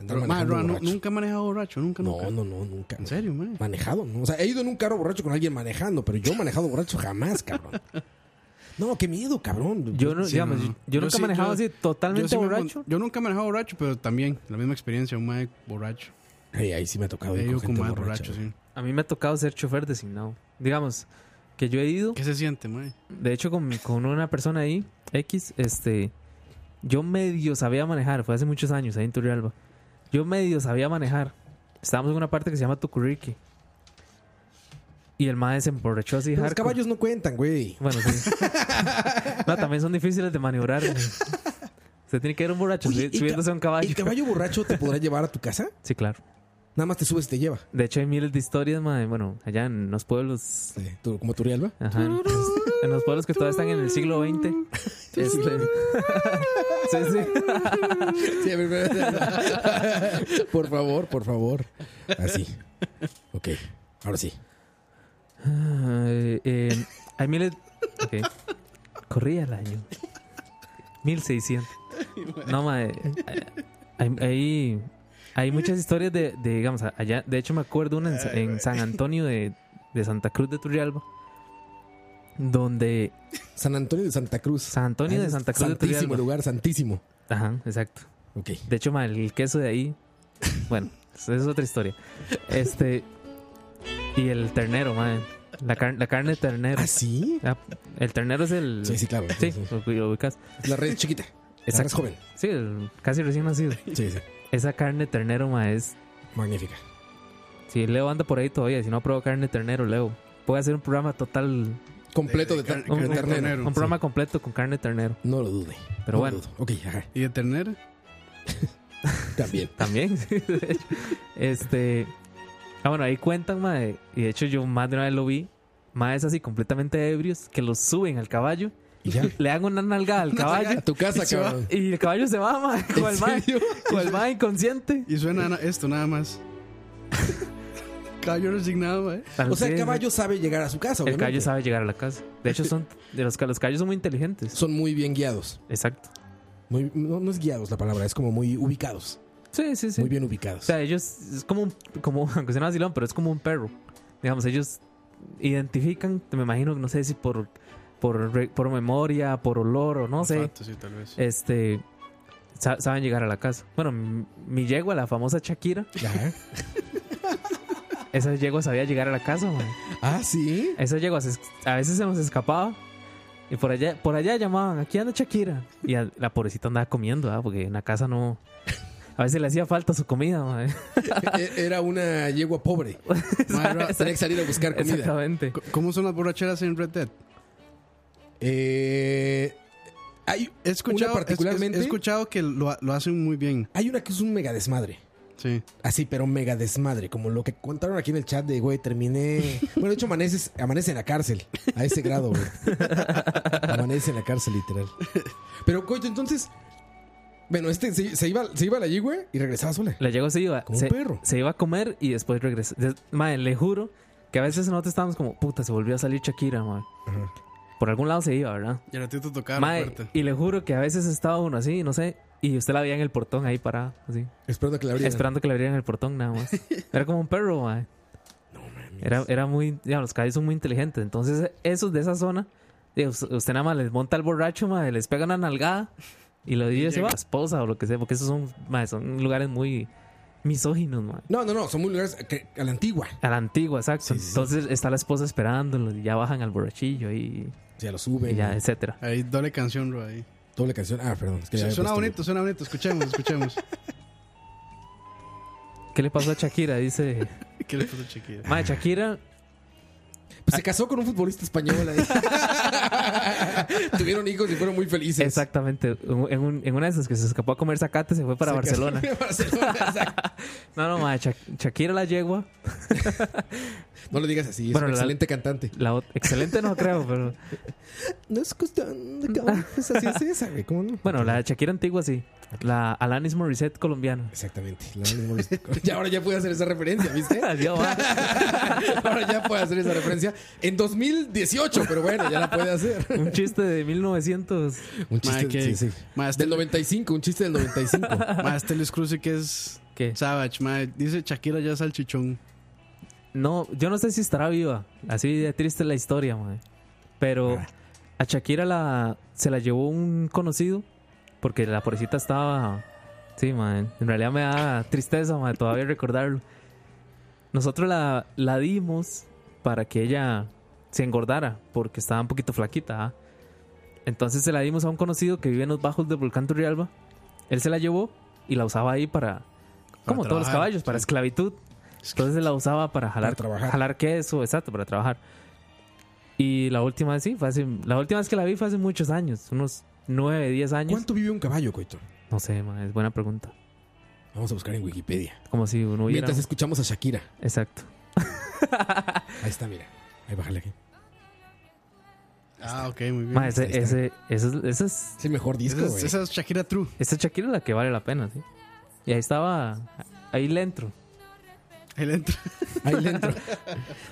Andar Pero, ma, manejando Roa, nu- borracho. nunca he manejado borracho, nunca, nunca. No, no, no, nunca. ¿En serio, man? Manejado, ¿no? O sea, he ido en un carro borracho con alguien manejando, pero yo manejado borracho jamás, cabrón. No, qué miedo, cabrón. Yo, no, Sí, digamos, no, yo, no. yo nunca sí, he manejado yo- así yo totalmente sí me- borracho. yo nunca he manejado borracho, pero también la misma experiencia, un mae borracho. Ay, ahí sí me ha tocado He ir ido con ¿eh? con gente mae borracha. borracho, sí. A mí me ha tocado ser chofer designado. Digamos que yo he ido, ¿Qué se siente, mae? de hecho, con, con una persona ahí, X, este. Yo medio sabía manejar, fue hace muchos años ahí en Turrialba. Yo medio sabía manejar. Estábamos en una parte que se llama Tucurrique. Y el mae se emborrachó así, Pero Los hardcore. caballos no cuentan, güey. Bueno, sí. no, también son difíciles de maniobrar. güey. Usted tiene que ir un borracho Oye, subi- el ca- subiéndose a un caballo. ¿El caballo borracho te podrá llevar a tu casa? Sí, claro. Nada más te subes y te lleva. De hecho, hay miles de historias, mae. Bueno, allá en los pueblos Sí, tú- como Turialba. Ajá. En los- en los pueblos que todavía están en el siglo XX. Este- sí, sí. Sí, a ver, a ver, a ver. por favor, por favor. Así. Ok, ahora sí. Ay, eh, hay miles. ok. Corría el año 1600. No, mae. Hay, hay, hay muchas historias de, de, digamos, allá. De hecho, me acuerdo una en, Sa- en San Antonio de, de Santa Cruz de Turrialba. Donde San Antonio de Santa Cruz. Ah, San Antonio de Santa Cruz de Santísimo Turrialba. lugar, santísimo. Ajá, exacto. Ok. De hecho, mal, el queso de ahí. Bueno, esa es otra historia. Este. Y el ternero, madre. La, car- la carne de ternero. ¿Ah, sí? Ah, El ternero es el. Sí, sí, claro. Sí, Sí, sí. lo que ubicas. La red chiquita. La red Exacto. joven. Sí, el casi recién nacido. Sí, sí. Esa carne de ternero, madre, es. Magnífica. Si Leo anda por ahí todavía, si no prueba carne de ternero, Leo. Puede hacer un programa total. Completo de, tar- car- de de ternero. ternero. Un programa completo con carne de ternero. No lo dude. Pero No bueno. lo dudo. Ok, ajá. ¿Y de ternera? También. También, sí, de hecho. Este. Ah, bueno, ahí cuentan, mae. Y de hecho, yo más de una vez lo vi. Maes así completamente ebrios que los suben al caballo. Y ya. Le dan una nalgada al caballo. A tu casa, Y se va. cabrón. Y el caballo se va, mae. Con el mae. Con el mae inconsciente. Y suena na- esto nada más. Caballo resignado, mae. O sea, el Sí, caballo sabe llegar a su El casa, obviamente. caballo sabe llegar a la casa. De hecho, son. De los, ca- los caballos son muy inteligentes. Son muy bien guiados. Exacto. Muy- no, no es guiados la palabra, es como muy ubicados. Sí, sí, sí. Muy bien O ubicados. sea, ellos. Es como. un- como aunque sea vacilón, pero es como un perro. Digamos, ellos identifican. Me imagino, no sé si por. Por, re- por memoria, por olor o no sé. Olfato, sí, tal Eh. vez. este sa- saben llegar a la casa. Bueno, mi, mi yegua, la famosa Shakira, Ajá. esa yegua sabía llegar a la casa, man. Ah, sí. Esa yegua se es- a veces se nos escapaba y por allá por allá llamaban, aquí anda Shakira. Y a- la pobrecita andaba comiendo, ¿ah? porque en la casa no a veces le hacía falta su comida, man. E- Era una yegua pobre. Mae, Tenía que salir a buscar comida. Exactamente. Ro- ¿Cómo son las borracheras en Red Dead? Eh, hay, He escuchado, Una particularmente- he- he- he escuchado que lo, lo hacen muy bien. hay una que es un mega desmadre. Sí. Así, pero mega desmadre. Como lo que contaron aquí en el chat de, güey, terminé. Bueno, de hecho, amaneces, amanece en la cárcel. A ese grado, güey. Amanece en la cárcel, literal. Pero, coito, entonces. Bueno, este se, se iba, se iba a la yegua y regresaba sola. La yegua se iba, Como un se, perro. se iba a comer y después regresó. Des- Mae, le juro que a veces nosotros estábamos como, puta, se volvió a salir Shakira, man. Por algún lado se iba, ¿verdad? Y al ratito Ah, tocaba Mae, la puerta. y le juro que a veces estaba uno así, no sé, y usted la veía en el portón ahí parada, así, Esperando a que la abrieran. esperando que le abrieran el portón nada más. Era como un perro, mae. Era, era muy, digamos, los caballos son muy inteligentes. Entonces, esos de esa zona, digamos, usted nada más les monta al borracho, mae, les pega una nalgada Y lo diría a la esposa o lo que sea, porque esos son, mae, son lugares muy misóginos, mae. No, no, no, son muy lugares que- a la antigua. A la antigua, exacto. Sí, sí, sí. Entonces está la esposa esperándolo y ya bajan al borrachillo y, O sea, lo y suben. ya, etcétera. Ahí doble canción, bro. Ahí. Doble canción. Ah, perdón. es que ya había Suena puesto- bonito, suena bonito. Escuchemos, escuchemos. ¿Qué le pasó a Shakira? Dice, ¿Qué le pasó, chiquilla? mae, Shakira, Pues se casó con un futbolista español. ahí. Tuvieron hijos y fueron muy felices. exactamente, en, un- en una de esas que se escapó a comer zacate, se fue para Se casó Barcelona. en Barcelona, exacto. No, no, mae, Shak- Shakira la yegua, No lo digas así, es Bueno, un la- excelente cantante. la ot- excelente no creo, pero No es cuestión de cabezas, así es esa, güey. ¿Cómo no? bueno, la Shakira antigua sí, la Alanis Morissette colombiana. Exactamente. La Alanis Morissette. ya, ahora ya puede hacer esa referencia, ¿viste? Adiós, mae. ahora ya puede hacer esa referencia en 2018, pero bueno, ya la puede hacer. un chiste de 1900. Un Mae, chiste que- sí, sí. mae, este- del 95, un chiste del 95. Mae, este Luis Cruz sí que es ¿Qué? Savage, mae. Dice Shakira ya es salchichón. No, yo no sé si estará viva. Así de triste la historia, mae. Pero Ah. a Shakira la, se la llevó un conocido porque la pobrecita estaba... Sí, mae. En realidad me da tristeza, mae, todavía recordarlo. Nosotros la, la dimos para que ella se engordara porque estaba un poquito flaquita. ¿ah? Entonces se la dimos a un conocido que vive en los bajos del volcán Turrialba. Él se la llevó y la usaba ahí para... Como todos los trabajar, caballos, para sí. esclavitud. Entonces la usaba para jalar, Para trabajar. jalar queso, exacto, para trabajar. Y la última vez, sí, fue hace, la última vez que la vi fue hace muchos años, unos 9, 10 años. ¿Cuánto vive un caballo, Coito? No sé, ma, es buena pregunta. Vamos a buscar en Wikipedia. Como si uno hubiera... Mientras escuchamos a Shakira. Exacto. Ahí está, mira. Ahí bájale aquí. Ah, ok, muy bien. Ma, ese, Mm, ahí está. ese, ese, es- ese es, Es el mejor disco, Esa es, güey. esa es Shakira True. esa Shakira es la que vale la pena, sí. Y ahí estaba, ahí le entro. Ahí le entra. Ahí dentro.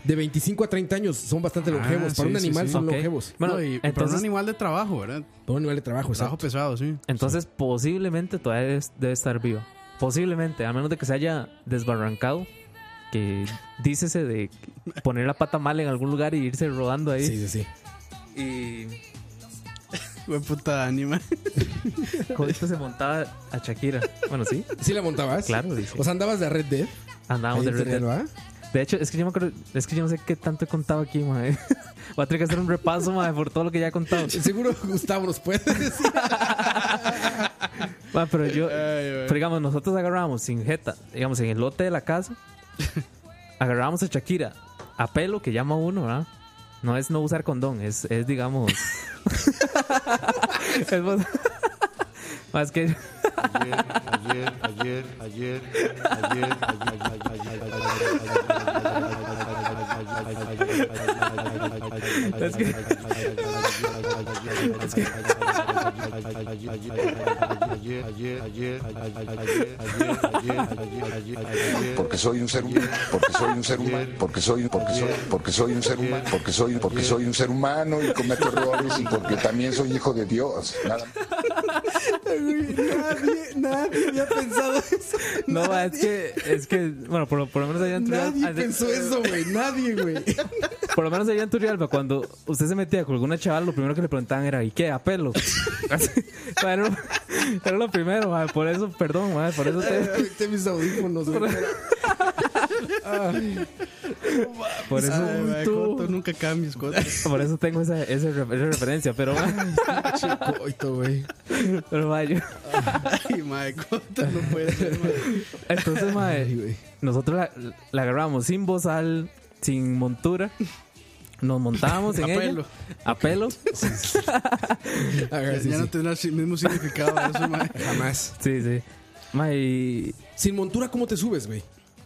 De 25 a 30 años son bastante Ah, longevos. Para sí, un sí, animal sí. son Ok. longevos. Bueno, No, y- pero un entonces, animal de trabajo, ¿verdad? Para un animal de trabajo, Trabajo Pues pesado, exacto. sí. entonces posiblemente todavía es- debe estar viva. Posiblemente, a menos de que se haya desbarrancado. Que dícese de poner la pata mal en algún lugar y irse rodando ahí. Sí, sí, sí. Y Güey, puta animal. Codito se montaba a Shakira. Bueno, sí, ¿Sí la montabas? Claro, dice. O sea, andabas de Red Dead. andábamos ahí Ah, de en Red Dead. Turrialba. De hecho, es que yo me acuerdo, es que yo no sé qué tanto he contado aquí, madre. Voy a tener que hacer un repaso, madre, por todo lo que ya he contado. Seguro Gustavo nos puede decir. Ma, pero yo, pero digamos, nosotros agarramos sin jeta, digamos, en el lote de la casa, agarramos a Shakira, a pelo que llama uno, ¿verdad? No es no usar condón, es, es digamos. es más- más que. ayer, ayer, ayer, ayer, Porque soy un ser humano, porque soy un ser humano, porque soy, porque soy, porque soy un ser humano, porque soy, porque soy un ser humano y cometo errores y porque también soy hijo de Dios. Nada más. nadie, nadie había pensado eso. No, ma, es que, es que, bueno, por, lo- por lo menos allá en Turrialba- Nadie ah, de- pensó eso, güey. Nadie, güey. Por lo menos allá en Turrialba, cuando usted se metía con alguna chaval, lo primero que le preguntaban era, ¿y qué? ¿A pelo? Así, ma, era, lo, era lo primero, ma, por eso, perdón, ma, por eso te, Conecté mis audífonos, güey. por eso, Ay, mae, tú- Coto, nunca cambies, Coto. por eso tengo esa, esa re- esa referencia, pero, ma, Che, coito, güey. pero ma, yo- Ay, mae, Coto, no puede ser, mae. Ah, entonces, ma, Ay, güey. nosotros la, la agarramos sin bozal, sin montura, nos montábamos en A ella, pelo. a pelo, A ver, sí, ya no sí. tendrá el mismo significado eso, mae. Jamás. sí, sí, ma, y Sin montura, ¿cómo te subes, güey?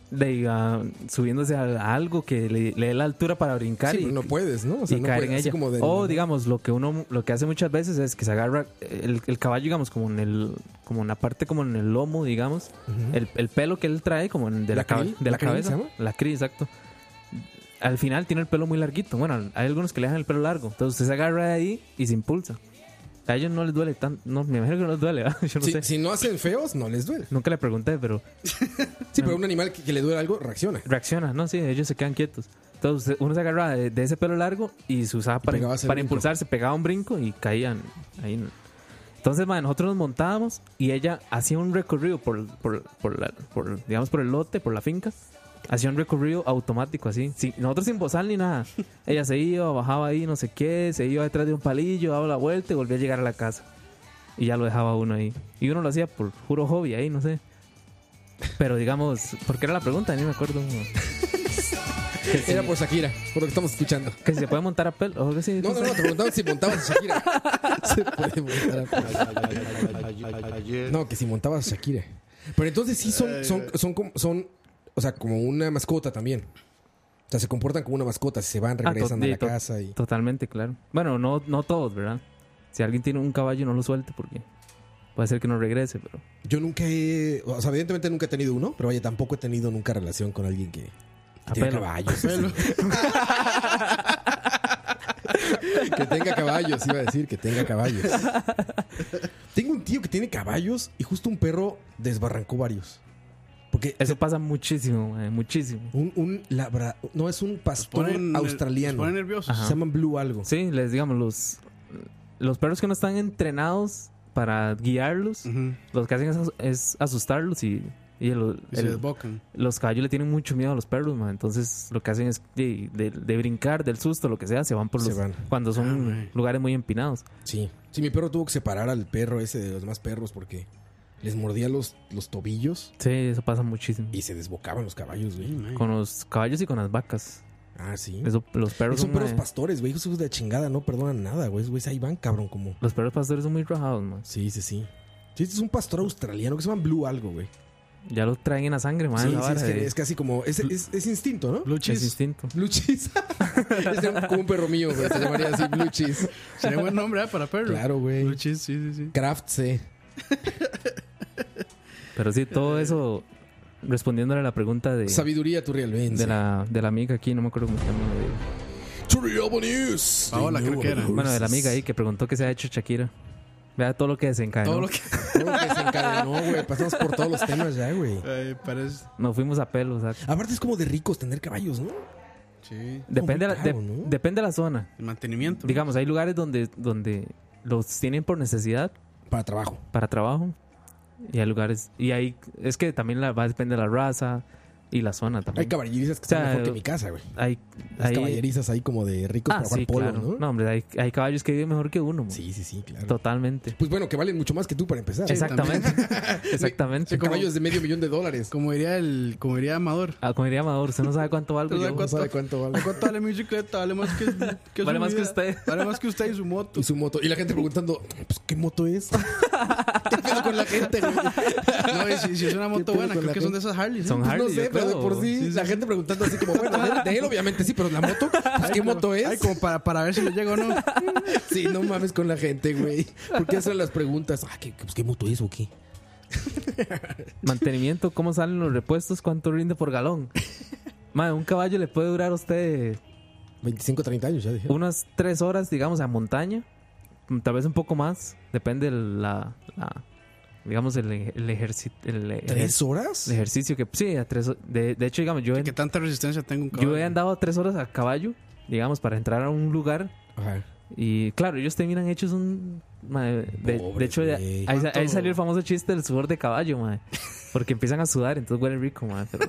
de, ah, subiéndose a, a algo que le, le dé la altura para brincar Sí, y pero no puedes, ¿no? O y no caer puedes, en así ella. como de- o digamos, lo que uno lo que hace muchas veces es que se agarra el, el caballo, digamos, como en el como en la parte como en el lomo, digamos, el, el pelo que él trae como en- de la, ¿La cabe- cril? de la, ¿La cril cabeza, se llama? la crin, exacto. Al final tiene el pelo muy larguito. Bueno, hay algunos que le dejan el pelo largo. Entonces usted se agarra de ahí y se impulsa. A ellos no les duele tanto. No, me imagino que no les duele. ¿verdad? Yo no Si, sé. si no hacen feos, no les duele. Nunca le pregunté, pero Sí, pero un animal que, que le duele algo reacciona. reacciona. No, sí, ellos se quedan quietos. Entonces usted- uno se agarra de, de ese pelo largo y se usaba para, pegaba ese para brinco. impulsarse. Pegaba un brinco y caían ahí. en- Entonces, mae, nosotros nos montábamos y ella hacía un recorrido por, por, por la- por, digamos, por el lote, por la finca. Hacía un recorrido automático, así. sin- nosotros sin bozal ni nada. Ella se iba, bajaba ahí, no sé qué, se iba detrás de un palillo, daba la vuelta y volvía a llegar a la casa. Y ya lo dejaba uno ahí. Y uno lo hacía por juro hobby ahí, no sé. Pero digamos, porque era la pregunta, ni me acuerdo. Era por Shakira, por lo que estamos escuchando. Que si se puede montar a pelo. o algo así, No, no, no, te preguntaban si montabas a Shakira. Se puede montar a- Ayer. No, que si montabas a Shakira. Pero entonces sí son, son, son, como- son, o sea, como una mascota también. O sea, se comportan como una mascota, se van, Ah, to- regresan a sí, la to- casa y... Totalmente, claro. Bueno, no, no todos, ¿verdad? Si alguien tiene un caballo, no lo suelte porque puede ser que no regrese, pero Yo nunca he, o sea, evidentemente nunca he tenido uno, pero vaya, tampoco he tenido nunca relación con alguien que, que A tiene pelo. caballos. que tenga caballos, iba a decir, que tenga caballos. Tengo un tío que tiene caballos y justo un perro desbarrancó varios. Porque eso pasa muchísimo, mae, muchísimo. un, un labra, no es un Los pastor ponen ner- los australiano. ponen nerviosos. Ajá. Se llaman Blue algo. Sí, les digamos, los, los perros que no están entrenados para Mm. guiarlos, Ujú. lo que hacen es, as- es asustarlos y, y el- Y se el- desbocan. los caballos le tienen mucho miedo a los perros, mae. entonces lo que hacen es de, de- de brincar, del susto, lo que sea, se van por Se los... van. Cuando Ah, son mae. lugares muy empinados. Sí. Sí, mi perro tuvo que separar al perro ese de los demás perros porque les mordía los, los tobillos Sí, eso pasa muchísimo. y se desbocaban los caballos, güey. Con los caballos y con las vacas. Ah, sí. Eso, los perros son perros mae, pastores, güey. Hijos de la chingada, no perdonan nada, güey. Esos güeyes ahí van, cabrón, como. Los perros pastores son muy rajados, más. Sí, sí, sí. Sí, este es un pastor australiano que se llama Blue algo, güey. Ya lo traen en la sangre, más. Sí, sí, es, que, es casi como. Es, es, es instinto, ¿no? Blue cheese. instinto. Blue cheese. Este era como un perro mío, güey. Se llamaría así Blue cheese. Sería buen nombre ¿eh? para perro. Claro, Blue güey. cheese, sí, sí, sí. Kraft, sí. Pero sí, Eh, todo eso respondiéndole a la pregunta de, Sabiduría turrialbense. de, la, de la amiga aquí, no me acuerdo cómo se llama. de- Turrialba News. Paola, Sí, creo no, que era. güey. bueno, de la amiga ahí que preguntó qué se ha hecho Shakira. Vea todo lo que desencadenó. Todo lo que. Todo lo que se encadenó, güey. Pasamos por todos los temas ya, güey. Ay, Eh, parece. Nos fuimos a pelo, o sea. Aparte es como de ricos tener caballos, ¿no? Sí. Depende, de la, de- Complicado, ¿no? depende de la zona. El mantenimiento. Digamos, hay lugares donde, donde los tienen por necesidad, Para trabajo. para trabajo. Y hay lugares. Y ahí. Es que también la, va a depender de la raza y la zona también. Hay caballerizas que O sea, están mejor que mi casa, güey. Hay, Las hay- caballerizas ahí como de ricos Ah, para jugar sí, polo, claro. ¿no? ¿no? hombre, hay, hay caballos que viven mejor que uno. mo. Sí, sí, sí, claro. Totalmente. Pues bueno, que valen mucho más que tú para empezar. Exactamente. Exactamente. Son caballos de medio millón de dólares. Como diría el. Como diría Amador. Ah, como diría Amador, usted no sabe cuánto valgo No sabe yo. No sabe cuánto vale. ¿A cuánto vale mi bicicleta? Vale más que, que Vale más que vida. usted. Vale más que usted y su moto. Y su moto. Y la gente preguntando, pues, ¿qué moto es? ¿Qué pedo con la gente, güey? No, y si, si es una moto pedo buena, con creo la que son de esas ¿eh? Harley. ¿sí? Son Pues Harley, no sé, yo pero de creo. por sí, Sí, sí, la sí. gente preguntando así como, bueno, de, de él obviamente sí, pero la moto, pues, ¿qué moto Ay, es? como para, para ver si le llega o no. Sí, no mames con la gente, güey. ¿Por qué hacen las preguntas? Ah, ¿qué, qué- pues, ¿qué moto es o qué? Mantenimiento, cómo salen los repuestos, cuánto rinde por galón. Madre, un caballo le puede durar a usted 25, 30 años, ya dije. unas tres horas, digamos, a montaña. mm, Tal vez un poco más. Depende la. la- digamos, el, el, ejerci- el, ¿Tres ejer- horas? el ejercicio que. Sí, a tres. ho- De, de hecho, digamos, yo, he- Que tanta resistencia tengo un caballo. yo he andado tres horas a caballo, digamos, para entrar a un lugar. Ajá. Y claro, ellos terminan hechos un. mae, de, Pobres, de hecho, de- güey. ahí, sa- ahí salió el famoso chiste del sudor de caballo, mae. Porque empiezan a sudar, entonces huele rico, mae. pero-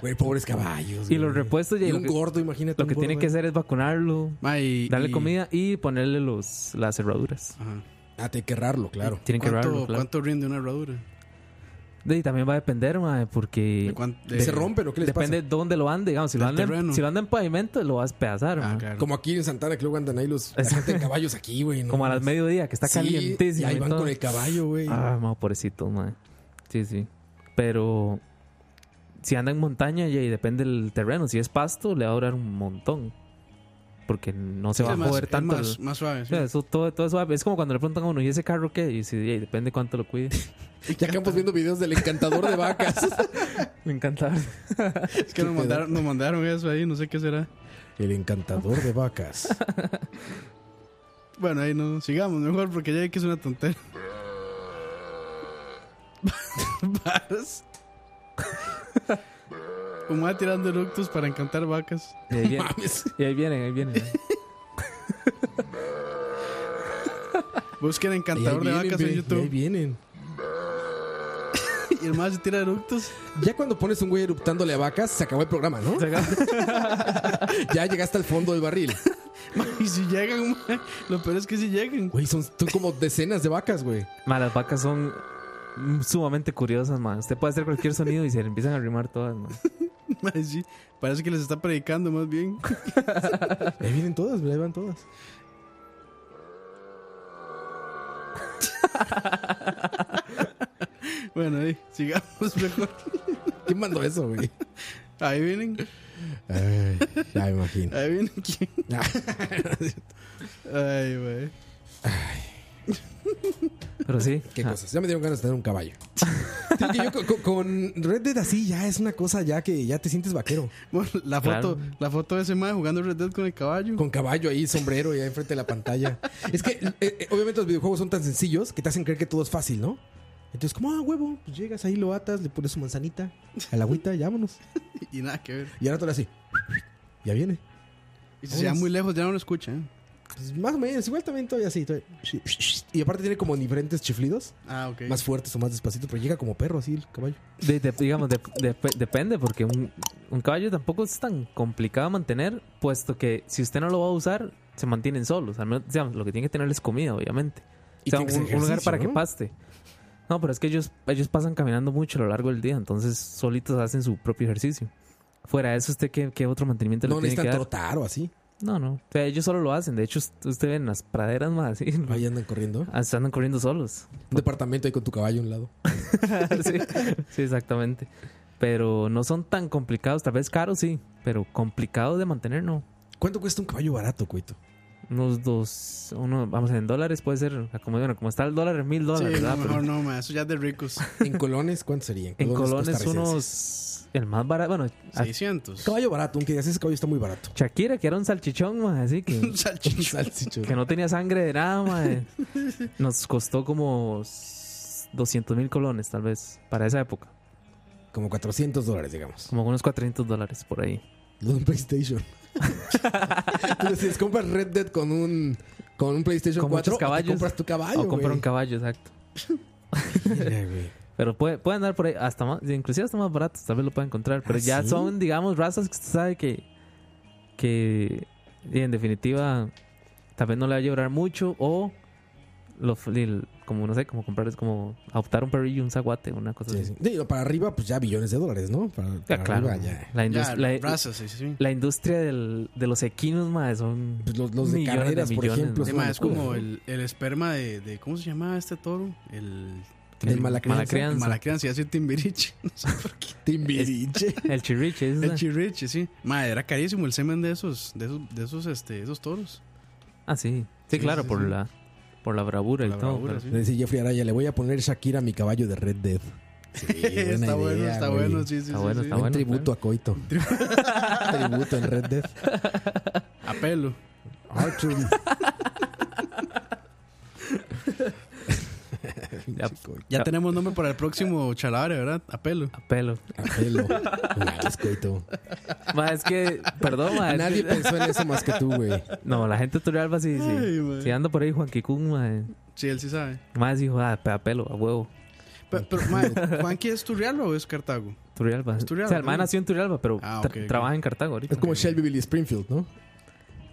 Güey, pobres caballos. y güey. los repuestos, ya, Y lo un que, gordo, imagínate. lo un que tienen gordo. que hacer es vacunarlo, Ma, y- darle y- comida y ponerle los, las cerraduras. Ajá. Ah, tiene que errarlo, claro. Tienen que ¿Cuánto, rarlo, claro. ¿Cuánto rinde una herradura? Y también va a depender, mae, porque. ¿De cuán- de- ¿Se rompen o qué les Depende de dónde lo ande, digamos. Si lo Del anda, en, terreno. si lo anda en pavimento, lo va a despedazar, Ah, mae. pasa? claro. Como aquí en Santana, que luego andan ahí los, la Es- gente en caballos aquí, güey. ¿no? Como a las mediodía, que está Mm. Sí, calientísimo. Y ahí y van todo. con el caballo, güey. Ah, más pobrecitos, madre. Sí, sí. Pero si anda en montaña, y depende del terreno. Si es pasto, le va a durar un montón. Porque no Sí, se va a es más- mover es tanto. Más, más suave. O sí. sea, eso, todo, todo eso va- es como cuando le preguntan a uno, ¿y ese carro qué? Y si "Ey, depende cuánto lo cuide. Ya acabamos viendo videos del encantador de vacas. Me encanta. Es que nos Qué pedo. mandaron, nos mandaron eso ahí, no sé qué será. el encantador de vacas. Bueno, ahí no, sigamos mejor porque ya vi que es una tontera. Varas. Como va tirando eructos para encantar vacas. Y ahí viene, Mames. y ahí viene. Ahí viene. Busquen Y ahí encantador de vienen, vacas en güey, y ahí YouTube. vienen. Y el más se tira eructos. Ya cuando pones un güey eruptándole a vacas, se acabó el programa, ¿no? ya llegaste al fondo del barril. Ma, Y si llegan, ma, lo peor es que si llegan. Güey, son, son como decenas de vacas, güey. Ma, las vacas son mm, sumamente curiosas, man. Usted puede hacer cualquier sonido y se le empiezan a arrimar todas, man. Ma, sí, parece que les está predicando más bien. Ahí vienen todas, güey, ahí van todas. Bueno, ahí, sigamos mejor. ¿Quién mandó eso, güey? Ahí vienen, Ay, ya me imagino. ahí vienen quién. Ah. Ay, güey. Pero sí. Qué ah, cosas. Ya me dieron ganas de tener un caballo. Sí, que yo co- co- con, Red Dead así ya es una cosa ya que ya te sientes vaquero. Bueno, la Claro. foto, la foto de ese man jugando Red Dead con el caballo. Con caballo ahí, sombrero y ahí enfrente de la pantalla. Es que eh, eh, obviamente los videojuegos son tan sencillos que te hacen creer que todo es fácil, ¿no? Entonces, como, ah, huevo, pues llegas ahí, lo atas, le pones su manzanita a la agüita, y vámonos. Y nada que ver. Y ahora todo así. Ya viene. Y si se va muy lejos, ya no lo escucha. ¿eh? Pues, más o menos, igual también todavía así. todavía- Y aparte tiene como diferentes chiflidos, Ah, ok. más fuertes o más despacitos, pero llega como perro así el caballo. de- de- digamos, de- de- depende, porque un, un caballo tampoco es tan complicado de mantener, puesto que si usted no lo va a usar, se mantienen solos. Al menos, digamos, lo que tiene que tener es comida, obviamente. Y O sea, tiene un, que ser un lugar ejercicio, para que ¿no? paste. No, pero es que ellos, ellos pasan caminando mucho a lo largo del día, entonces solitos hacen su propio ejercicio. Fuera de eso, ¿usted qué, qué otro mantenimiento No le tiene que necesitan dar? trotar o así. No, no. O sea, ellos solo lo hacen. De hecho, us- usted ve en las praderas más así. Ahí andan corriendo. Un hasta andan corriendo solos. departamento ahí con tu caballo a un lado. sí, sí, exactamente. Pero no son tan complicados. Tal vez caros, sí. Pero complicados de mantener, no. ¿Cuánto cuesta un caballo barato, Cuito? Unos dos, uno, vamos, en dólares puede ser, como, bueno, como está el dólar, mil Sí, no, dólares, ¿verdad? Pero mejor no, ma, eso ya es de ricos. ¿En colones cuánto sería? en colones costarricenses. unos, el más barato, bueno, a- 600. Caballo barato, aunque digas ese caballo está muy barato. Shakira, que era un salchichón, ma, así que, Un salchichón. Salchicho. que no tenía sangre de nada, ma, eh. nos costó como 200 mil colones, tal vez, para esa época. Como 400 dólares, digamos. Como unos 400 dólares por ahí. Lo de un PlayStation. Tú decides, compras Red Dead con un, con un PlayStation Con 4 muchos o te caballos. compras tu caballo, o comprar güey. un caballo, exacto. Mira, güey. Pero puede, puede andar por ahí, hasta más, inclusive hasta más baratos, tal vez lo pueda encontrar. Pero ¿Ah, ya sí? son, digamos, razas que usted sabe que, que y en definitiva, tal vez no le va a llorar mucho o lo, el- como no sé, como comprar, es como adoptar un perrillo, un zaguate, una cosa Sí, así. sí. Digo, para arriba, pues ya billones de dólares, ¿no? Para, Ya, para Ah, claro. arriba, ya. La, Ya, indus- la- raza, sí, sí. sí. la industria del- de los equinos, madre, son Pues los, los de millones carreras, por millones, ejemplo. ma. Sí, una ma, es locura. como el, el esperma de, de- ¿Cómo se llama este toro? El. El Malacrianza. Malacrianza. Malacrianza, ya soy Timbiriche. No sé por qué. Timbiriche. El chirriche, es El la- Chirriche, sí. Madre, era carísimo el semen de esos, de esos, de esos, este, esos toros. Ah, sí. Sí, Sí, claro, sí, por sí. la por la bravura Por y la todo. bravura, pero- sí. Le decía Jeffrey Araya, le voy a poner Shakira a mi caballo de Red Dead. Sí, buena está bueno, idea, está güey. bueno, sí, sí. Está sí, bueno, sí. está Un bueno, tributo claro. a Coito. tributo en Red Dead. A pelo. Arthur. Ya Ya, Ah. Ya. tenemos nombre para el próximo chalabre, ¿verdad? A pelo. a pelo. Apelo. Nice, Coito. Ma, es que, perdón, Ah, ma, es Nadie pues. que- pensó en eso más que tú, güey. No, la gente de Turrialba sí, sí. Ay, güey. Sí, anda por ahí Juan eh. Kikun, mae. Sí, él sí sabe. Más dijo, ah, pe- a pelo, a huevo. Pero, pero madre, ¿Juanqui es Turrialba o es Cartago? Turrialba. Es Turrialba, o sea, el mae ¿no? nació en Turrialba, pero Ah, tra- ok, ok. trabaja en Cartago ahorita. Es como Shelbyville y Springfield, ¿no?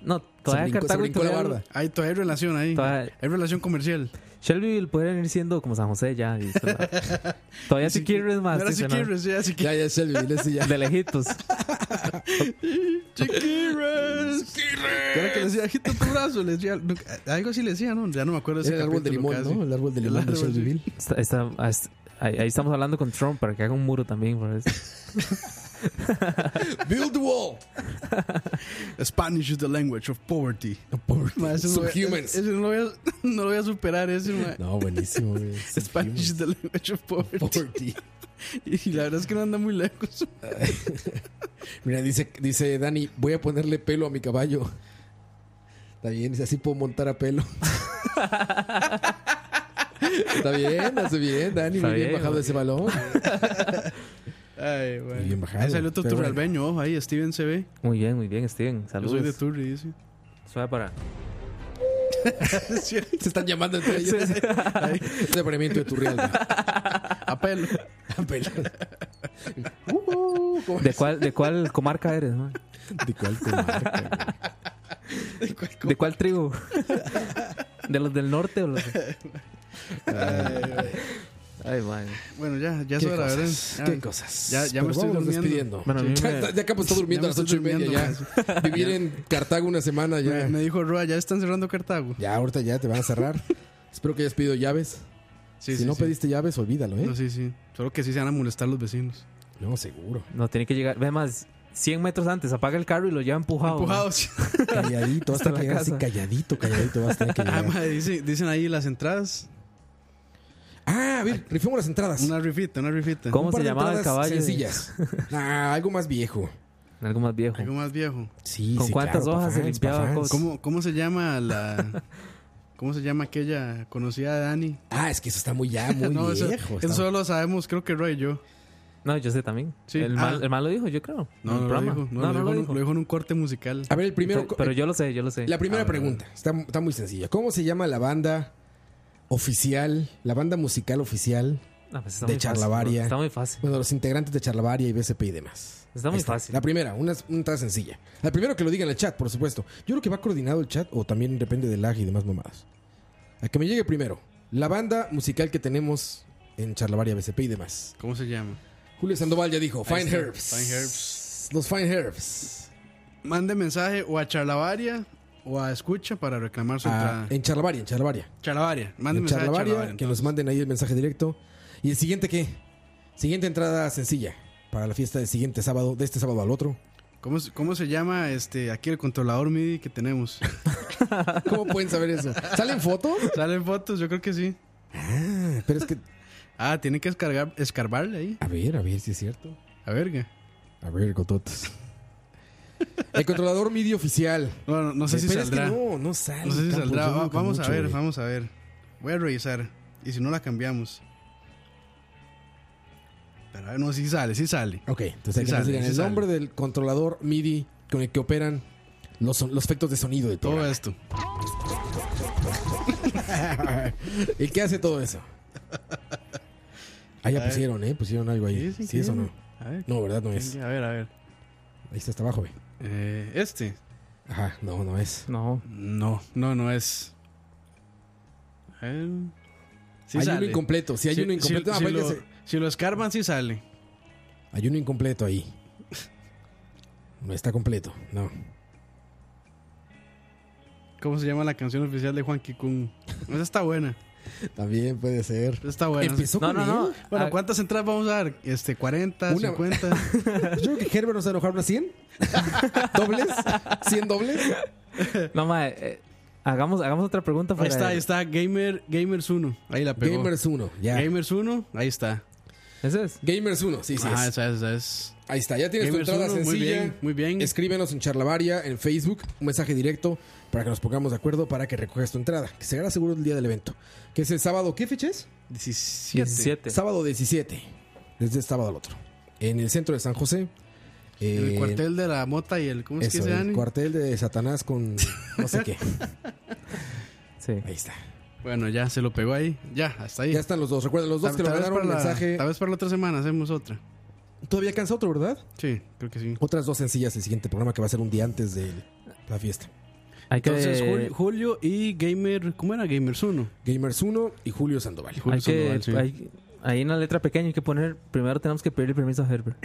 No, se todavía brincó- Cartago se y brincó la Turrialba. barda. Ahí todavía hay relación ahí. Todavía- Hay relación comercial. Shelbyville podría ir siendo como San José ya. y- todavía si quieres más. Ahora sí, sí se nota. quieres, sí, así que. Ya, ya, Shelbyville, ese ya. De lejitos. Chiquirres. ¿Qué era que le decía? Agita tu brazo. Le decía, no, algo así le decía, ¿no? Ya no me acuerdo de ese Era el árbol de capítulo limón, casi. ¿no? El árbol de El limón de árbol, sí. Shelbyville. Está- está- as- ahí, ahí estamos hablando con Trump para que haga un muro también. pues. por eso. Build the wall. Spanish is the language of poverty. Ma, eso no voy a- Subhumans. eso no lo voy a, no lo voy a superar, ese, ma. No, buenísimo, güey. Spanish is the language of poverty. Poverty. Y la verdad es que no anda muy lejos. Mira, dice, dice Dani, voy a ponerle pelo a mi caballo. Está bien, dice, así puedo montar a pelo. Está bien, hace bien, Dani, Está muy bien, bien, bajado güey. ese balón. Ay, bueno. Bien bajado, Ahí salió otro pero bueno. turralbeño, ojo, ahí, Steven CB. Muy bien, muy bien, Steven. Yo soy de Saludos. Turri, dice. Suave para. Es cierto. Se están llamando entre ellos. Sí, sí. Ahí, Departamento de Turrialba. Apelo. Apelo. Uh, ¿cómo ¿De es? cuál, ¿De cuál comarca eres? ma? ¿De cuál comarca, ¿De cuál ¿De cuál tribu? ¿De los del norte o los.? de- güey? Ay, güey. Ay, man. Bueno, ya, ya es ¿Qué hora, ¿verdad? cosas? Ya, ¿Qué cosas? Ya, ya me Pero estoy vámonos durmiendo. despidiendo. Bueno, a mí ya, me- está- ya Capo está durmiendo Ya a me las estoy ocho y media durmiendo, ya. Vivir en Cartago una semana Me, ya. me dijo Roa, ya están cerrando Cartago. Ya, ahorita ya te van a cerrar. Espero que hayas pedido llaves. Sí, si sí, no sí. pediste llaves, olvídalo, ¿eh? No, sí, sí. Solo que sí se van a molestar los vecinos. No, seguro. No, tiene que llegar. Ve más, 100 metros antes, apaga el carro y lo lleva empujado. ma. Empujados. Calladito, Hasta hasta la que llegas así, casa. calladito, calladito vas a tener que Ah, llegar. madre, dice- dicen ahí las entradas. Ah, a ver, rifemos las entradas. Una rifita, una rifita. ¿Cómo Un par se de llamaba el entradas caballo? Sencillas. Ah, algo más viejo. Algo más viejo. Algo más viejo. Sí, ¿Con sí, cuántas claro, pa' hojas se fans, limpiaba, pa' fans. Cos? ¿Cómo, ¿Cómo se llama la. ¿Cómo se llama aquella conocida de Dani? Ah, es que eso está muy ya, muy no, eso, viejo. eso está- solo lo sabemos, creo que Roy y yo. No, yo sé también. Sí. El, Ah. mal, el mal lo dijo, yo creo. en No, no, el lo programa. dijo. No, No, lo, no dijo, en- lo dijo en un corte musical. A ver, el primero. Pero, pero yo Ah, lo sé, yo lo sé. La primera A ver, pregunta está, está muy sencilla. ¿Cómo se llama la banda oficial, la banda musical oficial? no, pues está de muy fácil, Charlavaria. bro. Está muy fácil. Bueno, los integrantes de Charlavaria y BCP y demás. Está muy Ahí fácil. La primera, una, una entrada sencilla. La primero que lo diga en el chat, por supuesto. Yo creo que va coordinado el chat o también depende del lag y demás mamadas. La que me llegue primero. La banda musical que tenemos en Charlavaria, BCP y demás. ¿Cómo se llama? Julio Sandoval ya dijo, Fine está, Herbs. Fine Herbs. Los Fine Herbs. Mande mensaje o a Charlavaria o a Escucha para reclamar su Ah, entrada. en Charlavaria, en Charlavaria. Charlavaria. Mande en mensaje Charlavaria, a Charlavaria. que nos entonces. manden ahí el mensaje directo. ¿Y el siguiente qué? Siguiente entrada sencilla para la fiesta del siguiente sábado, de este sábado al otro. ¿Cómo, se- ¿Cómo se llama este aquí el controlador MIDI que tenemos? ¿Cómo pueden saber eso? ¿Salen fotos? ¿Salen fotos? Yo creo que sí. Ah, pero es que. Ah, tienen que escargar, escarbarle ahí. A ver, a ver si es cierto. A verga. A ver, gototos. El controlador MIDI oficial. Eh, Bueno, no sé si Pero es que saldrá. no, no sale. No sé si Campos, saldrá. yo Va- dudo que vamos a mucho, ver, güey. vamos a ver. Voy a revisar. Y si no la cambiamos. Pero a ver, no, sí sale, sí sale. Ok, entonces hay Sí que nos sale, digan sí el sale. nombre del controlador MIDI con el que operan los, son- los efectos de sonido de Todo todo. esto. ¿Y qué hace todo eso? Ah, ya pusieron, ¿eh? Pusieron algo ahí. Sí, sí, sí eso sí. no. A ver, No, ¿verdad? No es. a ver, a ver. Ahí está hasta abajo, güey. Eh, este. Ajá, no, no es. No, No, no, no es. A ver. Sí hay uno sale. incompleto, sí hay Si- uno si- incompleto. Ah, si, lo, váyase. si lo escarban, sí sale. Hay uno incompleto ahí. No está completo, no. ¿Cómo se llama la canción oficial de Juan Kikun? Esa está buena. También puede ser. Esa está buena. Empezó no, con no. no. él. Bueno, Ah, ¿cuántas entradas vamos a dar? Este, 40, Una. 50. Yo creo que Herbert nos va a enojar unas 100. ¿Dobles? ¿100 dobles? no, ma, eh, hagamos, hagamos otra pregunta. Ahí fuera está, de- ahí está. Gamer, Gamers 1. Ahí la pegó. Gamers 1, ya. Gamers 1, ahí está. Ese es. Gamers 1, sí, sí. ah, es. esa es, esa es. Ahí está, ya tienes Gamers tu entrada 1, muy sencilla. bien, muy bien. Escríbenos en Charlavaria, en Facebook, un mensaje directo para que nos pongamos de acuerdo para que recojas tu entrada, que será seguro el día del evento. Que es el sábado, ¿qué fecha es? 17. 17. Sábado 17, desde el sábado al otro, en el centro de San José. El Eh, cuartel de la mota y el. ¿Cómo es eso, que se el dan? cuartel de Satanás con no sé qué. Sí. Ahí está. Bueno, ya se lo pegó ahí. Ya, hasta ahí. Ya están los dos. Recuerden, los dos Tal- que lo tal vez mandaron un para la- mensaje. Tal vez para la otra semana hacemos otra. Todavía alcanza otro, ¿verdad? Sí, creo que sí. Otras dos sencillas el siguiente programa que va a ser un día antes de la fiesta. Hay que, Entonces, Jul- Julio, y Gamer. ¿Cómo era Gamers 1? Gamers 1 y Julio Sandoval. Julio hay que, Sandoval, sí. hay- ahí en la letra pequeña hay que poner. Primero tenemos que pedirle permiso a Herbert.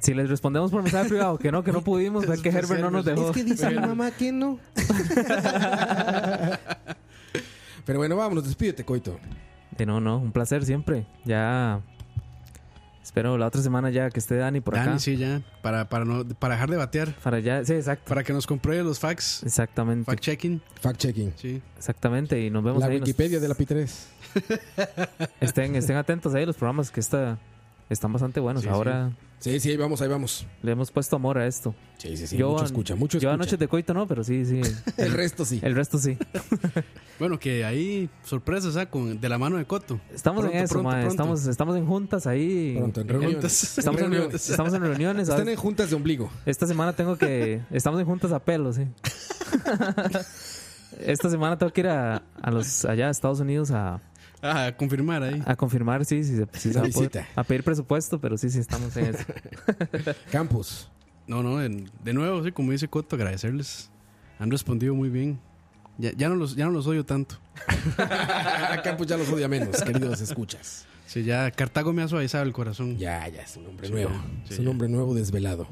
si les respondemos por mensaje privado que no, que no pudimos, ver que Es Herbert no nos Herbert. dejó. dice mamá que no. Pero bueno, vámonos, despídete, Coito. De no, no, un placer siempre. Ya. Espero la otra semana ya que esté Dani por Dani, acá. sí, ya. Para, para, no, para dejar de batear. Para allá, sí, exacto. Para que nos compruebe los facts. Exactamente, Fact-checking. Fact-checking. Sí. exactamente. Y nos vemos La ahí. nos- Wikipedia de la P3. estén, estén atentos ahí los programas que está, están bastante buenos. Sí, Ahora Sí, sí, ahí vamos, ahí vamos. le hemos puesto amor a esto. Sí, sí, sí. Yo mucho an- escucha, mucho Yo escucha. anoche de coito no, pero sí, sí. El resto sí. El resto sí. Bueno, que ahí sorpresas, ¿ah? Con, de la mano de Coto. Estamos Pronto, en eso, pronto, mae. pronto. Estamos, estamos en juntas ahí. Pronto, en Juntas. reuniones. Estamos, en, reuniones. estamos en reuniones. Están ¿sabes? en juntas de ombligo. Esta semana tengo que. Estamos en juntas a pelo, sí. esta semana tengo que ir a, a los allá a Estados Unidos a, Ah, confirmar ahí. a confirmar, sí, si se, si se va a, poder- Visita. a pedir presupuesto, pero sí, sí, estamos en eso. Campus. No, no, en- de nuevo, sí, como dice Coto, agradecerles. Han respondido muy bien. Ya, ya, no, los, ya no los odio tanto. Campus ya los odia menos, queridos escuchas. Sí, ya Cartago me ha suavizado el corazón. Ya, ya, es un hombre Sí, nuevo. ya, sí, es un ya. hombre nuevo desvelado.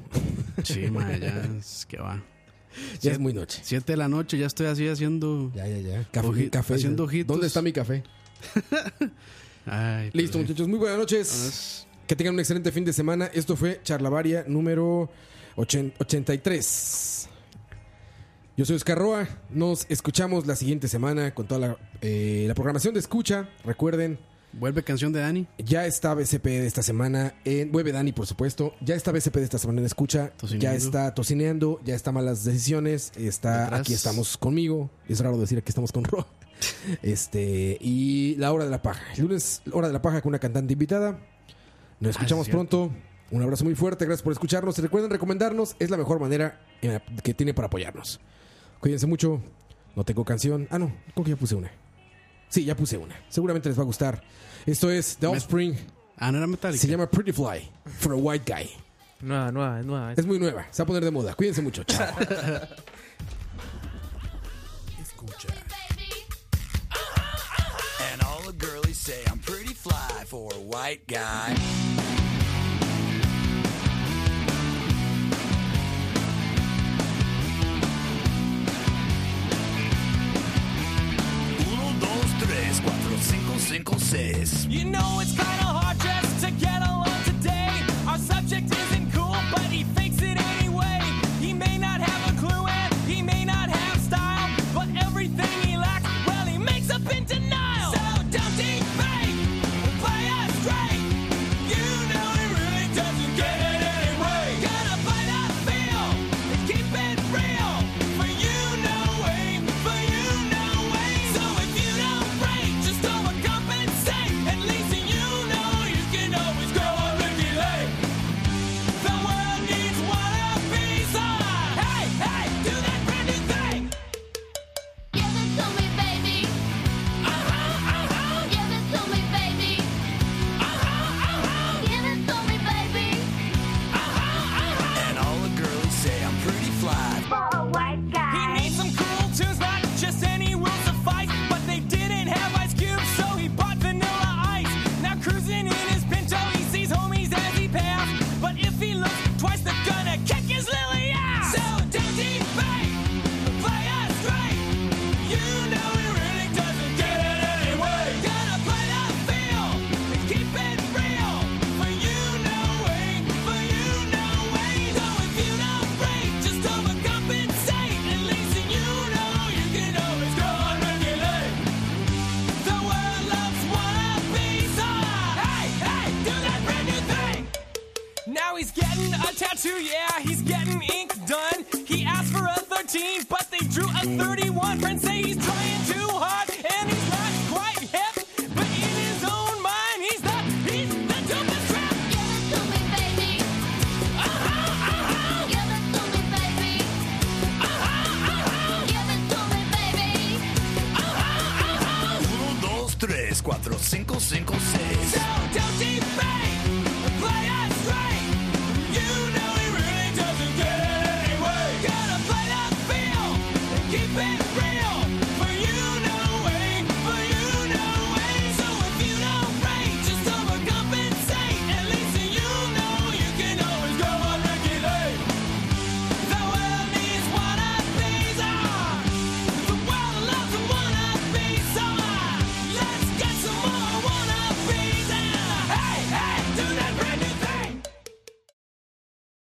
Sí, ma, ya es que va. Ya es muy noche. Siete de la noche, ya estoy así haciendo. Ya, ya, ya. Café, Oji- café. haciendo ojitos. ¿Dónde está mi café? Ay, pues, pero Listo, sí. muchachos. Muy buenas noches. Vámonos. Que tengan un excelente fin de semana. Esto fue Charlavaria número 80 83. Yo soy Oscar Roa. Nos escuchamos la siguiente semana con toda la, eh, la programación de escucha. Recuerden, Vuelve canción de Dani. ya está BCP de esta semana en. Vuelve Dani, por supuesto. Ya está BCP de esta semana en escucha. Tocineando. Ya está tocineando. Ya está malas decisiones. Está Detrás. aquí estamos conmigo. Es raro decir aquí estamos con Roa. Este. Y la hora de la paja. El lunes, hora de la paja con una cantante invitada. Nos escuchamos Ah, es cierto. pronto. Un abrazo muy fuerte, gracias por escucharnos. Y recuerden recomendarnos, es la mejor manera en la que tiene para apoyarnos. Cuídense mucho. No tengo canción. Ah, no, creo que ya puse una. Sí, ya puse una. Seguramente les va a gustar. Esto es The Offspring. Ah, no era Metallica. Se llama Pretty Fly for a White Guy. Nueva, nueva, es nueva. Es muy nueva. Se va a poner de moda. Cuídense mucho. Chao. Escucha. And all the girlies say I'm pretty fly for a white guy. Uno, dos, tres, cuatro, cinco, cinco, seis. You know it's kind of hard just to get along today. Our subject isn't cool, but he fakes it anyway. He may not have a clue and he may not have style, but everything he lacks, well, he makes up in denial. So don't think fake, play us straight. You know he really doesn't get it anyway. Gotta fight our feel and keep it real. For you know aim, for you know aim. So if you don't break, just overcompensate. At least you know you can always go on Ricky Lake. The world needs one piece of Hey, hey, do that brand new thing. Give it to me, baby. Uh-huh, uh-huh, Give it to me, baby. uh-huh, uh-huh, Give it to me, baby. uh-huh, uh-huh. And all the girlies say I'm pretty fly. For a white He guy. needs some cool tunes, not just any will suffice. But they didn't have ice cubes, so he bought vanilla ice. Now cruising in his pinto, he sees homies as he passed. But if he looks twice, they're gonna kick his lily ass. So don't debate, play us straight. You know he really doesn't get it anyway. Gotta play that feel and keep it real. For you know it, for you know it. So if you don't break, just overcompensate. At least you know you can always go on regulate. The world loves one piece of. Hey, hey, do that brand new thing. Now he's getting a tattoo, yeah, he's getting ink done. He asked for a 13, but they drew a 31. Friends say he's trying too hard, and he's not quite hip. But in his own mind, he's the, he's the dopest crap. Give it to me, baby. Give it to me, baby. Give it to me, baby. Uno, dos, tres, cuatro, cinco, cinco, seis. So don't debate.